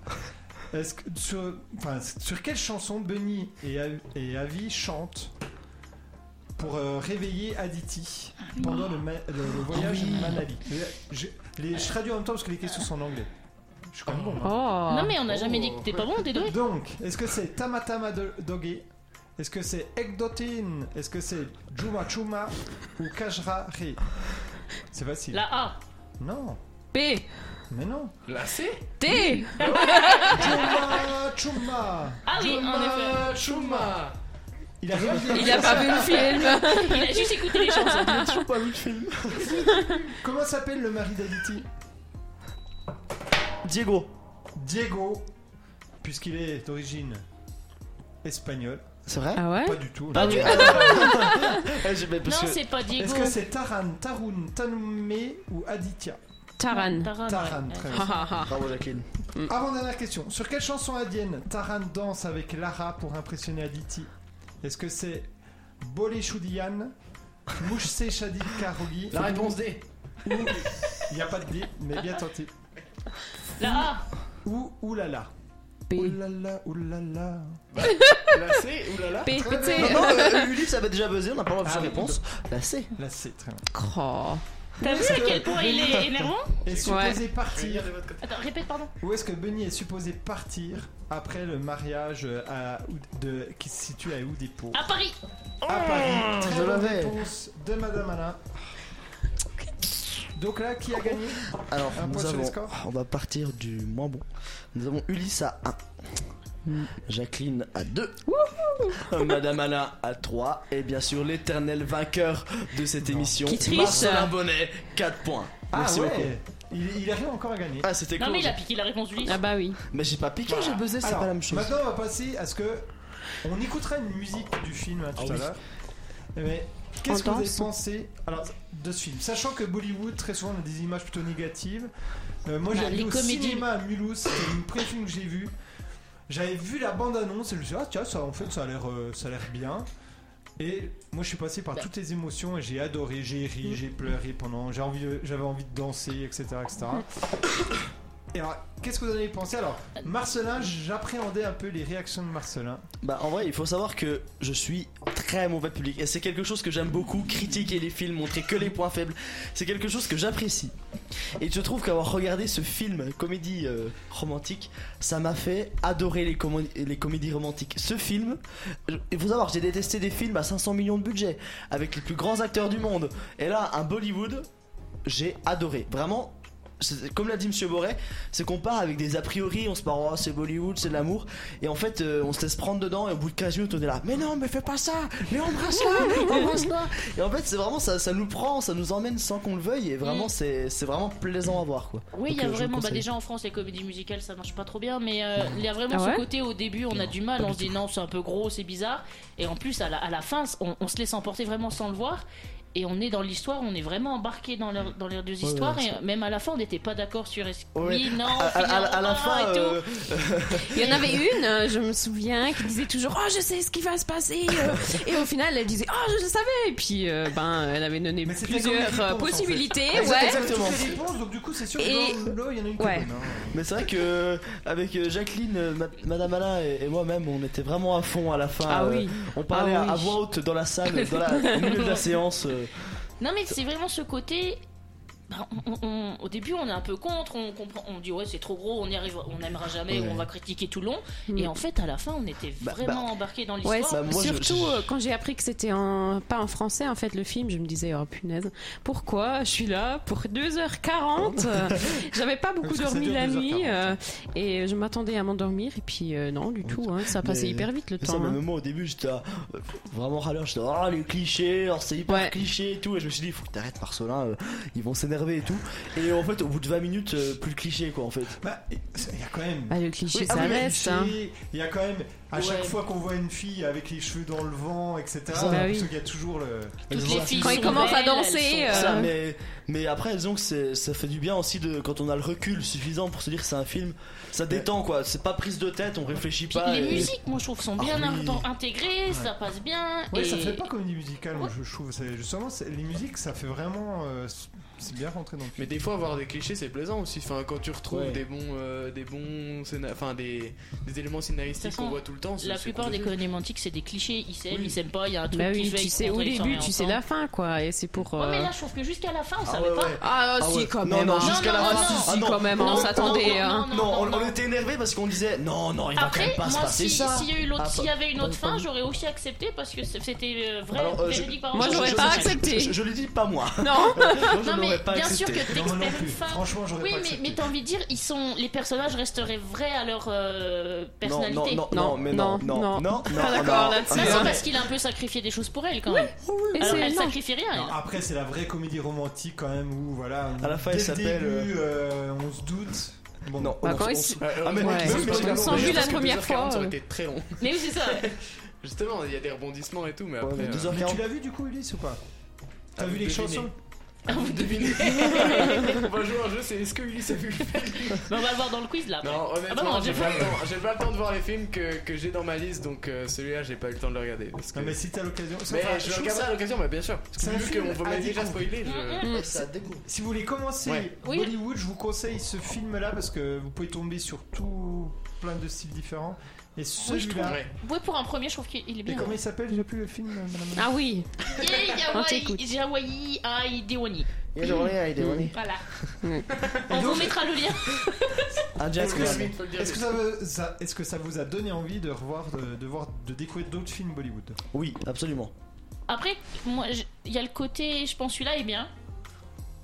Est-ce que sur, enfin, sur quelle chanson Benny et, A- et Avi chantent pour euh, réveiller Aditi
Ah
pendant le, ma- le- le voyage
Ah oui.
à Manali je, les- je traduis en même temps parce que les questions sont en anglais. Je suis quand même bon. hein. Oh.
Oh.
Non, mais on n'a jamais dit que t'es pas bon, t'es doué.
Donc, est-ce que c'est Tamatama Do- Doge Est-ce que c'est Ekdotin Est-ce que c'est Juma Chuma Ou Kajra Re C'est facile.
La A.
Non,
P.
mais non.
(laughs)
T.
Juma Chuma
Ah oui, en effet.
Chuma
Il a rien dit.
Il a pas vu le film.
(laughs)
Il a juste écouté les chansons.
Comment s'appelle le mari d'Aditi
Diego,
Diego, puisqu'il est d'origine espagnole.
c'est vrai
Ah ouais
Pas du tout.
Ah oui, ah,
(laughs)
ah, j'ai- mais parce
Non,
que-
c'est pas Diego.
Est-ce que c'est Taran, Tarun, Tanume ou Aditya
Taran.
Taran.
Taran,
ouais.
très bien.
Ah, ah, ah.
Bravo Jacqueline.
Avant-dernière question. Sur quelle chanson indienne Taran danse avec Lara pour impressionner Aditi Est-ce que c'est Bole Shudiyan Mouchse Shadi Karogi
La réponse D.
Il n'y a pas de D, mais bien tenté.
La A.
Ou Oulala.
P.
Oulala, oulala.
La C, oulala.
P.
Très
T.
Non, non, euh, Ulysse avait déjà buzzé, on n'a pas le droit de
Ah
faire
oui,
réponse. La C.
Là, c'est très bien.
Oh.
T'as vu à quel point il est énervant
Est
Ouais.
supposé partir.
Attends, répète, pardon.
Où est-ce que Benny est supposé partir après le mariage euh, à, Oud- de, qui se situe à Oudipo
À Paris.
à Paris. Oh Très
je
bonne
l'avais.
réponse de Madame Alain. Donc là, qui a gagné
Alors,
Un point
nous
sur les
avons,
scores.
on va partir du moins bon. Nous avons Ulysse à 1,
Mm.
Jacqueline à 2, Madame Alain à 3, et bien sûr l'éternel vainqueur de cette émission,
Qui triche.
Marcelin Bonnet, 4 points.
ah
Merci
ouais.
beaucoup.
Il, il arrive encore à gagner.
Ah, c'était
Non,
cool.
mais il a piqué la réponse du livre.
Ah bah oui.
Mais j'ai pas piqué, j'ai buzzé, c'est
Alors,
pas la même chose.
Maintenant, on va passer à ce que. On écoutera une musique du film hein, tout à l'heure. Mais qu'est-ce
On
que vous avez
danse.
pensé alors, de ce film Sachant que Bollywood, très souvent, on a des images plutôt négatives. Euh, moi,
Bah,
j'avais
les
vu au
comédies.
cinéma à Mulhouse, c'était une pré-film que j'ai vu. J'avais vu la bande-annonce et je me suis dit, ah tiens, ça, en fait, ça a l'air euh, ça a l'air bien. Et moi, je suis passé
Bah.
par toutes les émotions et j'ai adoré, j'ai
Mm.
ri, j'ai pleuré pendant, j'ai envie de- j'avais envie de danser, etc. etc.
(laughs)
Et alors, qu'est-ce que vous en avez pensé Alors, Marcelin, j'appréhendais un peu les réactions de Marcelin.
Bah en vrai il faut savoir que je suis très mauvais public et c'est quelque chose que j'aime beaucoup, critiquer les films, montrer que les points faibles, c'est quelque chose que j'apprécie. Et je trouve qu'avoir regardé ce film comédie euh, romantique, ça m'a fait adorer les, como- les comédies romantiques. Ce film, je- il faut savoir, j'ai détesté des films à 500 millions de budget, avec les plus grands acteurs du monde. Et là, un Bollywood, j'ai adoré. Vraiment, c'est- comme l'a dit Monsieur Boré, c'est qu'on part avec des a priori, on se part, oh, c'est Bollywood, c'est de l'amour, et en fait, euh, on se laisse prendre dedans, et au bout de 15 minutes, on est là, mais non, mais fais pas ça, mais embrasse-la, embrasse-la. Et en fait, c'est vraiment ça, ça nous prend, ça nous emmène sans qu'on le veuille, et vraiment,
Mm.
c'est c'est vraiment plaisant à voir, quoi.
Oui, il y
Donc,
a
euh, je vous
vraiment, bah
conseille.
déjà en France, les comédies musicales ça marche pas trop bien, mais euh, il y a vraiment
Ah ouais
ce côté au début, on a du mal, on se dit non, c'est un peu gros, c'est bizarre, et en plus à la, à la fin, on, on se laisse emporter vraiment sans le voir, et on est dans l'histoire, on est vraiment embarqué dans, leur- dans les deux
ouais,
histoires,
c'est-
et même à la fin, on n'était pas d'accord sur est-ce
Ouais.
oui, non,
À, à- à- à
finalement,
la fin,
Ah, et tout.
euh,
Il y en avait une, euh, je me souviens, qui disait toujours Oh, je sais ce qui va se passer. euh. Et au final, elle disait Oh, je le savais. Et puis, euh, ben, elle avait donné
Mais c'était comme
plusieurs
les
euh,
réponses, en fait.
possibilités.
Exact-
Ouais.
exactement.
Toutes les réponses, donc du coup, c'est sûr que
Et-
dans le lot, il y en a une qui
Ouais.
est bonne, hein.
Mais c'est vrai que euh, avec euh, Jacqueline, euh, ma- Madame Alain et, et moi-même, on était vraiment à fond à la fin.
Ah
euh,
oui.
On parlait
Ah
à- à
oui.
voix haute dans la salle,
(laughs)
dans la, au milieu de la séance. euh.
Non mais c'est vraiment ce côté. bah, on- on- on- au début, on est un peu contre, on comprend, on dit ouais c'est trop gros, on y arrive, on n'aimera jamais,
Ouais.
ou on va critiquer tout le long.
Mm.
Et en fait, à la fin, on était
Bah,
vraiment embarqué dans l'histoire.
Ouais,
Bah, moi, je-
surtout
je-
euh, quand j'ai appris que c'était en... pas en français en fait le film, je me disais oh punaise, pourquoi je suis là pour
(laughs)
2h40 euh, J'avais pas beaucoup
Parce que ça
dormi
dure
la
2h40,
nuit euh, et je m'attendais à m'endormir et puis euh, non du tout, hein, ça passait
Mais-
hyper vite le
Mais ça,
temps. hein.
même moi au début, j'étais euh, vraiment râleur. J'étais oh les clichés, alors c'est hyper
Ouais.
cliché et tout. Et je me suis dit, faut que t'arrêtes Marcelin, euh, ils vont s'énerver et tout. Et en fait, au bout de 20 minutes, euh, plus de cliché quoi en fait.
Bah, et- Il y a quand même.
Bah, le cliché
Oui,
ça
ah oui,
reste. hein.
cliché, Il y a quand même, à chaque
Ouais.
fois qu'on voit une fille avec les cheveux dans le vent, etc.,
Bah oui.
parce qu'il y a toujours le.
Toutes les filles
Quand ils
sont
commencent à
belles,
danser,
elles sont-
euh,
Ça, mais, mais après, disons que c'est- ça fait du bien aussi de, quand on a le recul suffisant pour se dire que c'est un film. Ça détend quoi, c'est pas prise de tête, on réfléchit
Puis
pas.
les
et- Ah
musiques, moi je trouve, sont bien
oui.
int- intégrées, ça passe bien.
Ouais,
et...
ça fait pas comédie musicale, moi je trouve. C'est- Justement, c'est- les musiques, ça fait vraiment. euh, c'est bien rentré dans le
Mais des fois, avoir des clichés, c'est plaisant aussi. Enfin, quand tu retrouves
Ouais.
des bons, euh, des bons, scéna- enfin des, des éléments
De toute
scénaristiques
façon,
qu'on voit tout le temps. c'est-
La
c'est
plupart
cool.
des comédies romantiques, c'est des clichés. Ils s'aiment,
Oui.
ils s'aiment pas. Il y a un truc
Bah
qui
oui,
fait.
tu
ils se
sais au
rencontrent, ils s'en
début, tu sais
réentendent.
la fin quoi et c'est pour.
Ouais, mais
euh,
là, je trouve que jusqu'à la fin, on
Ah
savait
ouais,
pas.
ouais.
Ah,
Ah
si
ouais.
quand
Non,
même.
non,
hein.
jusqu'à la
Non, non,
fin.
non.
Si,
Ah,
si,
non.
quand même,
Non,
on
non,
s'attendait.
non,
hein.
non, non,
Non, on,
non.
on était énervé parce qu'on disait non, non, il va quand
Après,
même pas se
moi, si-
passer
s'il
ça.
y a eu l'autre-
Ah,
s'il y avait une
pas-
autre
pas-
fin, j'aurais aussi accepté parce que c'est- c'était euh, vrai.
Alors, euh, je-
véridique par
Moi,
rapport
j'aurais
au
pas
jeu.
accepté.
Je, je l'ai dit, pas moi.
Non.
Moi, je
Non, mais
l'aurais pas
bien sûr
accepté.
que
Non, moi non
t'espères
plus.
une fin.
Franchement, j'aurais
Oui,
pas
mais,
accepté.
mais t'as envie de dire, ils sont, les personnages resteraient vrais à leur euh,
Non,
personnalité.
non, non,
Non,
non, mais Ah,
non,
non, non,
non.
non, non.
Pas d'accord là-dessus.
Bah,
hein.
c'est parce qu'il a un peu sacrifié des choses pour elle quand même.
Et
Alors,
c'est-
elle
non.
sacrifie rien.
Non,
elle.
après, c'est la vraie comédie romantique quand même où voilà. on-
À la fin,
dès
il
le
s'appelle,
début, euh, on se doute. Bon,
Non,
Bah,
on-
quand
on-
ils se-
Ah,
Ouais.
mais- mais-
Parce
mais-
que-
on s'en
mais
vu la
parce que
première
2h40, Ça
fois,
aurait
euh.
été très long.
Mais oui, c'est ça. ouais.
(laughs) Justement, il y a des rebondissements et tout, mais
Ouais,
après.
mais
euh,
deux
Mais tu
heures
l'as vu du coup, Ulysse ou pas T'as
Ah,
vu les
devinez.
chansons
Ah, vous devinez (laughs) On va jouer à un jeu, c'est est-ce que Ulysse a vu le film
Mais on va le voir dans le quiz là.
Non,
Ah bah
honnêtement,
non,
j'ai
j'ai
pas, le temps- j'ai pas le temps de voir les films que, que j'ai dans ma liste, donc euh, celui-là, j'ai pas eu le temps de le regarder. Parce que...
Non, mais
mais
si t'as l'occasion. Enfin,
je
je
le
trouve
regarderai
ça- Ah,
à l'occasion, bah, bien sûr. Parce
C'est un
que vu
film
qu'on vous
à
m'avez déjà
découvrir.
spoilé, je.
Mm, mm.
Ça découvre.
Si vous voulez commencer
Ouais.
Oui.
Bollywood, je vous conseille ce film-là parce que vous pouvez tomber sur tout plein de styles différents. Et celui-là.
Ouais.
Ouais, pour un premier, je trouve qu'il est
et
bien.
comment il s'appelle J'ai plus le film. euh, madame.
Ah oui.
Yeah,
On
Yawaii,
t'écoute.
Yawaii Ai Dewani.
(laughs)
Voilà.
Mm.
On vous mettra le lien.
Un Jack
Est-ce que,
Ryan.
Faut le dire
est-ce que ça, veut- ça- est-ce que ça vous a donné envie de revoir, de, de voir, de découvrir d'autres films Bollywood
Oui, absolument.
Après, moi, je- il y a le côté, je pense celui-là est bien.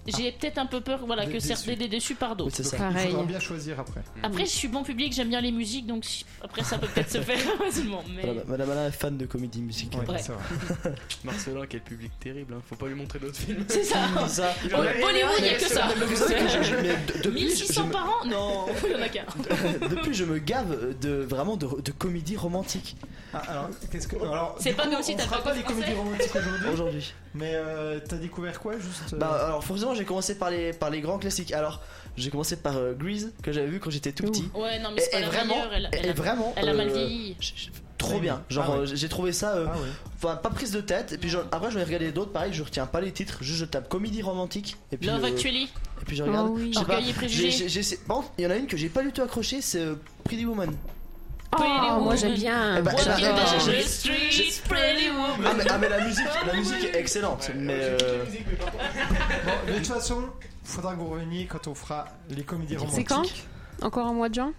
J'ai peut-être un peu peur voilà,
Des-
que certains
déçu.
des déçus par
Oui,
d'autres.
c'est ça.
Il
Pareil. Mm.
faudra bien choisir après.
Après, je suis bon public, j'aime bien les musiques, donc si- après, ça peut peut-être se faire (laughs) facilement. Mais...
Voilà, Madame Alain est fan de comédie musicale.
Ouais,
Ouais.
ça va.
Marcelin, quel public terrible, hein. faut pas lui montrer d'autres films.
C'est ça.
C'est ça.
Il en
(laughs) Au
a-
Bollywood, il n'y a que ça. (laughs)
Mais de- depuis, je-
1600 par an Non, (laughs) il y en a qu'un.
je- (laughs) depuis, je me gave de vraiment de, de comédie romantique
Ah, alors, qu'est-ce que. Alors,
C'est
du
pas
coup,
comme si
on
t'as
fera
pas
pas les
compris
comédies romantiques aujourd'hui,
(laughs)
aujourd'hui.
mais euh, t'as découvert quoi juste euh,
Bah alors forcément j'ai commencé par les par les grands classiques. Alors j'ai commencé par euh, Grease que j'avais vu quand j'étais tout
Ouh.
petit.
Ouais, non, mais
Et,
c'est pas
et
la
vraiment,
meilleure. Elle,
et-
elle
et
a-
vraiment,
elle a mal
euh,
vieilli.
j- j- Trop bien. Genre
Ah ouais.
euh, j'ai trouvé ça euh,
Ah ouais.
Enfin, pas prise de tête. Et puis j'en- après, je vais regarder d'autres. Pareil, je retiens pas les titres. Juste, je tape comédie romantique. Et puis,
Love
euh,
Actually.
et puis je regarde.
Oh oui.
Je sais pas.
Orgueil et préjugés.
j'ai- j'ai- j'ai- c'est- Par contre, il y en a une que j'ai pas du tout accroché. C'est euh, Pretty Woman.
Oh, moi j'aime bien.
Eh ben, eh ben,
Walking
euh,
down the
j'ai-
street, pretty woman.
Ah mais, ah, mais la musique, la musique est excellente. mais euh,
Bon, de toute façon, faudra que vous reveniez quand on fera les comédies romantiques.
C'est quand Ah. Encore un mois de
(laughs)
juin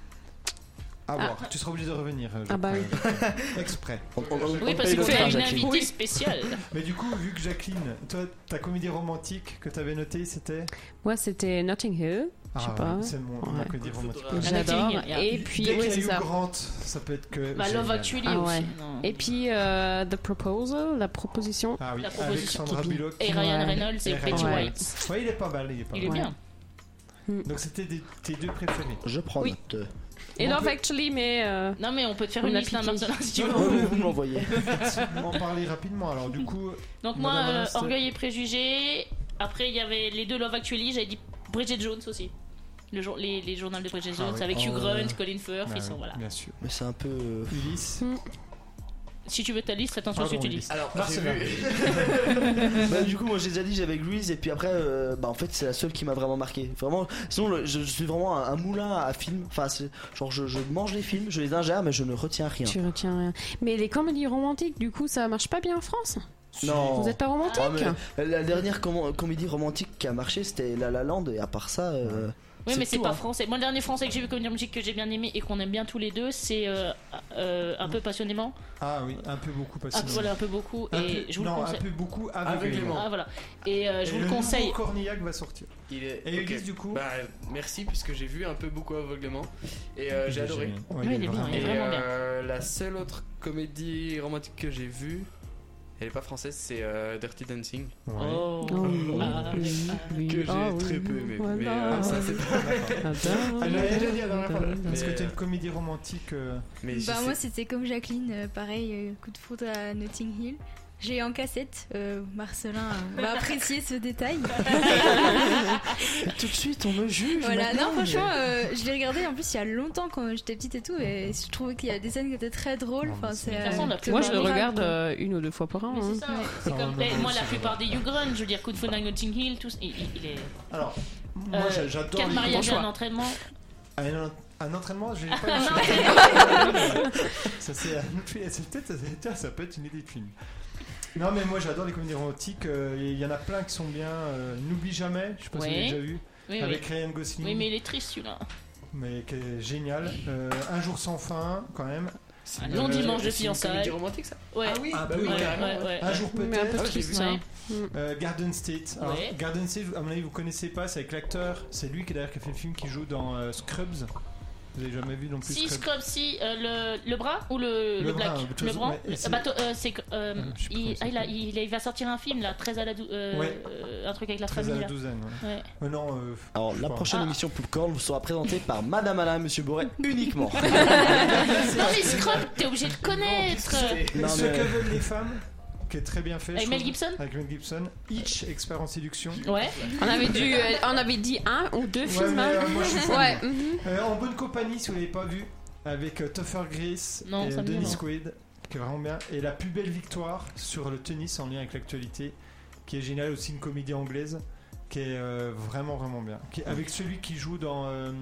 À voir. Tu seras obligé de revenir. euh, je
Ah bah oui.
crois, Exprès.
on, on- on-
Oui,
on
parce
paye
qu'on
le
a
train,
une
Jacqueline.
invitée spéciale.
Mais du coup, vu que Jacqueline, toi, ta comédie romantique que t'avais notée, c'était
Moi c'était Notting Hill. Je sais
Ah,
pas.
C'est mon
Ouais.
ma comédie romantique.
J'adore.
Avec Jane,
Et puis,
Dès
ouais,
qu'il
c'est
y a
ça.
Hugh Grant, ça peut être que.
Bah, Love
génial.
Actually
Ah
aussi.
ouais.
non.
Et puis, euh, The Proposal, la proposition.
Ah oui,
La
avec
proposition
Sandra
qui-
Bullock.
Et Ryan
Ouais.
Reynolds et
Et
Betty
Ryan
White.
Ouais, il est pas mal, il est pas
Il est
mal.
Ouais.
bien.
Donc c'était des- tes deux préférés.
Je prends
Mm. Oui.
note.
Et
On
Love
peut-
Actually, mais. euh,
Non, mais on peut te faire
On
une
a
liste hein, là
piqué.
maintenant
(laughs)
si
(laughs)
tu veux.
Ouais, mais vous me
(laughs)
l'envoyez.
On va en parler rapidement. Alors du coup,
Donc, moi,
Madame
euh,
Ernst.
Orgueil et Préjugés. Après, il y avait les deux Love Actually. J'avais dit Bridget Jones aussi. Le jour, les, les journaux de Bridget Jones
Ah oui.
avec Hugh
Oh.
Grant, Colin Firth.
bah
ils sont
oui,
voilà.
bien sûr.
Mais c'est un peu. euh,
(laughs)
Ulysse.
Si tu veux ta liste, attention à ce que tu
Pardon,
dis.
Ulysse.
Alors,
Non, c'est vrai.
(laughs)
(laughs)
bah, du coup, moi j'ai déjà dit, j'avais Grease, et puis après, euh, bah en fait, c'est la seule qui m'a vraiment marqué. Vraiment, sinon, le- je, je suis vraiment un, un moulin à films. Enfin, c'est- genre, je, je mange les films, je les ingère, mais je ne retiens rien.
Tu retiens rien. Mais les comédies romantiques, du coup, ça marche pas bien en France
Non.
Vous êtes pas romantique
Ah, mais la dernière com- comédie romantique qui a marché, c'était La La Land, et à part ça. euh,
Oui, mais c'est
tout,
pas
hein.
français. Moi, le dernier français que j'ai vu comme musique que j'ai bien aimé et qu'on aime bien tous les deux, c'est euh, euh, un peu passionnément.
Ah oui, un peu beaucoup passé.
Ah, voilà, un peu beaucoup.
Un
et
peu-
je vous
non,
le
un
conseille.
peu beaucoup
Avec les
aveuglément.
morts.
Ah, voilà. Et euh, je vous le conseille.
Cornillac va sortir.
Il est.
Et
ok.
Ulysse du coup.
Bah, merci, puisque j'ai vu un peu beaucoup aveuglément. Et euh,
il
j'ai
est
adoré.
génial. Ouais,
Ouais, il est bien, il est
Et
bien.
vraiment
euh, la seule autre comédie romantique que j'ai vue, elle est pas française, c'est euh, Dirty Dancing.
Ouais.
Oh.
Oh, oui,
Ah,
oui, oui.
Que j'ai
Ah,
très
oui,
peu aimé.
voilà. Ah, bah.
Mais euh, ça, c'est
Ah,
pas. (laughs)
Attends.
Elle l'avait déjà dit la dernière fois.
Mais,
Est-ce bah, que t'as
euh,
une comédie romantique euh,
mais je
Bah
sais-
moi c'était comme Jacqueline, euh, pareil, euh, coup de foudre à Notting Hill. J'ai en cassette, euh, Marcelin euh, va
(laughs)
apprécier ce détail.
Et (laughs) tout de suite, on me juge.
Voilà,
maintenant,
non franchement euh, je l'ai regardé en plus il y a longtemps quand j'étais petite et tout et je trouvais qu'il y a des scènes qui étaient très drôles. Enfin, c'est,
toute façon,
euh,
la
que
Moi,
plupart
je le
Barbara,
regarde
quoi.
euh, une ou deux fois par an.
Mais c'est
hein.
ça, c'est
Ouais.
comme eh, moi la
Ouais.
plupart des Hugh Grant, je veux dire Coup de Fun à Notting Hill, tous, il, il est.
Alors, moi
Euh,
j'adore.
Quatre
les-
mariages et
Bonsoir.
un entraînement. Ah,
À un, un entraînement, je vais pas le
(laughs)
Ça c'est un autre film. (laughs) C'est peut-être ça, c'est- tiens, ça peut être une idée de film. Non mais moi j'adore les comédies romantiques. euh, Il y en a plein qui sont bien. euh, N'oublie jamais. Je sais pas si vous
Ouais.
l'avez déjà vu.
Oui, oui.
avec Ryan Gosling.
Oui, mais il est triste celui-là.
mais qui est génial. Euh, un jour sans fin quand même.
Un long
Euh,
dimanche de
c'est une comédie
fiançailles.
romantique, ça
Ouais.
oui,
Ah,
bah
oui,
oui,
ouais,
carrément,
ouais,
ouais.
ouais.
Un jour
Mais un
peut-être.
peu
Ah,
triste,
j'ai vu
ouais.
Euh, Garden State. Alors,
Ouais.
Garden State, à mon avis, vous connaissez pas, c'est avec l'acteur. C'est lui qui d'ailleurs qui a fait le film qui joue dans euh, Scrubs. Vous avez jamais vu non plus
Si
Scrubs
Scrub, si euh, le, le bras ou le,
Le
le black
bras, de toute
Le
façon,
bras
mais c'est-
Euh, bah, to- euh, c'est que, euh,
Euh, je sais plus comment
il,
il
ah, il, a-
s'appelle.
il, a- il va sortir un film là, 13 à la dou- euh,
Ouais.
euh, un truc avec la
13 à
famille
la
là.
douzaine. ouais. (laughs)
Ouais. (laughs)
Euh, non, euh,
Alors,
je
la
crois.
prochaine
Ah.
émission Popcorn vous sera présentée par Madame Alain et
(laughs)
Monsieur Bourret uniquement.
Non mais Scrub, t'es obligé de connaître.
Non,
Ce
mais-
que veulent les femmes, qui est très bien fait.
Avec
je
Mel
trouve.
Gibson
Avec Mel Gibson. Hitch, expert en séduction.
Ouais.
On avait dû, euh, on avait dit un ou deux
Ouais,
films.
mais,
hein.
euh, moi, je suis fan.
Ouais, mhm.
Euh, en bonne compagnie, si vous l'avez pas vu, avec euh, Topher Grace
Non,
et
ça me dit
Denis
non.
Quaid, qui est vraiment bien. Et la plus belle victoire sur le tennis en lien avec l'actualité, qui est géniale aussi une comédie anglaise, qui est euh, vraiment vraiment bien. Qui est avec celui qui joue dans euh,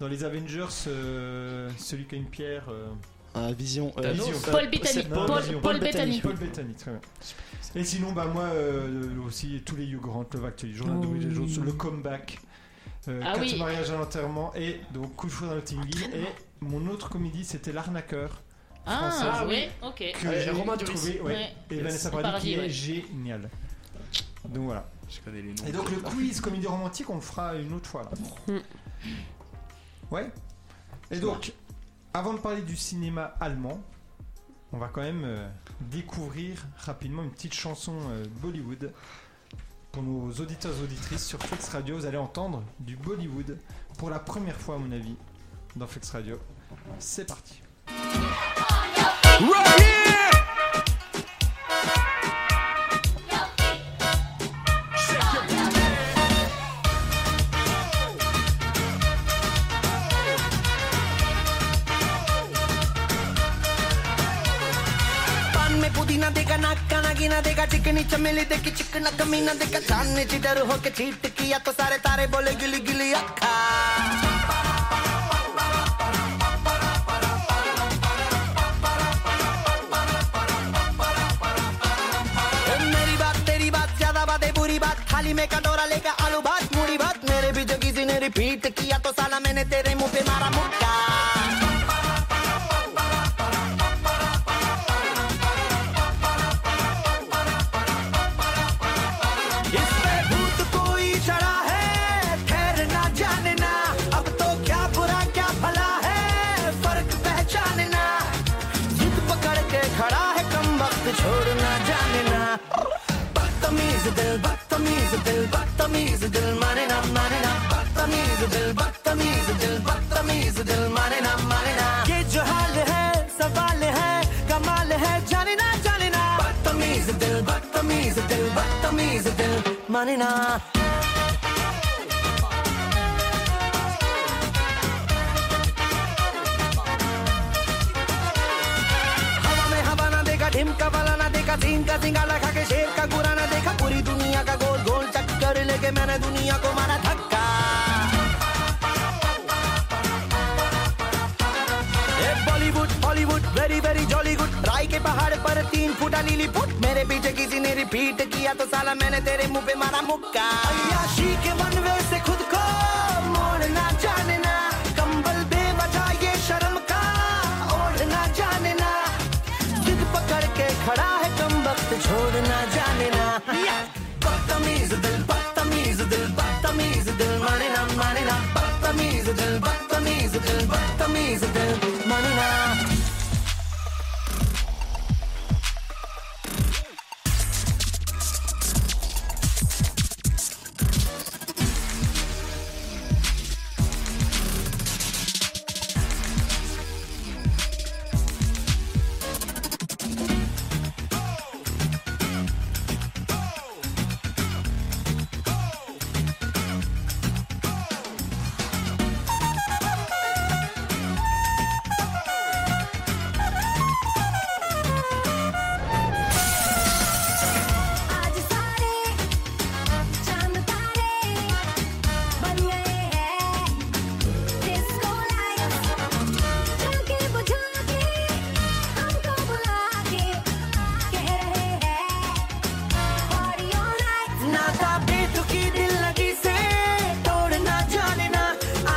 dans les Avengers, euh, celui qui a une pierre, euh,
Ah, vision. euh,
Vision.
euh,
Paul Bettany.
c'est
Non,
Paul,
vision.
Paul
Bettany.
Bettany.
Paul Bettany, très bien. Et sinon, bah moi euh, aussi tous les Hugh Grant, le Actually, Journal de
Oh.
Bridget Jones, le comeback. Euh,
Ah
quatre
oui.
mariages à l'enterrement et donc coup de foudre à Notting Hill et mon autre comédie c'était l'arnaqueur
Ah,
Française.
ouais, ok.
que
Ouais,
j'ai
Romain Duris.
trouvé ouais.
Ouais.
et Vanessa
Paradis,
Paradis qui
ouais.
est génial donc voilà
Je connais les noms.
et donc le quiz comédie romantique on le fera une autre fois
Mm.
ouais et donc avant de parler du cinéma allemand on va quand même euh, découvrir rapidement une petite chanson euh, Bollywood pour nos auditeurs et auditrices sur Flex Radio vous allez entendre du Bollywood pour la première fois à mon avis dans Flex Radio c'est parti
पान में पुदीना देगा नाक का नागिना देगा चिकनी चमेली देगी चिकना कमीना देगा सामने जिधर होके चीट किया तो सारे तारे बोले गिली गिली अखा ए, मेरी बात तेरी बात ज्यादा बात है बुरी बात खाली में कटोरा लेकर आलू भात मुड़ी भात मेरे भी जो किसी ने रिपीट किया तो साला मैंने तेरे मुंह पे मारा मुक्का इसमें भूत कोई चढ़ा है ठहर ना तो जाने बदतमीज दिल माने ना माने ना बदतमीज दिल बदतमीज दिल बदतमीज दिल माने ना माने ना ये जो हाल है सवाल है कमाल है जाने ना जाने ना बदतमीज दिल बदतमीज दिल बदतमीज दिल माने ना हवा में हवा ना देखा ढिमका वाला ना देखा सीन का सिंगाड़ा खा के शेर का गुरा ना देखा पूरी दुनिया का गोल गोल चक्कर लेके मैंने दुनिया को मारा धक्का ए बॉलीवुड हॉलीवुड वेरी वेरी जॉली गुड राय के पहाड़ पर तीन फुटा नीली फुट मेरे पीछे किसी ने रिपीट किया तो साला मैंने तेरे मुंह पे मारा मुक्का अय्याशी के वनवे से खुद को मोड़ना जाने ना कंबल बेवजह ये शर्म का ओढ़ना जाने ना जिद पकड़ के खड़ा है कम वक्त छोड़ना जाने ना बदतमीज दिल बदतमीज दिल बदतमीज दिल माने ना माने ना बदतमीज दिल बदतमीज दिल बदतमीज दिल माने ना
आज सारे चांद तारे बन गए हैं डिस्को लाइट्स चमके बुझा के हमको बुला के कह रहे हैं party all night
नाता बेतुकी दिल लगी से तोड़ना जाने ना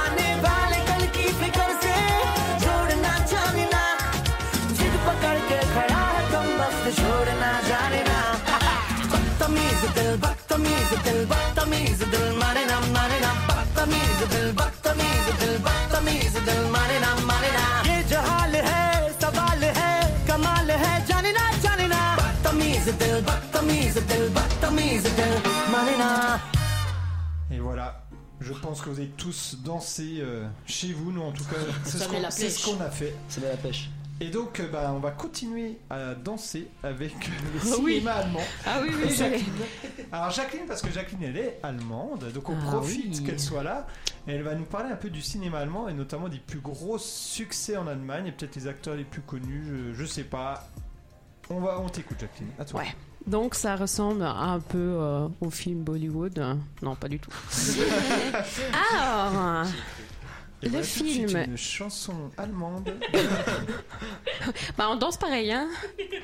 आने वाले कल की फिक्र से जोड़ना जाने ना जिद पकड़ के खड़ा है तुम वक्त छोड़ना जाने ना (laughs) बदतमीज दिल बदतमीज दिल बदतमीज दिल माने ना माने ना बदतमीज दिल बदतमीज दिल बदतमीज दिल माने ना माने ना ये जहाल है सवाल है कमाल है जाने ना जाने ना बदतमीज दिल बदतमीज दिल बदतमीज दिल माने ना
Et voilà. Je pense que vous avez tous dansé euh, chez vous, nous en tout cas. C'est
Ça
ce
met
qu'on
la
c'est ce
pêche.
qu'on a fait.
Ça met la pêche.
Et donc, euh, bah, on va continuer à danser avec le
Ah
cinéma
oui.
allemand.
Ah oui, oui,
Jacqueline. Alors, Jacqueline, parce que Jacqueline, elle est allemande, donc on
Ah
profite
oui.
qu'elle soit là. Et elle va nous parler un peu du cinéma allemand et notamment des plus gros succès en Allemagne et peut-être les acteurs les plus connus, je, je sais pas. On va, on t'écoute, Jacqueline. À toi.
Ouais. Donc ça ressemble un peu euh, au film Bollywood. Euh, Non, pas du tout. Alors, le
Et bah, voilà tout de suite
film.
Une chanson allemande.
Bah, on danse pareil, hein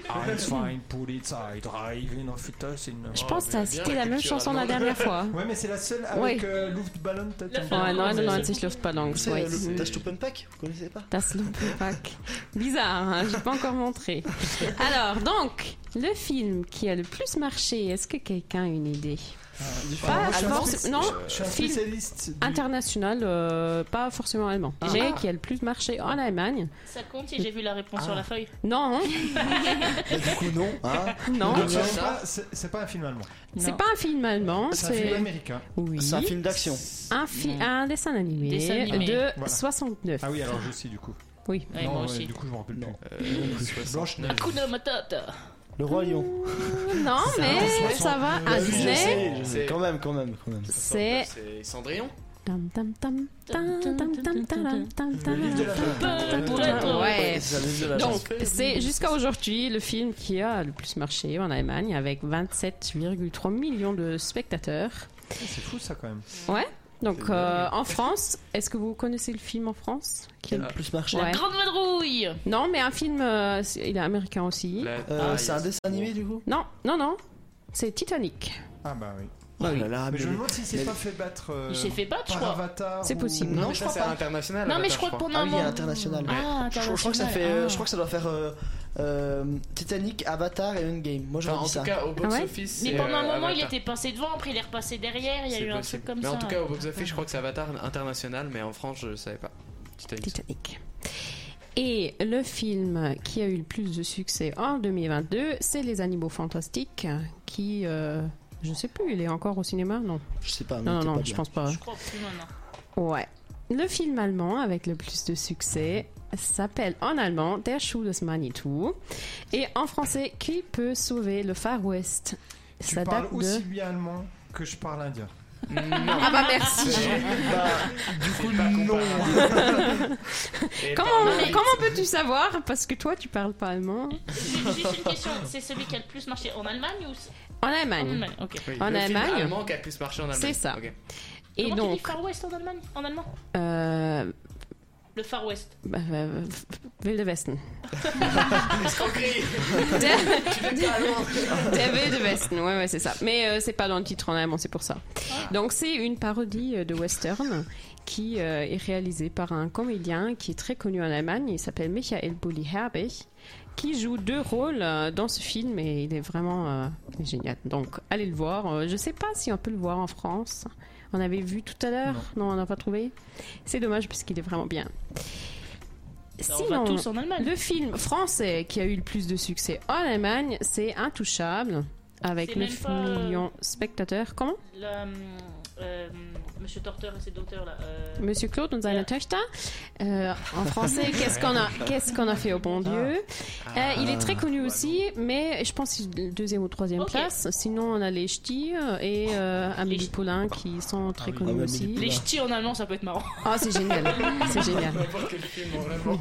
Ein, Polizei, Driving auf Wiedersehen.
Je pense que t'as cité la même chanson la dernière fois.
Ouais, mais c'est la seule
Ouais.
avec euh, Luftballon Tattoo.
Ouais, non, non, non, ich Luftballons,
C'est,
ouais.
euh, le- Das Stuppenpack, vous connaissez pas
Das Lumpenpack. Bizarre, hein, j'ai pas encore montré. Alors, donc, le film qui a le plus marché, est-ce que quelqu'un a une idée
Alors,
Pas
moi, Ah, je suis un
forcément-
spéci-
Ah, non,
je suis un
film
spécialiste du-
international, euh, pas forcément allemand.
Ah.
J'ai qui a le plus marché en Allemagne.
Ça compte si j'ai vu la réponse
Ah.
sur
(laughs)
la feuille.
Non,
Du coup, non.
(laughs)
hein.
Ah, Non.
Donc,
Non.
c'est pas- C'est c'est pas un film allemand.
c'est pas un film allemand,
C'est un film américain.
Oui.
C'est un film d'action.
un, fi-
Non.
un dessin animé,
Mm. Dessin animé.
de
Voilà.
69.
Ah oui, alors je sais du coup.
Oui.
Non, ouais, Du coup, je me rappelle
Euh,
plus. Blanche Neige.
Hakuna Matata.
Le Roi Lion.
Non, mais ça va, à
Oui, je
Disney.
sais, je sais. Quand même, quand même, quand même.
C'est-
C'est Cendrillon
Tam, tam, tam, tam, tam, tam, tam, tam, tam, tam,
livre de la
tam, tam,
jungle.
tam. Ouais.
C'est le livre de la
Donc,
jungle.
c'est jusqu'à aujourd'hui le film qui a le plus marché en Allemagne avec 27,3 millions de spectateurs.
C'est fou ça quand même.
Ouais. Donc,
C'est
euh,
dingue.
en France, est-ce que vous connaissez le film en France
Qui a le plus marché
Ouais.
La grande vadrouille.
Non, mais un film, euh, c'est- il est américain aussi.
Euh, c'est un dessin animé du coup
Non, non, non. C'est Titanic.
Ah bah oui.
Oh là là,
Mais je me
mais-
demande s'il s'est
mais-
pas fait battre. euh,
Il s'est fait battre, je
par
crois.
Avatar.
C'est
ou-
possible.
Non,
Mais
je
ça,
crois
c'est
pas.
international.
Non, mais
Avatar,
je crois que pendant
Ah
un
oui, il est
moment.
international.
Ah,
Je, je
international.
crois que ça fait, euh,
ah.
je crois que ça doit faire euh, euh, Titanic, Avatar et Endgame. Moi, je
Enfin, en
ça.
tout cas, au
Ah ouais
box-office.
Mais
c'est,
pendant un
euh,
moment, il
Avatar.
était passé devant, après il est repassé derrière, il y a
C'est
eu un
possible.
truc comme
mais
ça. hein.
en tout cas, au box-office, je crois que c'est Avatar international, mais en France, je savais pas. Titanic.
Titanic. Et le film qui a eu le plus de succès en 2022, c'est Les Animaux Fantastiques, qui, euh, Je sais plus, il est encore au cinéma Non.
Je sais pas, mais
Non,
t'es
non,
pas
je
bien.
pense pas.
Je crois plus maintenant.
Ouais. Le film allemand avec le plus de succès s'appelle en allemand Der Schuh des Manitou et en français Qui peut sauver le Far West
Tu
Ça
parles
date
aussi
de.
bien allemand que je parle indien.
Ah bah merci.
du coup, non.
comment comment peux-tu savoir Parce que toi tu parles pas allemand.
Juste une question, c'est celui qui a le plus marché en Allemagne ou c'est-
En Allemagne.
En Allemagne, ok.
Oui,
En
le film
Allemagne.
allemand qui a le plus marché en Allemagne.
C'est ça.
Ok.
Et
Comment tu dis
donc.
Far West en Allemagne En allemand
euh,
Le Far
(laughs)
West.
bah, bah, Wilde Westen.
(laughs)
Escroquerie.
Der,
Ah, Tu n'es pas allemand.
Der Wilde Westen, ouais, ouais, c'est ça. Mais euh, c'est pas dans le titre en allemand, c'est pour ça. Donc c'est une parodie euh, de western qui euh, est réalisée par un comédien qui est très connu en Allemagne. Il s'appelle Michael Bulli Herbig, qui joue deux rôles euh, dans ce film et il est vraiment euh, il est génial. Donc allez le voir. Euh, Je sais pas si on peut le voir en France. On avait vu tout à l'heure. Non, on n'a pas trouvé. C'est dommage parce qu'il est vraiment bien.
on va tous en Allemagne.
le film français qui a eu le plus de succès en Allemagne, c'est Intouchable, avec
C'est même
9
pas, euh,
millions de spectateurs. Comment
Là, hum, euh, Monsieur Torteur et ses docteurs là. euh,
Monsieur Claude, on a euh,
(laughs)
En français, qu'est-ce qu'on a, qu'est-ce qu'on a fait au bon Dieu
Ah.
Euh, Il est très connu aussi, mais je pense qu'il est deuxième ou troisième place. Sinon, on a les Ch'tis et euh, Amélie Poulain qui sont très
Ah,
connus aussi.
Les ch'tis en allemand, ça peut être marrant.
Ah, c'est génial,
(laughs)
c'est génial.
N'importe quel film en allemand.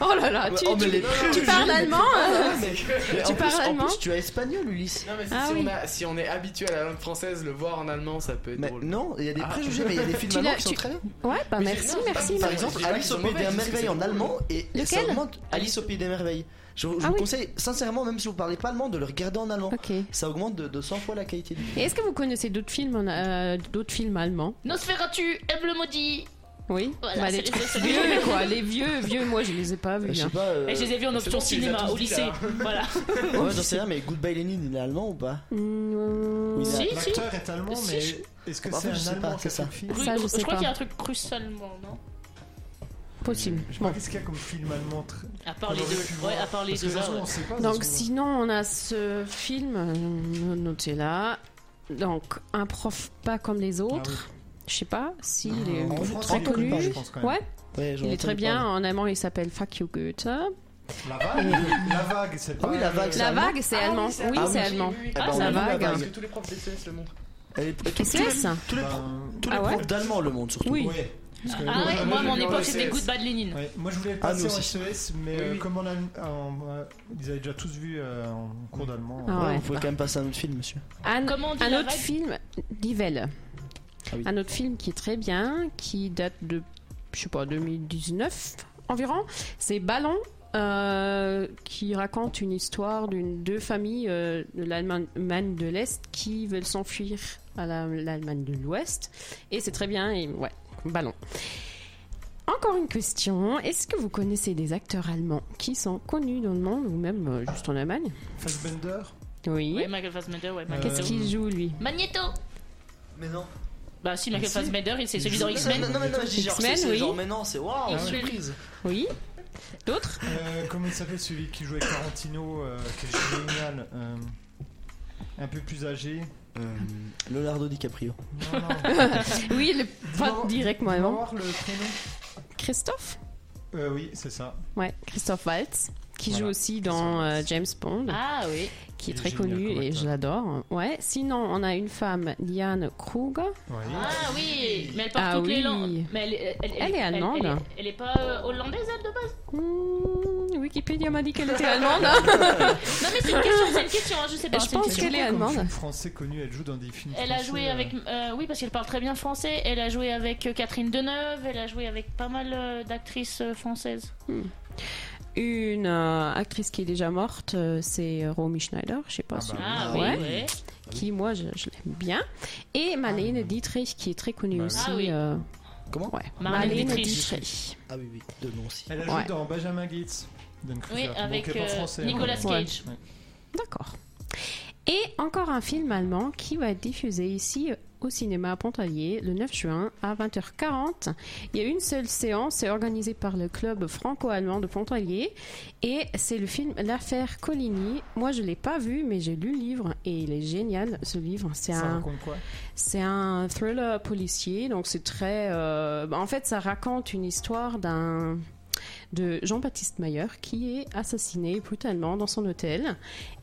Oh là là, tu, tu- tu parles allemand
Ah,
euh, Tu parles allemand
tu as espagnol, Ulysse. Non, mais c'est
Ah
si,
oui.
on a- si on est habitué à la langue française, le voir en allemand, ça peut être drôle. Ah.
Non, il y a des préjugés, Ah, mais il y a des films
Tu
allemands
l'as-
qui sont
tu-
très bien.
Ouais, bah
Mais
merci,
j'ai- non,
merci.
c'est
Par
pas-
exemple,
c'est pas
Alice
qu'ils
au
sont
pays des
mauvais, c'est
merveilles
qu'ils
en
sont
allemand
bons.
et et
Lequel
ça augmente. Alice au pays des merveilles. Je, vous- je
Ah
vous conseille sincèrement, même si vous parlez pas allemand, de le regarder en allemand. Ça augmente de, de 100 fois la qualité. du
Et est-ce que vous connaissez d'autres films, en- euh, d'autres films allemands
Nosferatu, aime le maudit.
Oui.
Voilà,
Bah,
c'est
les
les
trucs
deux seuls. (laughs)
vieux, quoi. Les vieux, vieux, moi, je les ai pas vus.
Je sais
hein.
pas, euh,
Et je les ai vus en
c'est
option
bon, tu les as
cinéma
tous
au
dit,
lycée.
là. (laughs)
voilà.
film. Ouais, j'en sais rien, mais Goodbye Lenin, il est allemand ou pas
Oui,
il est-
L'acteur est allemand,
Si,
(laughs)
mais
je-
est-ce que
Bah, en
c'est
fait, je
un
sais
allemand
pas,
qui
c'est
a fait
ça.
le film
Russe-
Ça, je
je
sais
crois
pas.
qu'il y a un truc russe allemand, non
Possible.
Je sais pas, qu'est-ce qu'il y a comme film allemand très-
À part les
qu'on aurait
deux.
pu
Ouais,
voir
à part les
Parce que
deux.
là,
là, ouais.
on sait pas,
Donc
parce qu'on-
sinon, on a ce film, euh, notez là. Donc, un prof pas comme les autres. Je sais pas s'il
Ah,
est
en
connu-
France,
très
on le connaît
connu.
pas, hein, je pense, quand même.
Ouais.
Ouais, j'en
il est
entends
très bien.
parler.
En allemand, il s'appelle Fuck You Goethe.
La vague, la vague, c'est pas.
Ah oui, la vague, c'est
La
allemand
vague, c'est allemand. Oui,
Ah
c'est
oui,
allemand.
oui, oui. Ah,
La
c'est allemand, la
vague.
vague.
Parce que tous les profs d'ECS le montrent.
Elle est- et tous-
C'est
tous les-
ça.
Tous les, tous les
Ah ouais
profs d'allemand le monde surtout.
Oui.
Parce que-
Ah ouais, moi, à mon
Ouais,
époque, c'était
c'est-
Good Bad Lenin.
Ouais, moi je voulais
Ah, nous
passer en
aussi.
SES, mais
Oui,
euh,
oui.
comme on a, en- euh, ils avaient déjà tous vu euh, en cours d'allemand.
Ah
Ouais,
ouais.
On pouvait quand même passer à un autre film, monsieur.
Un,
Comment on dit
un
la
autre
vague
film d'Ivel.
Ah oui.
Un autre film qui est très bien, qui date de, je sais pas, 2019 environ. C'est Ballon, euh, qui raconte une histoire d'une deux familles euh, de l'Allemagne de l'Est qui veulent s'enfuir à la- l'Allemagne de l'Ouest. Et c'est très bien, et ouais, Ballon. Encore une question. Est-ce que vous connaissez des acteurs allemands qui sont connus dans le monde ou même euh, juste en Allemagne
Fassbender
Oui.
Ouais, Michael Fassbender, ouais. Michael
Qu'est-ce qu'il joue lui
Magneto
Mais non.
Bah si,
Mais
Michael
si.
Fassbender, il- c'est celui dans X-Men.
Non, non, non, non, je dis genre, c'est-
X-Men,
c'est
oui.
genre, mais non, c'est waouh,
X-Men.
surprise.
Oui. D'autres
Ah, Euh, comment il s'appelait celui qui jouait Tarantino, euh, qui est génial, euh, un peu plus âgé.
Euh, Leonardo DiCaprio.
Non, non.
(laughs) Oui, le pas directement
Dis-moi
avant.
voir le prénom.
Christophe
Euh, oui, c'est ça.
Ouais, Christophe Waltz, qui
Voilà,
joue aussi dans euh, James Bond,
Ah oui.
qui est
Il est
très
génial
connu
comme
et
acteur.
je l'adore. Ouais, sinon on a une femme, Diane Krug.
Oui.
Ah oui, mais elle parle
Ah
toutes les
oui.
langues. Mais elle,
Elle est allemande.
Elle, est- elle est pas euh, hollandaise, elle, de base
Hmm, Wikipédia m'a dit qu'elle était allemande.
(laughs)
hein.
Non, mais c'est une question, c'est une question, hein, je sais pas.
Je
c'est une
pense
question.
qu'elle est
Comme
allemande.
film français connu, elle joue dans des films.
Elle a
français,
joué
euh,
avec. euh, oui, parce qu'elle parle très bien français. Elle a joué avec euh, Catherine Deneuve, elle a joué avec pas mal euh, d'actrices euh, françaises.
Une euh, actrice qui est déjà morte, euh, c'est euh, Romy Schneider, je sais pas
Ah
si-
bah
Ah
Ouais.
oui, Ah ouais.
qui moi je, je l'aime bien. Et Marlene Dietrich, qui est très connue
Bah oui.
aussi.
Ah oui.
euh,
Comment
ouais.
Marlene
Marlene
Dietrich.
Dietrich.
Ah oui, oui, de nom aussi.
Elle a joué
Ouais.
dans Benjamin Gates. Dan
Oui,
Kruger.
avec,
Donc, elle est pas
euh,
française,
Nicolas
hein.
Cage.
Ouais.
D'accord. Et encore un film allemand qui va être diffusé ici euh, au cinéma à Pontarlier le 9 juin à 20h40. Il y a une seule séance, c'est organisé par le club franco-allemand de Pontarlier et c'est le film L'affaire Coligny. Moi, je l'ai pas vu, mais j'ai lu le livre et il est génial ce livre. C'est
Ça
un
raconte quoi
c'est un thriller policier, donc c'est très. euh, bah, en fait, ça raconte une histoire d'un de Jean-Baptiste Mayer qui est assassiné brutalement dans son hôtel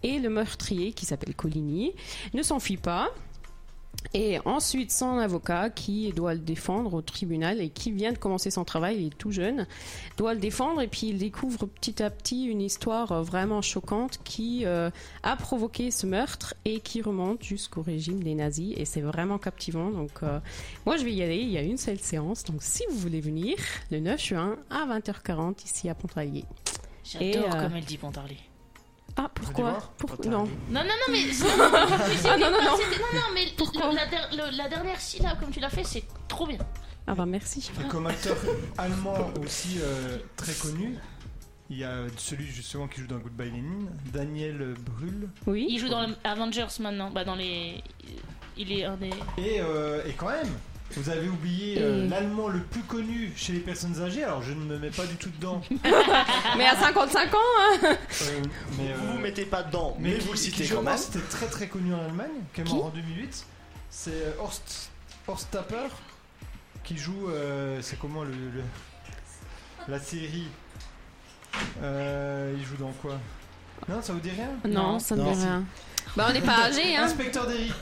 et le meurtrier qui s'appelle Coligny ne s'enfuit pas et ensuite son avocat qui doit le défendre au tribunal et qui vient de commencer son travail, il est tout jeune, doit le défendre et puis il découvre petit à petit une histoire euh, vraiment choquante qui euh, a provoqué ce meurtre et qui remonte jusqu'au régime des nazis et c'est vraiment captivant donc euh, moi je vais y aller, il y a une seule séance donc si vous voulez venir le 9 juin à 20h40 ici à Pontarlier. Et,
J'adore
euh,
comme elle dit Pontarlier.
Ah pourquoi, pourquoi Non.
Non, non, non, mais.
Ah, non, non, non.
C'était- non, non, mais la, der- le- la dernière syllabe, comme tu l'as fait, c'est trop bien.
Ah bah merci.
Et
(laughs)
comme acteur allemand aussi euh, très connu, il y a celui justement qui joue dans Goodbye Lenin, Daniel Brühl.
Oui.
Il joue dans le Avengers maintenant. Bah, dans les. Il est un des.
Et, euh, et quand même, vous avez oublié euh,
Et-
l'allemand le plus connu chez les personnes âgées, alors je ne me mets pas du tout dedans.
(laughs) Mais à 55 ans hein
Euh, mais,
Vous vous mettez pas dedans, mais, vous le citez
qui, je
quand même.
pense, C'était très très connu en Allemagne, qui est mort en 2008. C'est euh, Horst, Horst Tapper qui joue. euh, c'est comment le, le- la série Euh, Il joue dans quoi Non, ça vous dit rien
Non, ça ne me dit rien. Bah on n'est pas âgé hein.
Inspecteur Derrick.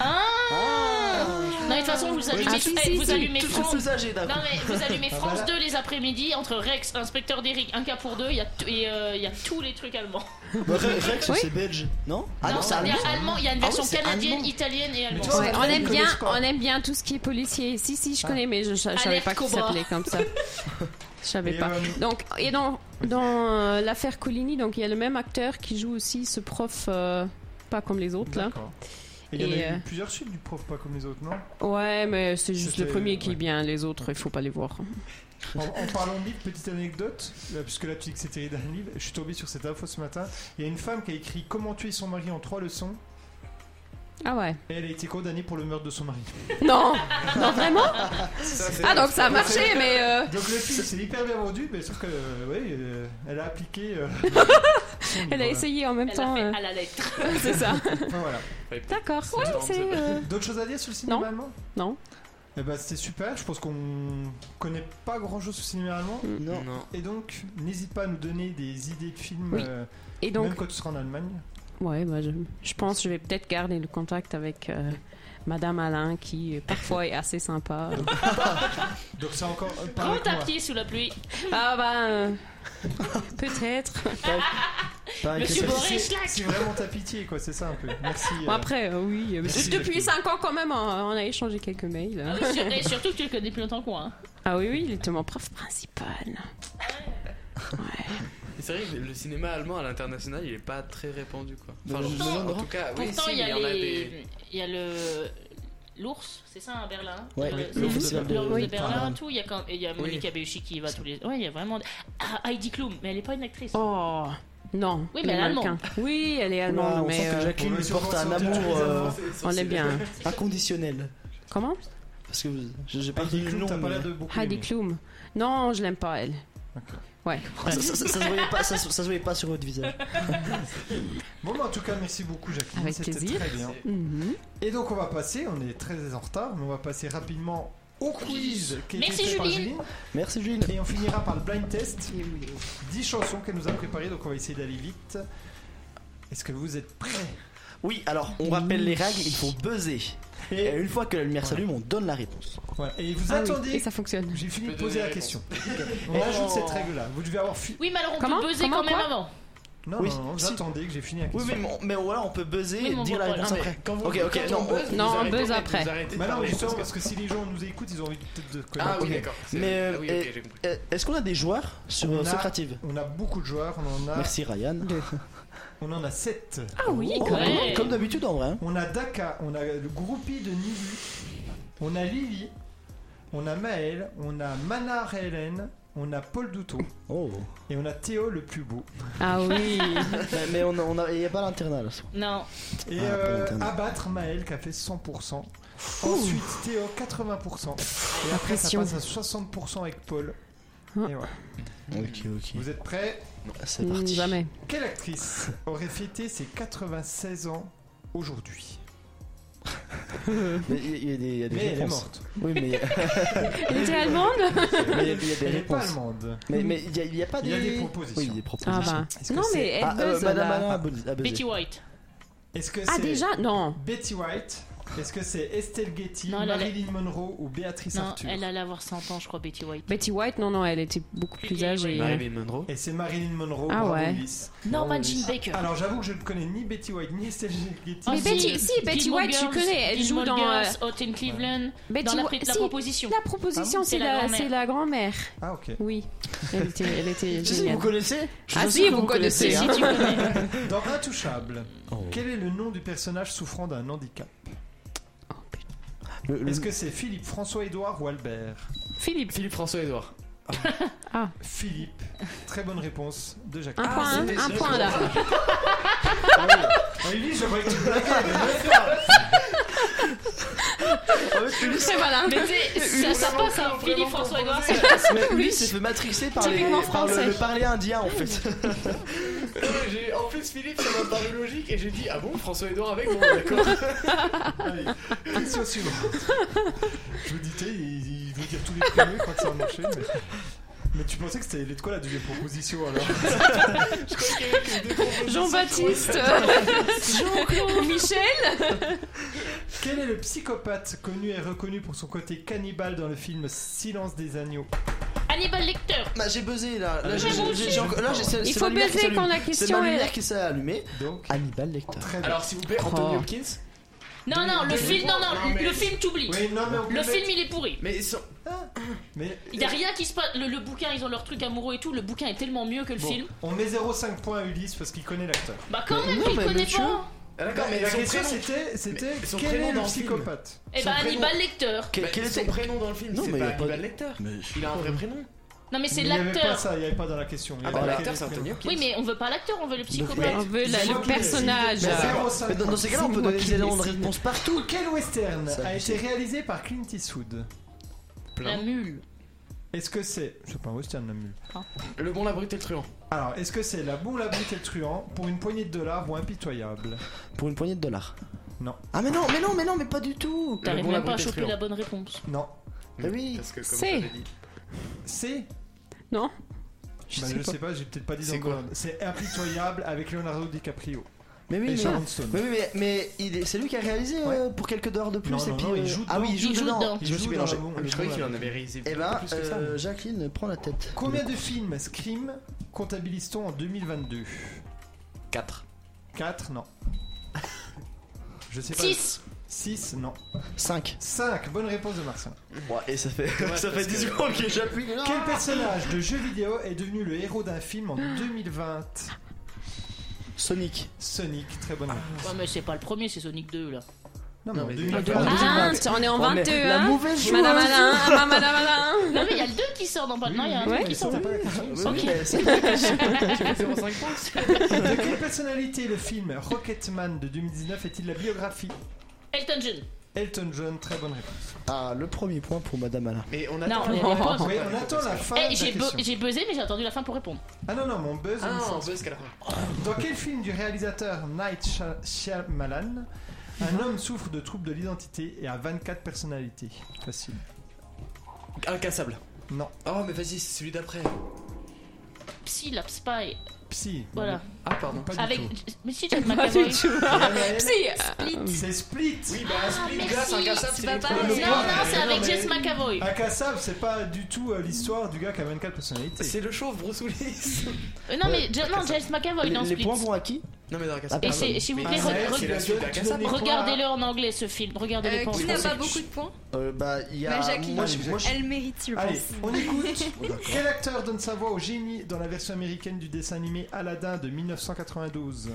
Ah Non, mais de toute façon, vous
Oui.
allumez,
Ah, si, si,
vous
si.
allumez
Tout
France.
plus âgé,
non,
d'un coup.
mais vous allumez
Ah,
France 2
voilà.
les après-midi entre Rex, inspecteur d'Eric, un cas pour deux, il y, a tout- et, euh, il y a tous les trucs allemands.
Bah, Re- Rex, c'est belge, non Ah
non,
c'est
il y a
allemand.
allemand, il y a une
Ah oui,
version
c'est
canadienne,
allemand.
italienne et allemande.
Ouais, on aime bien, on aime bien tout ce qui est policier. Si si, je connais, mais je, je savais
Alerte
pas qu'il
Cobra.
s'appelait comme
(laughs)
ça. Je savais
Et,
pas.
euh,
Donc et dans dans euh, l'affaire Coligny, donc il y a le même acteur qui joue aussi ce prof, euh, pas comme les autres là.
D'accord. Et Il y en a
Et, euh,
eu plusieurs suites du prof, pas comme les autres, non
Ouais, mais c'est juste le
C'était-
premier qui est bien, les autres il faut pas les
(laughs)
voir.
En, en parlant de livre, petite anecdote, là, puisque là tu dis que c'est tiré d'un livre, je suis tombé sur cette info ce matin. Il y a une femme qui a écrit Comment tuer son mari en trois leçons.
Ah ouais.
Et elle a été condamnée pour le meurtre de son mari.
Non, non vraiment Ah donc ça a marché,
C'est-
mais euh,
Donc le film c'est hyper bien vendu, mais sauf que euh, ouais, euh, elle a appliqué. euh, son
elle
livre.
a essayé en même
Elle
temps.
a fait
euh.
à la lettre.
(laughs) (laughs) c'est ça.
Enfin, voilà.
D'accord. Ouais, c'est. euh,
D'autres choses à dire sur le cinéma allemand
Non.
Eh ben c'était super, je pense qu'on connaît pas grand chose sur le cinéma allemand.
Mm.
Non.
Et donc, n'hésite pas à nous donner des idées de films,
Oui.
euh,
Et donc-
même quand tu seras en Allemagne.
Ouais, bah, je, je pense que je vais peut-être garder le contact avec euh, Madame Alain, qui euh, parfois est
(laughs)
assez sympa.
Donc c'est encore... euh, pas
Gros
avec moi.
tapier sous la pluie.
ah bah, euh, peut-être.
Pas avec
Monsieur
les-
Boré,
c'est-
schlack.
C'est vraiment ta pitié, quoi, c'est ça un peu. Merci.
Bon,
euh,
après, euh, oui. euh,
Merci,
depuis
Jackie.
5 ans quand même, hein, on a échangé quelques mails.
Ah oui, sur- et surtout que tu le connais plus longtemps que moi. hein.
Ah oui, oui, il était mon prof principal.
Et C'est vrai que le cinéma allemand à l'international, il est pas très répandu quoi.
Dans
genre,
le
en
monde,
tout cas, Ah oui,
Pourtant,
si,
il y,
mais
a
en a
les...
des-
il y a le. L'ours, c'est ça à Berlin
Ouais,
Le-
oui,
le-
le
le-
festival de-
l'ours
oui.
Berlin,
Berlin.
tout. Il y a, quand... et il y a
Oui.
Monica Bellucci qui y va tous les. Ouais, il y a vraiment. Ah, Heidi Klum, mais elle n'est pas une actrice.
Oh Non.
Oui, mais elle est
mannequin.
allemande.
Oui, elle est allemande,
Oula, on
mais.
sent que
euh,
Jacqueline lui porte un amour. euh,
On l'aime bien.
Inconditionnel.
Comment
Parce que vous- je- j'ai pas dit le nom. mais-
Heidi Klum. Non, je l'aime pas, elle. Ouais.
Ah, (laughs) ça, ça- ça- ça se voyait pas, ça, se- ça se voyait pas sur votre visage.
Bon, bah, en tout cas, merci beaucoup, Jacqueline.
Avec
C'était
plaisir.
Très bien.
Mhm.
Et donc, on va passer, on est très en retard, mais on va passer rapidement au quiz qui est
Merci,
fait par
Juline.
Juline.
Merci Juline.
Et on finira par le blind test. 10 chansons qu'elle nous a préparées, donc on va essayer d'aller vite. Est-ce que vous êtes prêts
Oui, alors on rappelle les règles, il faut buzzer.
Et,
une fois que la lumière s'allume, on donne la réponse.
Voilà. Et vous
Ah oui,
attendez.
et ça fonctionne.
J'ai fini
Je
de
peux
poser la
donner la
question. (laughs)
réponse.
On
Oh.
ajoute cette règle-là. Vous devez avoir fini.
Oui, mais alors on
Comment
peut buzzer
Comment
quand même
Quoi
avant.
Non,
Oui,
non, non,
si.
vous attendez que j'ai fini la
Oui,
question.
mais, mon- mais voilà, on peut buzzer
Oui, mais
et
on
dire
voit
la
pas.
réponse
Non,
après.
mais quand vous-
ok, ok,
quand
non,
on buzz, vous
Non, on arrêtez, buzz mais après. vous
arrêtez de
Bah non,
parler,
justement,
parce que-
parce que si les gens nous écoutent, ils ont envie peut-être de
Ah,
connaître.
ok, d'accord. Mais euh,
Ah oui, ok,
euh,
j'ai
euh, est-ce qu'on a des joueurs sur
On
euh,
a-
Socrative
On a beaucoup de joueurs, on en a.
Merci Ryan.
On en a 7.
Ah oui,
Oh,
quand même.
comme- Comme d'habitude en vrai. hein.
On a Daka, on a le groupie de Nivu, on a Lily, on a Maël, on a Manar et Hélène, on a Paul Douton
Oh.
et on a Théo le plus beau.
Ah oui.
(laughs) mais
(laughs)
mais on a, on a, y a pas l'internat là.
Non.
Et
Ah,
euh,
pas l'internat.
abattre Maël qui a fait 100%. Ensuite, Théo, 80%. Et après, ça
Impression.
passe à 60% avec Paul.
Ah.
Et voilà.
Ok, ok. Bah,
Vous êtes prêts
C'est parti.
Mmh, Jamais.
Quelle actrice aurait fêté ses 96 ans
(laughs)
aujourd'hui
Mais il y a- il y, a des- il y a des
Mais elle est
réponses.
morte.
Oui,
(laughs)
mais. (laughs)
Elle était allemande
Mais il y a- il y a des
Elle est pas
réponses.
allemande.
Mais mais il n'y a, il y a pas des.
Il y a des propositions.
Oui, il y a des
Ah
propositions.
bah.
Est-ce que
Non,
c'est-
mais elle
Ah, euh,
buzz, bah.
Madame
là.
Alain a buzzé- a buzzé.
Betty White.
Est-ce que
Ah,
c'est
déjà Non.
Betty White Est-ce que c'est Estelle Getty,
Non, elle a-
Marilyn Monroe ou Béatrice
Non,
Arthur
elle allait avoir 100 ans, je crois, Betty White.
Betty White, non, non, elle était beaucoup plus
Betty
âgée.
Marilyn Monroe.
Et c'est Marilyn Monroe.
euh, Ah
bravo,
ouais.
Ulysse.
Norman Jean Baker.
Oh, Alors j'avoue que je ne connais ni Betty White ni Estelle Getty.
Ah,
Mais Betty- si, Betty
Gilmore
White, tu
Girls,
connais, elle joue
Gilmore
dans,
Girls, Hot in Cleveland.
Betty
dans la,
White-
la
si.
proposition.
La proposition, c'est
C'est la
la,
grand-mère.
c'est la grand-mère.
Ah ok.
Oui. Elle était, elle était
Si, si,
géniale.
vous connaissez Je
Ah
suis
si,
sûr que
vous connaissez,
hein.
Si tu connais.
(laughs)
(laughs) Dans Intouchable,
Oh.
quel est le nom du personnage souffrant d'un handicap
Oh,
Le- le-
Est-ce que c'est Philippe, François-Édouard ou Albert
Philippe, Ah.
Philippe François Edouard.
(laughs) Philippe. Très bonne réponse de Jacques.
un point, hein,
c'était-
un
c'est-
point là. (laughs)
Ah, Ulysse, je croyais que tu blaguais, mais non.
(laughs)
Très malin.
Mais tu sais, ça, ça passe à Philippe François Edouard.
Mais lui s'est fait matrixer par, les,
Typiquement
par le,
français.
le parler indien en fait.
(laughs) en plus, Philippe, ça m'a paru logique et j'ai dit Ah bon, François Edouard avec Bon, d'accord.
Allez, question suivante. Je vous dis, tu sais, il, il veut dire tous les prénoms, il croit que ça va marcher. Mais, mais tu pensais que c'était les de quoi la deuxième proposition alors
(laughs)
Jean-Baptiste, Jean-Claude, Michel.
Quel est le psychopathe connu et reconnu pour son côté cannibale dans le film Silence des agneaux
Hannibal Lecter.
Bah, j'ai buzzé là. Là,
Ah,
j'ai-
mais moi
j'ai- j'ai-
aussi.
encore- là, j'ai- c'est-
Il
c'est
faut
ma lumière qui
baiser
s'allume.
quand la
C'est ma
question
lumière
est.
qui s'est allumée.
Donc,
Hannibal Lecter.
très bien.
Alors, s'il vous plaît, Anthony
Oh.
Hopkins.
Non, non, le film, non, non, le film t'oublie.
Oui, non, mais on peut
Le
mettre-
film, il est pourri.
Mais sans-
Mais,
Il n'y a rien qui se passe. Le, le bouquin, ils ont leur truc amoureux et tout. Le bouquin est tellement mieux que le
bon,
film.
on met 0,5 points à Ulysse parce qu'il connaît l'acteur.
Bah, quand même,
non,
il
mais
connaît
monsieur-
pas.
Ah, D'accord, mais
la
son
question
prénom.
c'était, c'était
mais son
quel
prénom
est le
dans le film.
psychopathe
Eh
Son
bah,
prénom.
Hannibal Lecter.
Que-
Bah,
Quel est
son
son
prénom dans le film
Non,
C'est
mais
pas
y a pas de-
Hannibal Lecter.
Mais-
Il a un vrai prénom.
Non, mais c'est
Il n'y avait pas
l'acteur.
ça, il n'y avait pas dans la question. Il y
Ah
avait
bah,
quel
l'acteur, c'est
prénom.
Anthony
Oui,
Hopkins.
mais on veut pas l'acteur, on veut le
On
psychopathe.
veut la-
C'est moi
le
qui décide.
personnage.
Mais
Mais
0,5
dans, dans ces cas-là, on peut
C'est
donner
moi
des
qui
éléments de
décide.
réponse partout.
Quel western
Ça,
a
je
été réalisé par Clint Eastwood
La mule. Ah.
Est-ce que c'est. C'est pas un western la mule.
Le bon, la brute et le truand.
Alors, est-ce que c'est la boule à brute et le truand pour une poignée de dollars ou impitoyable
Pour une poignée de dollars.
Non.
Ah, mais non, mais non, mais non, mais pas du tout.
T'arrives
bon, la
même pas à
brute et le
choper
truand.
la bonne réponse.
Non.
Ah oui.
Parce que, comme
C'est-
je l'ai dit,
C'est.
Non Je
Bah,
sais
je
pas.
sais pas, j'ai peut-être pas dit
C'est
dans
quoi
le ordre. C'est impitoyable avec Leonardo DiCaprio
Mais oui,
et
mais.
Sharon Stone.
Mais, oui, mais, mais il est- c'est lui qui a réalisé
Ouais.
euh, pour quelques dollars de plus
Non,
et
non,
puis
non, il
euh,
joue
ah oui
dedans.
il joue
Il joue
dedans.
dedans.
Je me suis
joue dans
mélangé.
la boule-
Ah, mais
le
Je croyais
boule à
qu'il
brute.
en avait réalisé
Et
beaucoup
ben
plus que ça.
euh, Jacqueline prend la tête.
Eh Combien de films Scream comptabilise-t-on en 2022
4.
4
(laughs)
Non. Je sais pas.
6
6 Non.
5.
5 Bonne réponse de Marcin.
Ouais, et ça fait (laughs) ça fait
parce
10
que-
secondes que j'appuie.
(laughs) Quel personnage de jeu vidéo est devenu le héros d'un film en 2020
Sonic.
Sonic, très bonne réponse.
Ouais, mais c'est pas le premier, c'est Sonic 2 là.
Non,
Non,
en
mais-
2020.
Ah, on est en
Ouais, mais
22,
La
hein
mauvaise joueuse.
Madame Alain, ah, Madame Alain
Non, mais il y a le 2 qui sort dans pas Non, il y a un
Ouais.
truc qui sort.
T'as pas la
Oui,
question.
oui,
Ok.
mais
(laughs)
c'est-
0,5 points
De quelle personnalité le film Rocketman de 2019 est-il la biographie
Elton John.
Elton John, très bonne réponse.
Ah, le premier point pour Madame Alain.
Mais on
Non,
attend.
mais on pose.
Oui, on attend la fin.
Eh,
de
j'ai
la
bu-
question.
j'ai buzzé, mais j'ai attendu la fin pour répondre.
Ah non, non, mon buzz.
Ah
on
non,
sait.
on buzz qu'à la fin.
Dans quel film du réalisateur Night Shy- Shyamalan,
Mhm.
un homme souffre de troubles de l'identité et a 24 personnalités Facile.
Incassable.
Non.
Oh, mais vas-y, c'est celui d'après.
Psy, Lab Spy,
Psy.
voilà.
Ah, pardon.
Pas du
Avec.
tout.
Mais si, Jack
Pas du
McAvoy.
tout. (laughs) Si,
C'est Split.
Oui, bah, Ah, Split
mais
Glass,
si,
Incassable,
c'est
c'est
pas
les
Non,
trois.
non, c'est
Non,
avec
mais- Ah,
Jess McAvoy.
Incassable, c'est pas du tout euh, l'histoire du gars qui a 24 personnalités.
C'est le chauve, Bruce
(laughs)
Willis.
Euh, Non, mais Je- non, Jess McAvoy
Les,
dans
les
Split.
points vont à qui
Non, mais dans Incassable.
Et c'est- s'il vous plaît,
Mais
Ah,
re-
c'est
re-
la suite d'Incassable.
donne-
regardez-le en anglais ce film. Regardez-le
Euh,
pas en
qui n'a
français.
pas beaucoup de points
euh, Bah, il y a.
Bah, Jacqueline.
Moi, je- moi, je-
Elle mérite, je
Allez,
pense.
on
(laughs)
écoute. Quel acteur donne sa voix au génie dans la version américaine du dessin animé Aladdin de 1992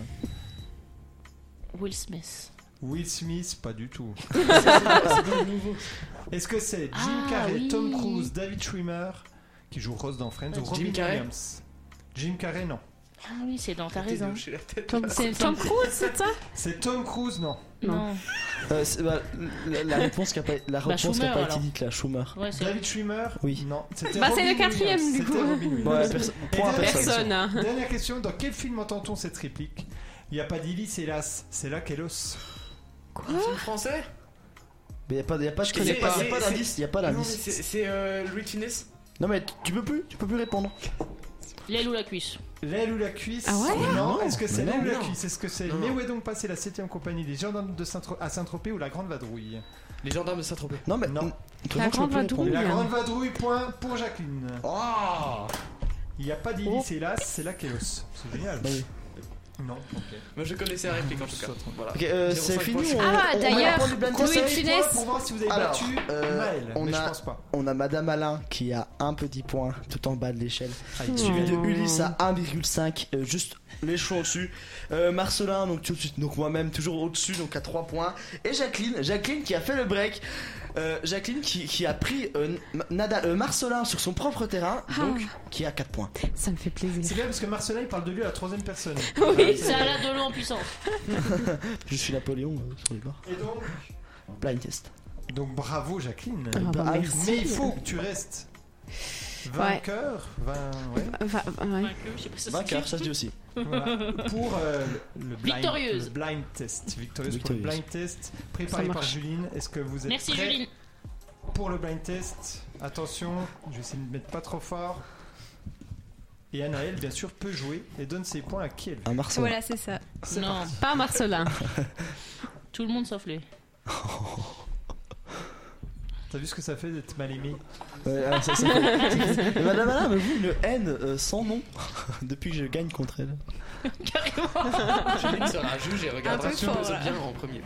Will Smith.
Will Smith, pas du
(laughs)
tout. Est-ce que c'est Jim
Ah,
Carrey,
oui.
Tom Cruise, David Schwimmer qui joue Rose dans Friends
Euh,
ou
Jim
Robin
Carrey
Williams Jim Carrey, non.
Ah oui, c'est dans ta
T'es
raison.
hoché la tête.
Tom, c'est Tom Cruise, c'est ça
C'est Tom Cruise, non.
Non.
Euh, c'est- bah, la, la réponse qui a pas,
Bah,
la réponse qui a
Schumer,
pas été
alors.
dite là, Schumer.
Ouais, c'est- David
Schumer
Oui.
Non,
Bah, c'est le quatrième, du coup.
Ouais, perso- point à personne.
Dernière question. Dernière question, dans quel film entend-on cette réplique Il n'y a pas d'Ilis, hélas, c'est là qu'est l'os.
Quoi
Un film français
Mais y a pas, y a pas,
Je connais
y a
pas.
y a pas
C'est-
d'indice, y a pas
Non,
d'indice.
mais c'est- C'est euh, Louis de Funès
Non mais tu peux plus, tu peux plus répondre.
L'aile ou la
(laughs)
cuisse
L'aile ou la cuisse
Ah ouais
Non,
Non,
est-ce que c'est
mais
l'aile
non,
ou la
non.
cuisse Est-ce que c'est
Non,
Mais
non.
où est donc passée la 7ème compagnie des gendarmes de Saint à Saint-Tropez ou la Grande Vadrouille
Les gendarmes de Saint-Tropez.
Non, mais
non.
La Grande Vadrouille.
hein.
La Grande Vadrouille, point pour Jacqueline.
Oh
Il n'y a pas d'Ilis,
Oh.
hélas, c'est là qu'est l'os. C'est génial.
Bah
Non, ok.
Moi je connaissais la réplique en tout cas. Voilà.
Ok, euh,
0,5
c'est fini.
points.
on-
Ah,
on- on va prendre le blind test.
Pour voir si vous avez
Alors,
battu
euh,
Maël,
on
mais
a,
je pense pas.
On a Madame Alain qui a un petit point tout en bas de l'échelle.
Aïe.
Suivi de
Oh.
Ulysse à 1,5, euh, juste les cheveux au-dessus. Euh, Marcelin, donc tout de suite, donc moi-même toujours au-dessus, donc à 3 points. Et Jacqueline, Jacqueline qui a fait le break. Euh, Jacqueline qui, qui a pris euh, Ma- Nadal, euh, Marcelin sur son propre terrain, donc qui a 4 points.
Ça me fait plaisir.
C'est bien parce que Marcelin il parle de lui à la troisième personne.
C'est à la de l'eau en puissance.
Je suis Napoléon euh, sur les bords.
Et donc
Blind test.
Donc bravo Jacqueline.
Ah, bah, merci.
Mais il faut que tu restes vainqueur, vain- ouais.
Ah,
Ah,
Vainqueur, ça se
(laughs)
dit aussi.
Voilà. pour euh,
(laughs)
le, le blind,
Victorieuse.
le blind test. Victorieuse, pour le
Victorieuse.
blind test
Ça
préparé
marche.
par Juline. Est-ce que vous êtes
Merci,
prêts
Juline.
pour le blind test Attention, je vais essayer de me mettre pas trop fort. Et Anaël, bien sûr, peut jouer et donne ses points à qui elle veut.
Un Marcelin.
Voilà, c'est ça.
Non,
Pas Marcelin.
tout le monde sauf lui.
T'as vu ce que ça fait d'être mal aimé
Ouais, ah, ça, ça fait- (laughs) Et Madame Alain me voue une haine euh, sans nom (laughs) depuis que je gagne contre elle.
Juline sera juge et regardera si on pose bien en premier.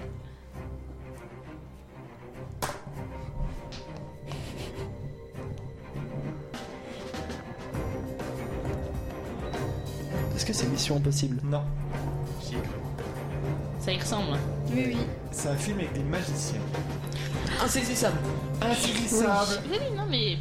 Est-ce que c'est Mission Impossible
Non.
Ça y ressemble.
Oui, oui.
C'est un film avec des magiciens.
Insaisissable.
Insaisissable.
Oui, oui, non, mais.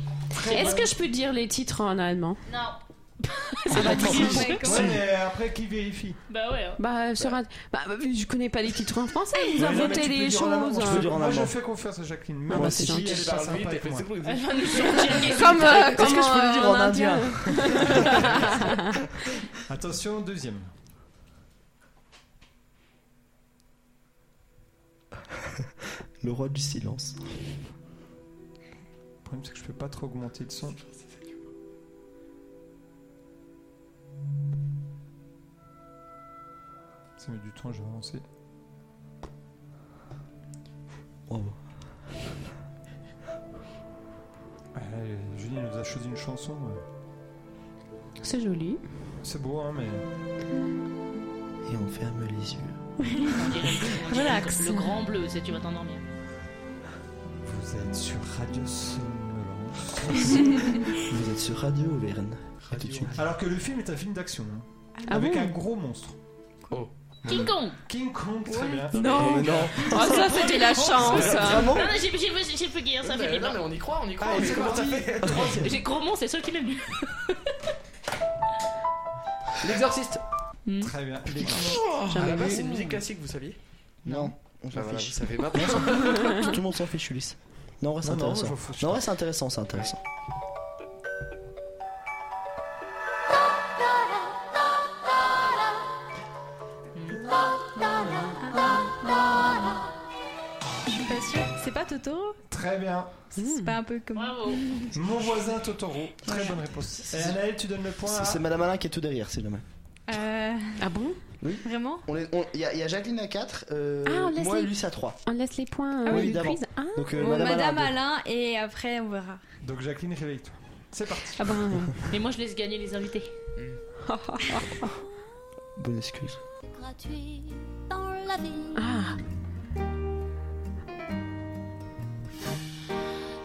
Est-ce que je peux dire les titres en allemand Ah, bah,
Non.
Ça va être difficile.
Ouais, mais après, qui vérifie
Bah ouais. hein.
Bah, sur un- bah, je connais pas les titres en français, vous
Ouais, mais
inventez
tu peux
les
dire en allemand,
choses.
tu peux dire en
hein.
Moi, je fais confiance à Jacqueline. Même
Ah, bah,
si
c'est gentil.
elle est pas sympa avec moi.
Elle va nous sortir quelque
Comme,
chose.
euh,
Est-ce
comme
que je peux le dire en indien
euh, Attention, deuxième.
(laughs) Le roi du silence.
Le problème, c'est que je peux pas trop augmenter le son. Ça met du temps, je vais avancer.
Bravo.
Euh, Julie nous a choisi une chanson. euh,
C'est joli.
C'est beau, hein, mais.
Et on ferme les yeux.
(laughs)
On dirait le- on dirait
Relax.
Le grand bleu, c'est tu vas t'endormir.
Vous êtes sur Radio Somnolence.
(laughs) Vous êtes sur Radio Auvergne. À tout de suite.
Alors que le film est un film d'action. hein,
Ah
avec
bon
un gros monstre.
Oh.
King Kong
King Kong, très bien.
Non.
non.
Oh, ça, c'était la chance. hein.
Ah
Non, non, j'ai j'ai- j'ai- j'ai bugué, hein, ça fait
Mais Ben non
bizarre.
mais on y croit, on y croit.
Allez,
on y
c'est
croit.
parti. Troisième.
J'ai gros monstre, c'est seul qui m'aime.
(laughs)
L'exorciste.
Hmm.
Très bien. Ah, Les-
À la base c'est une musique classique, vous saviez
Non, on
Ah,
s'en
voilà, vous
fiche.
savez maintenant.
(laughs) Tout le monde s'en fiche, Ulysse. Non, ouais, c'est
Non, non,
intéressant.
je m'en fiche.
Non, ouais, c'est intéressant, c'est intéressant.
Je suis pas sûre. C'est pas Totoro
Très bien.
C'est pas un peu comme.
Bravo.
Mon voisin Totoro. Très bonne réponse. Et Anaël, tu donnes le point
C'est-
à...
C'est Madame Alain qui est tout derrière, c'est dommage.
Euh,
Ah bon
vraiment
Il on, y, a- y a Jacqueline à 4, euh,
Ah, on laisse
moi
les-
Ulysse à 3.
On laisse les points euh,
oui,
du
d'abord.
quiz. Ah,
Donc euh,
Bon,
Madame,
Madame
Alain.
Alain, et après on verra.
Donc Jacqueline, réveille-toi. C'est parti.
ah ben,
Mais moi, je laisse gagner les invités.
deux. Bonne excuse.
gratuit dans la vie.
ah,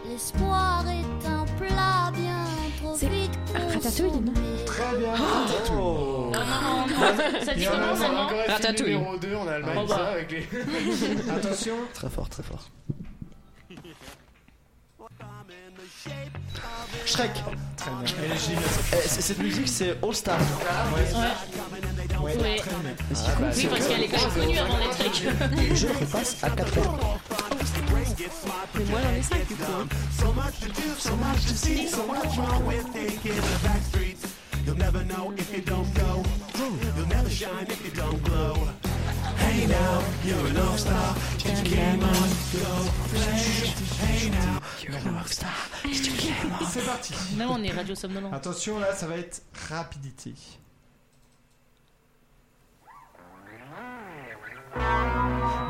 L'espoir est un plat bien trop
C'est
vite
Ratatouille, non
consommé.
Très bien.
Oh.
Non, non, non, non. Ça dit
Et on
comment,
avance
ça, non
encore
Ah,
film
tatouille.
numéro 2 en Allemagne,
Oh, bah.
ça, avec les...
Attention.
Très fort, très fort. Shrek
Très bien. Elle est géniale.
Eh, c- Cette musique, c'est All Star.
Ouais. Ouais.
Ah, bah,
oui, parce qu'elle est quand même connue avant d'être avec eux.
(laughs) Je repasse à 4 heures.
(laughs)
Mais moi j'en ai 5 du coup. hein.
You'll never know if you don't go. You'll never shine if you don't glow. Hey now, (laughs) you're a love star. Get your game on, go play. Hey now, you're a love star. Get your game on.
C'est parti.
Même on est radio somnolent.
Attention, là, ça va être rapidité.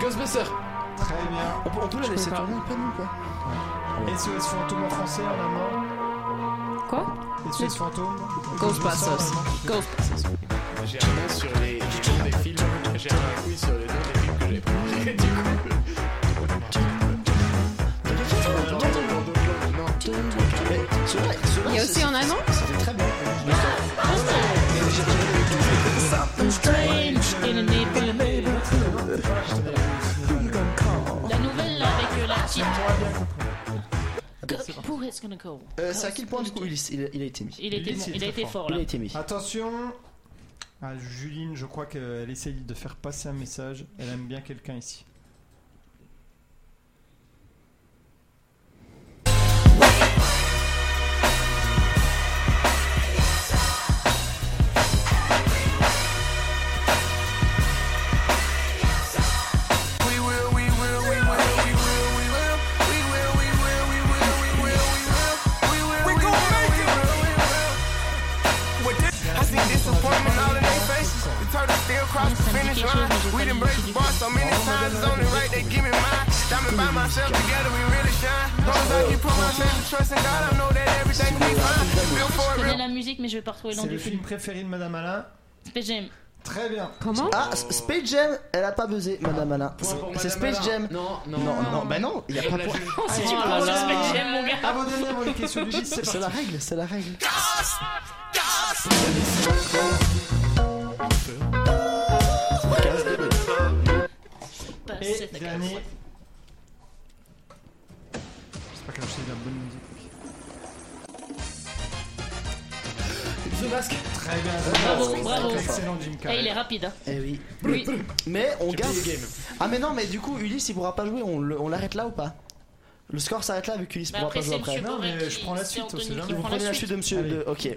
Ghostbuster
Très bien.
On peut, on peut la laisser tourner un peu, nous, quoi.
SOS fantôme en français, en allemand.
Quoi
SOS fantôme.
Ghostbusters. Ghostbusters.
J'ai un nom sur les, les noms des films. J'ai un quiz sur les noms des films que j'ai pris. Du
Il y a aussi en allemand
La nouvelle là avec euh,
Ah,
la petite. Go- Who is gonna go?
Euh, c'est à quel point, du coup, il, il- il a été mis
Il a été,
Lucie,
il a
très
été fort là.
Il a été mis.
Attention. Ah, Juline, je crois qu'elle essaye de faire passer un message. Elle aime bien quelqu'un ici.
We gon' make it. With this, I see disappointment all in their faces. The turtle still cross the finish line. We done break the bar so many times. It's only right they give me mine. Diamond by myself, together we really shine. Long as I keep putting myself in trust in God, I know that everything will be fine. Built for
Je
it, real
connais la musique, mais je vais pas retrouver le nom
C'est
du
le
film.
film préféré de Madame Alain.
Space Jam. Oh,
Très bien.
Comment
Ah, Space Jam, elle a pas buzzé, Madame Alain.
Point pour
C'est
Madame
Space
Alain.
Jam.
Non, non,
Non, non, bah non, il y a pas point. Ah,
Si
Oh
tu
là
parles de
là.
Space Jam, mon gars.
Abonnez-vous à les questions du J, c'est
C'est la
parti.
règle, c'est la règle.
Pas
Et
cette-
dernier. C'est pas grave, c'est de la bonne musique.
The Mask
Très bien.
Bravo, bravo.
Excellent
Eh,
Jim
il est
Carrey.
rapide. hein.
Eh oui.
Oui.
Mais on
J'ai
garde.
pris le game.
Ah, mais non, mais du coup, Ulysse, il pourra pas jouer, on le- on l'arrête là ou pas Le score s'arrête là avec Ulysse
Mais
pourra
après,
pas jouer
c'est
après.
Monsieur
Non, mais
Boré
je
qui-
prends la
c'est
suite,
Anthony
c'est là.
qui
Vous
Vous
prend
prenez la suite de monsieur.
Allez.
de- Ok, ok.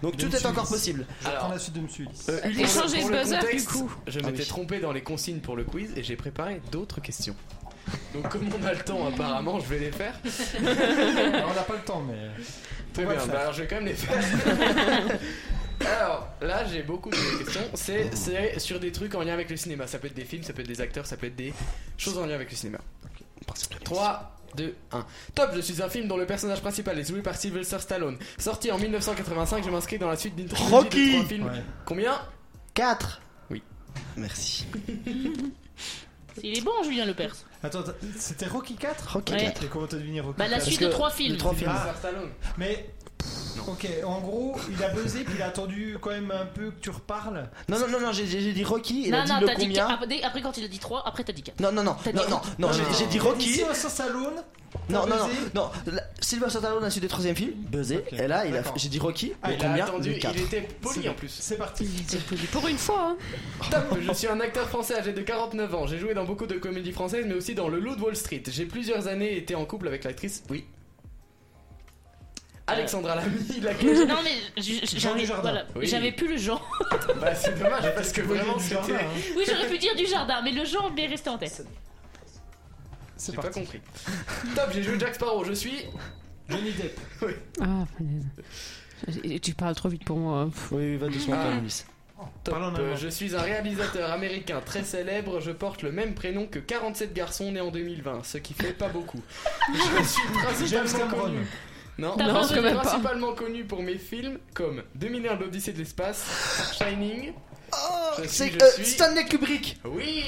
Donc tout est
Monsieur
encore
Ulysse.
possible.
Je
Alors.
prends la suite de Monsieur Ulysse.
Euh,
Et changer
Pour
de
le
buzzer du
contexte,
coup.
Je
Ah
m'étais
oui.
trompé dans les consignes pour le quiz et j'ai préparé d'autres questions. Donc comme on a le temps apparemment, je vais les faire.
Alors, (laughs) on n'a pas le temps, mais. euh,
Très
va
bien,
le faire.
bah alors je vais quand même les faire. (laughs) alors là, j'ai beaucoup de questions. C'est c'est sur des trucs en lien avec le cinéma. Ça peut être des films, ça peut être des acteurs, ça peut être des choses en lien avec le cinéma. 3, 2, 1. Top, je suis un film dont le personnage principal est joué par Sylvester Stallone. Sorti en 1985, je m'inscris dans la suite d'une trilogie
Rocky
de trois films.
Ouais.
Combien
4
Oui.
Merci.
Il est bon, Julien Lepers.
Attends, attends, c'était Rocky 4
Rocky
Ouais.
4.
Et comment t'as deviné Rocky
Bah, la
4?
suite
que
de trois films.
Les trois films.
Ah.
Sylvester Stallone.
Mais. Ok, en gros, il a buzzé, puis il a attendu quand même un peu que tu reparles.
Non, non, non, non, j'ai- j'ai j'ai dit Rocky, il
non,
a dit
non,
le
t'as dit
combien
quatre- après, après, quand il a dit 3, après t'as dit 4.
Non, non, non,
T'as
non,
dit-
non, non, j'ai- j'ai dit Rocky.
Ici, sans Stallone.
Non, non, non,
buzzé.
non. la- Sylvester Stallone a su des troisième films, buzzé.
Ok.
Et là, il a,
D'accord.
j'ai dit Rocky,
Ah,
le
il a
combien
attendu,
Le
il
4.
était poli en plus.
C'est parti.
Pour une fois, hein.
Top, (laughs) je suis un acteur français âgé de 49 ans. J'ai joué dans beaucoup de comédies françaises, mais aussi dans Le Loup de Wall Street. J'ai plusieurs années été en couple avec l'actrice. Oui.
Euh.
Alexandra Lamy, (laughs) laquelle.
Non, mais j- j- j'avais
Jardin.
voilà,
Oui.
j'avais plus le
(laughs)
genre.
bah, c'est dommage parce que vraiment c'était.
hein.
Oui, j'aurais pu dire du jardin, mais le genre m'est resté en tête.
C'est
J'ai pas
parti.
compris. Top, j'ai joué Jack Sparrow. Je suis.
Johnny Depp.
Ah, punaise. Et Tu parles trop vite pour moi. hein.
Oui, oui, va doucement, quand même, Ulysse.
Top,
Parlons en
Ah. euh,
allemand.
je suis un réalisateur américain très célèbre. Je porte le même prénom que 47 garçons nés en 2020, ce qui fait pas
(laughs)
beaucoup. Je suis
James
principalement
Cameron.
connu. Non,
T'as
non,
pas
je suis
besoin.
principalement connu pour mes films comme 2001 l'Odyssée de l'espace, Shining. je suis,
Oh, C'est
je
euh,
suis-
Stanley Kubrick
Oui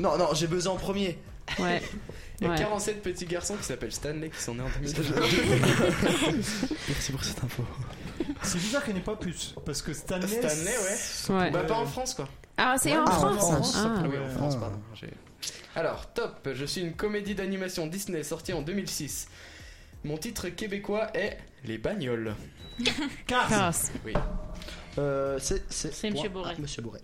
Non, non, j'ai buzzé en premier.
Ouais.
Il y a
Ouais.
47 petits garçons qui s'appellent Stanley qui sont nés en 2020.
(laughs)
(laughs)
Merci pour cette info.
(laughs) C'est bizarre qu'il n'ait pas plus. Parce que Stanley.
Stanley, ouais.
ouais.
Bah, pas en France quoi.
Ah, c'est en
Ah, en
France.
France.
Ah.
Ah oui, en France,
Ah.
pardon. J'ai- Alors, top, je suis une comédie d'animation Disney sortie en 2006. Mon titre québécois est Les bagnoles.
Cars.
Oui.
Ah, Euh, c'est c'est
Monsieur
point à
Bourret.
Monsieur Bourret.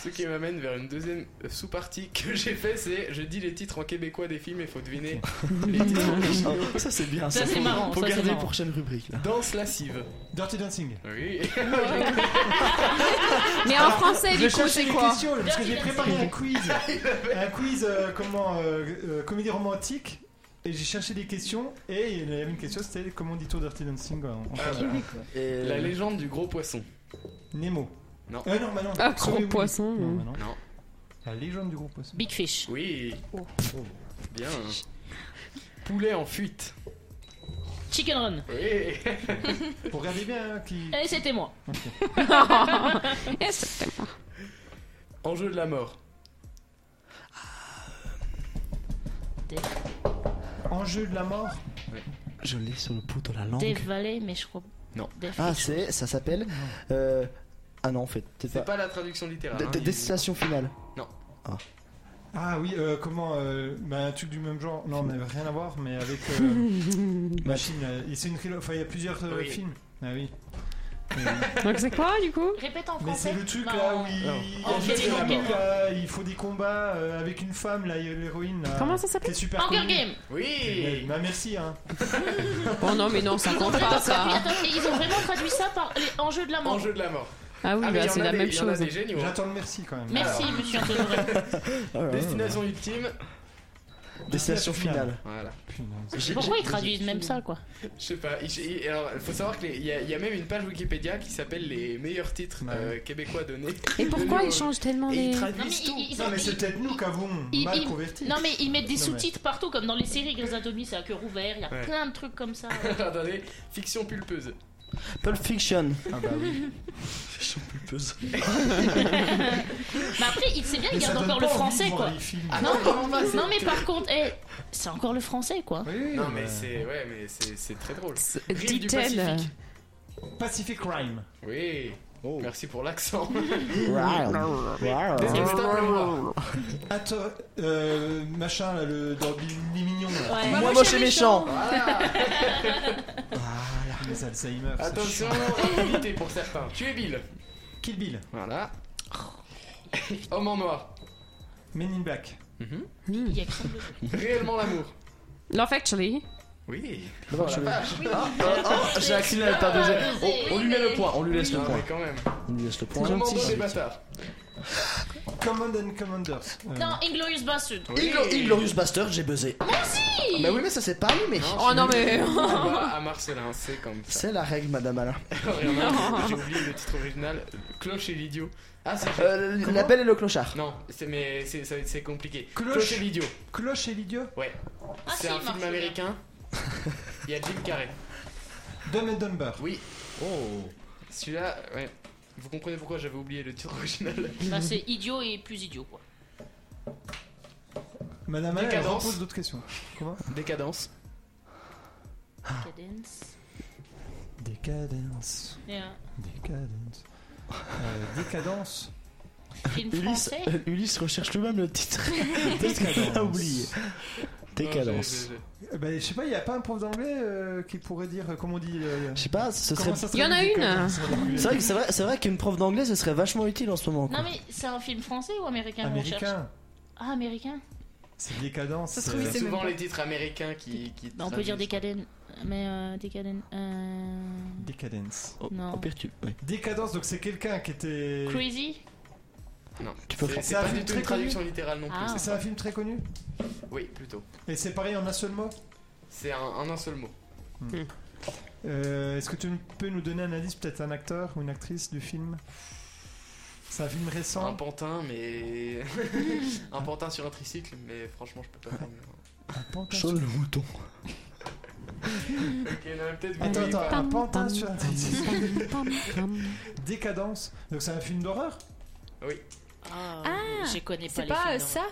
Ce qui m'amène vers une deuxième sous-partie que j'ai fait, c'est je dis les titres en québécois des films et faut deviner les
(laughs)
titres originaux.
Ah, Oh, ça c'est bien.
Ça, c'est
faut-
marrant,
Faut
ça, c'est
garder
marrant.
pour chaîne rubrique. Là.
Danse lascive.
Dirty Dancing. (laughs)
Oui.
(laughs) Mais en
Alors,
français,
je
du coup,
cherche
c'est
une
quoi
question, là, Parce que j'ai préparé un quiz, un quiz euh, comment euh, euh, comédie romantique. Et j'ai cherché des questions et il y avait une question, c'était comment dit-on Dirty Dancing en, en français
Ah, Et-
Ah, bah.
euh,
La légende du gros poisson.
Nemo.
Non.
Euh, non, bah non.
Ah,
Sauvé
gros
Willy.
poisson.
Non,
hein.
bah non. La légende du gros poisson. Oh.
Big Fish.
Oui. Bien. Poulet en fuite.
Chicken
(laughs)
Run.
(laughs) Oui.
Vous regardez bien hein, qui.
Et c'était moi.
(laughs) Et c'était moi.
Enjeu de la mort.
Enjeu de la mort.
Je l'ai sur le bout de la langue.
Dave Valley, mais je crois.
Non.
Dave
Ah
quelque chose.
c'est ça s'appelle. Euh... Ah non en fait. C'est
C'est
pas.
pas la traduction littéraire.
D-
hein,
d-
il-
Destination finale.
Ah oui, euh, comment euh, bah, Un truc du même genre. Non, mais rien à voir, mais avec. euh,
(laughs)
machine. euh, et c'est une trilo- Enfin, il y a plusieurs euh,
Oui.
films. Ah oui.
(laughs) Donc c'est quoi du coup
Répète en
Mais
français.
c'est le truc
Non.
là où il,
Non.
il y a
Oh,
des
quel
trucs,
énorme.
là, il faut des combats euh, avec une femme, là, il y a l'héroïne. là,
Comment ça
qui est
s'appelle
super
Hunger
connue.
Game.
Eh,
Oui.
Bah merci, hein.
Oh non, mais non, ça compte
Attends,
pas
traduit-
ça.
attends, ils ont vraiment traduit ça par les enjeux de la mort.
Enjeu de la mort.
Ah oui,
Ah, mais il
bah,
y en
c'est
a
la
des-
même
il y en a
chose.
des géniaux. hein.
J'attends le merci quand même.
Merci, monsieur
(laughs)
Antonoré.
Ah, ouais, ouais.
Destination ultime.
Destination finale.
Voilà.
Punaise.
J'ai-
Pourquoi
j'ai-
ils traduisent même ça, quoi
Je sais pas. il- il- alors, faut savoir qu'il y, a- il y a même une page Wikipédia qui s'appelle les meilleurs titres
Ouais.
euh, québécois donnés.
Et pourquoi
Nous,
ils
euh,
changent tellement
Et ils
les.
Non, mais
traduisent tout.
ils- ils-
Non, mais c'est
ils-
peut-être nous qui avons
ils-
mal
ils-
converti.
Non mais ils mettent des
Non, mais-
sous-titres partout comme dans les séries Grey's Anatomy c'est à cœur ouvert, il y a
Ouais.
plein de trucs comme ça.
(laughs)
(laughs)
Attendez, fiction pulpeuse.
Pulp Fiction.
Ah bah oui.
(laughs)
mais après, il- c'est bien,
Mais
ils
ça
gardent
donne
encore
pas
le
envie de
français
voir
quoi.
les films. Ah,
Non,
vraiment pas, c'est-
non mais par contre, eh, c'est encore le français quoi.
Oui, oui,
Non mais
bah,
c'est ouais mais c'est c'est très drôle. Rive du
Dit-elle.
Pacifique.
Pacific Rime.
Oui. Merci pour
(laughs)
l'accent.
Wow. Wow.
Deuxième stop le
(laughs)
mois.
Attends, euh, machin, là, le, dans les mignons, là.
Ouais.
Moi moche et méchant. (laughs)
Les Alzheimer. c'est
Attention,
chiant.
(laughs) invité pour certains. Tu es Bill.
Kill Bill.
Voilà. Homme en noir. Mhm.
Men in Black.
Il y a que ça de-
Réellement l'amour.
Love Actually.
Oui. Oh,
D'abord, je- Ah, ah, ah, J'ai accident à pas baiser.
Oh,
On- On lui met le point. On lui laisse le
Non
point.
mais quand même.
On lui laisse le point.
Commando des bâtards.
Command and Commanders. Euh,
Non, Inglorious Bastard.
(laughs) Inglo- Inglorious Bastard, j'ai buzzé.
Ah,
Merci Bah oui, mais ça c'est pas lui, mais.
Oh non, mais.
(laughs)
Combat à Marcelin, c'est comme ça.
C'est la règle, madame Alain.
Vraiment, (laughs) J'ai oublié le titre original. Cloche et l'idiot. Ah c'est.
Euh, la belle et le clochard.
Non, c'est mais c'est ça- c'est compliqué.
Cloche.
Cloche et l'idiot.
Cloche et l'idiot.
Ouais.
Ah,
c'est
si,
un film
Marcelin.
américain. Il y a Jim Carrey.
Dumb and Dumber.
Oui. Oh. Celui-là, ouais. Vous comprenez pourquoi j'avais oublié le titre original
Bah, c'est idiot et plus idiot quoi.
Madame Alain, elle
Décadence.
repose d'autres questions. Comment
Décadence.
Ah.
Cadence.
Décadence.
Et un
Décadence.
(laughs)
Euh, décadence.
Film
Ulysse,
français.
euh, Ulysse recherche lui-même le
(laughs)
titre. (laughs)
Décadence.
a oublié. Décadence.
Non,
Euh, Ben, je sais pas, il y a pas un prof d'anglais euh, qui pourrait dire euh, comment on dit. euh,
Je sais pas, ce serait.
comment ça se
Il y en a
traduit,
une.
décadence en anglais
C'est vrai, que- c'est vrai, c'est vrai qu'une prof d'anglais ce serait vachement utile en ce moment. quoi.
Non mais c'est un film français ou américain qu'on cherche
Américain.
Ah américain.
C'est euh, décadence.
Ça se
c'est-
trouve,
j'ai-
Oui,
C'est
c'est
souvent
même pas-
les titres américains qui. qui
Bah, on peut dire
traduisent.
décadent, mais euh, décadent. euh,
Décadence. Oh,
Au-
Non.
Au pire, tu. Oh, ouais.
Décadence, donc c'est quelqu'un qui était.
Crazy.
Non.
Tu peux
C'est-
faire-
C'est
C'est un
pas
film
du tout
très
une traduction littérale non plus.
Ah.
C'est un film très connu
Oui, plutôt.
Et c'est pareil en un seul mot
C'est un, en un seul mot.
Hmm.
Euh, Est-ce que tu peux nous donner un indice, peut-être un acteur ou une actrice du film C'est un film
Un
récent
pantin, mais. (laughs) un pantin sur un tricycle, mais franchement, je peux pas. faire mieux.
Un pantin
Sean le mouton.
ok, non, mais peut-être vous
Attends,
voyez
attends,
pas.
un pantin
Pam,
sur un
pam,
tricycle.
pam, pam.
Décadence. Donc c'est un film d'horreur
Oui.
Ah,
Ah,
je connais pas
C'est
les
pas euh,
films.
ça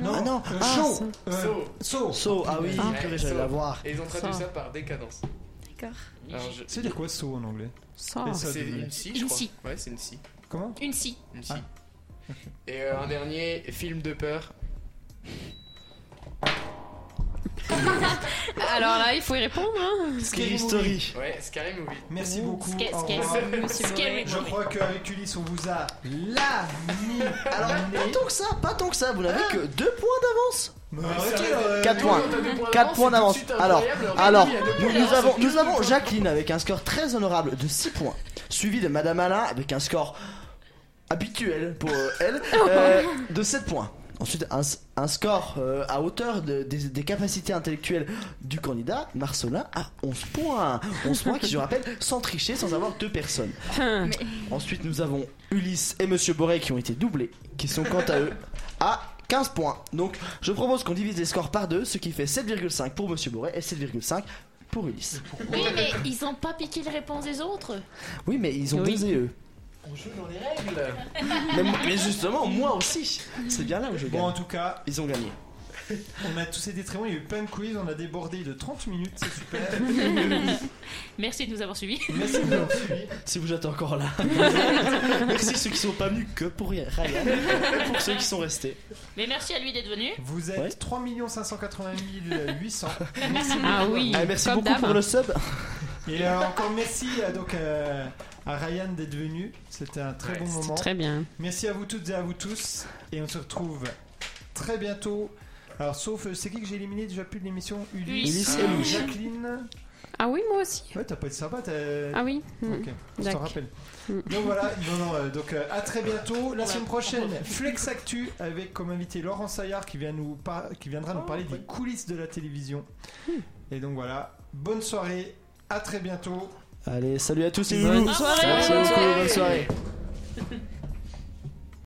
Non,
Ah non,
euh,
ah,
Saw.
Saw.
Euh,
So.
Saw.
So, ah oui,
Ah.
purée, j'allais la voir.
Et ils ont traduit
Ça.
ça par décadence.
D'accord.
Alors, je-
C'est dire quoi Saw en anglais
Ça.
Et ça,
C'est
double.
une scie, je
Une
crois.
scie.
Ouais, c'est une scie.
Comment Ah.
Une scie.
Une scie. Et euh, un dernier film de peur.
Alors là, il faut y répondre. Hein.
Ouais, Scary Movie.
Merci beaucoup.
Sca-
au
sca-
revoir.
Merci beaucoup. Scary
Je
Movie.
crois qu'avec Ulysse, on vous a là.
Alors, pas tant que ça, pas tant que ça, vous n'avez que 2 points d'avance
arrêtez, euh,
4
nous,
points,
on a deux points
4
d'avance,
points
c'est
d'avance.
tout de suite
Alors,
incroyable.
alors
Rémi, il y a deux
nous,
points
nous
d'avance,
avons,
c'est
nous
tout
avons Jacqueline avec un score très honorable de 6 points, suivi de Madame Alain avec un score habituel pour euh, elle euh, de 7 points. Ensuite, un, s- un score euh, à hauteur de- des, des capacités intellectuelles du candidat, Marcelin, à 11 points. 11 points qui, je rappelle, sans tricher, sans avoir deux personnes. Ensuite, nous avons Ulysse et Monsieur Boré qui ont été doublés, qui sont quant à eux à 15 points. Donc, je propose qu'on divise les scores par deux, ce qui fait 7,5 pour Monsieur Boré et 7,5 pour Ulysse.
Oui, mais ils ont pas piqué les réponses des autres.
Oui, mais ils ont
Oui.
dosé eux.
On joue dans les règles.
Mais, mais justement, moi aussi. C'est bien là où je gagne.
Bon, en tout cas,
ils ont gagné.
On a tous été très bons, il y a eu plein de quiz, on a débordé de 30 minutes, c'est super.
(laughs) Merci de nous avoir suivis.
Merci de nous avoir suivis.
Si vous êtes encore là. Merci ceux qui sont pas venus que pour rien. Ryan, et pour ceux qui sont restés.
(laughs) Mais merci à lui d'être venu.
Vous êtes 3 580 800.
(laughs) Merci
Ah oui,
Ah, merci beaucoup pour le sub.
Et euh, encore merci euh, donc euh, à Ryan d'être venu. C'était un très
Ouais,
bon
c'était
moment.
très bien.
Merci à vous toutes et à vous tous. Et on se retrouve très bientôt. Alors sauf euh, c'est qui que j'ai éliminé déjà plus de l'émission
Ulysse.
Ulysse,
Ulysse et Louis.
Jacqueline.
Ah oui, moi aussi.
Ouais t'as pas été sympa. t'as-
Ah oui. Mm.
Ok. Je t'en
D'accord.
rappelle.
Mm.
Donc voilà, non, non, euh, donc euh, à très bientôt. La semaine prochaine, Flex Actu avec comme invité Laurent Saillard qui, vient nous par- qui viendra
Oh,
nous parler des coulisses de la télévision.
Hmm.
Et donc voilà, bonne soirée, à très bientôt.
Allez, salut à tous et
Bonne
loulous.
soirée.
Merci beaucoup, bonne soirée.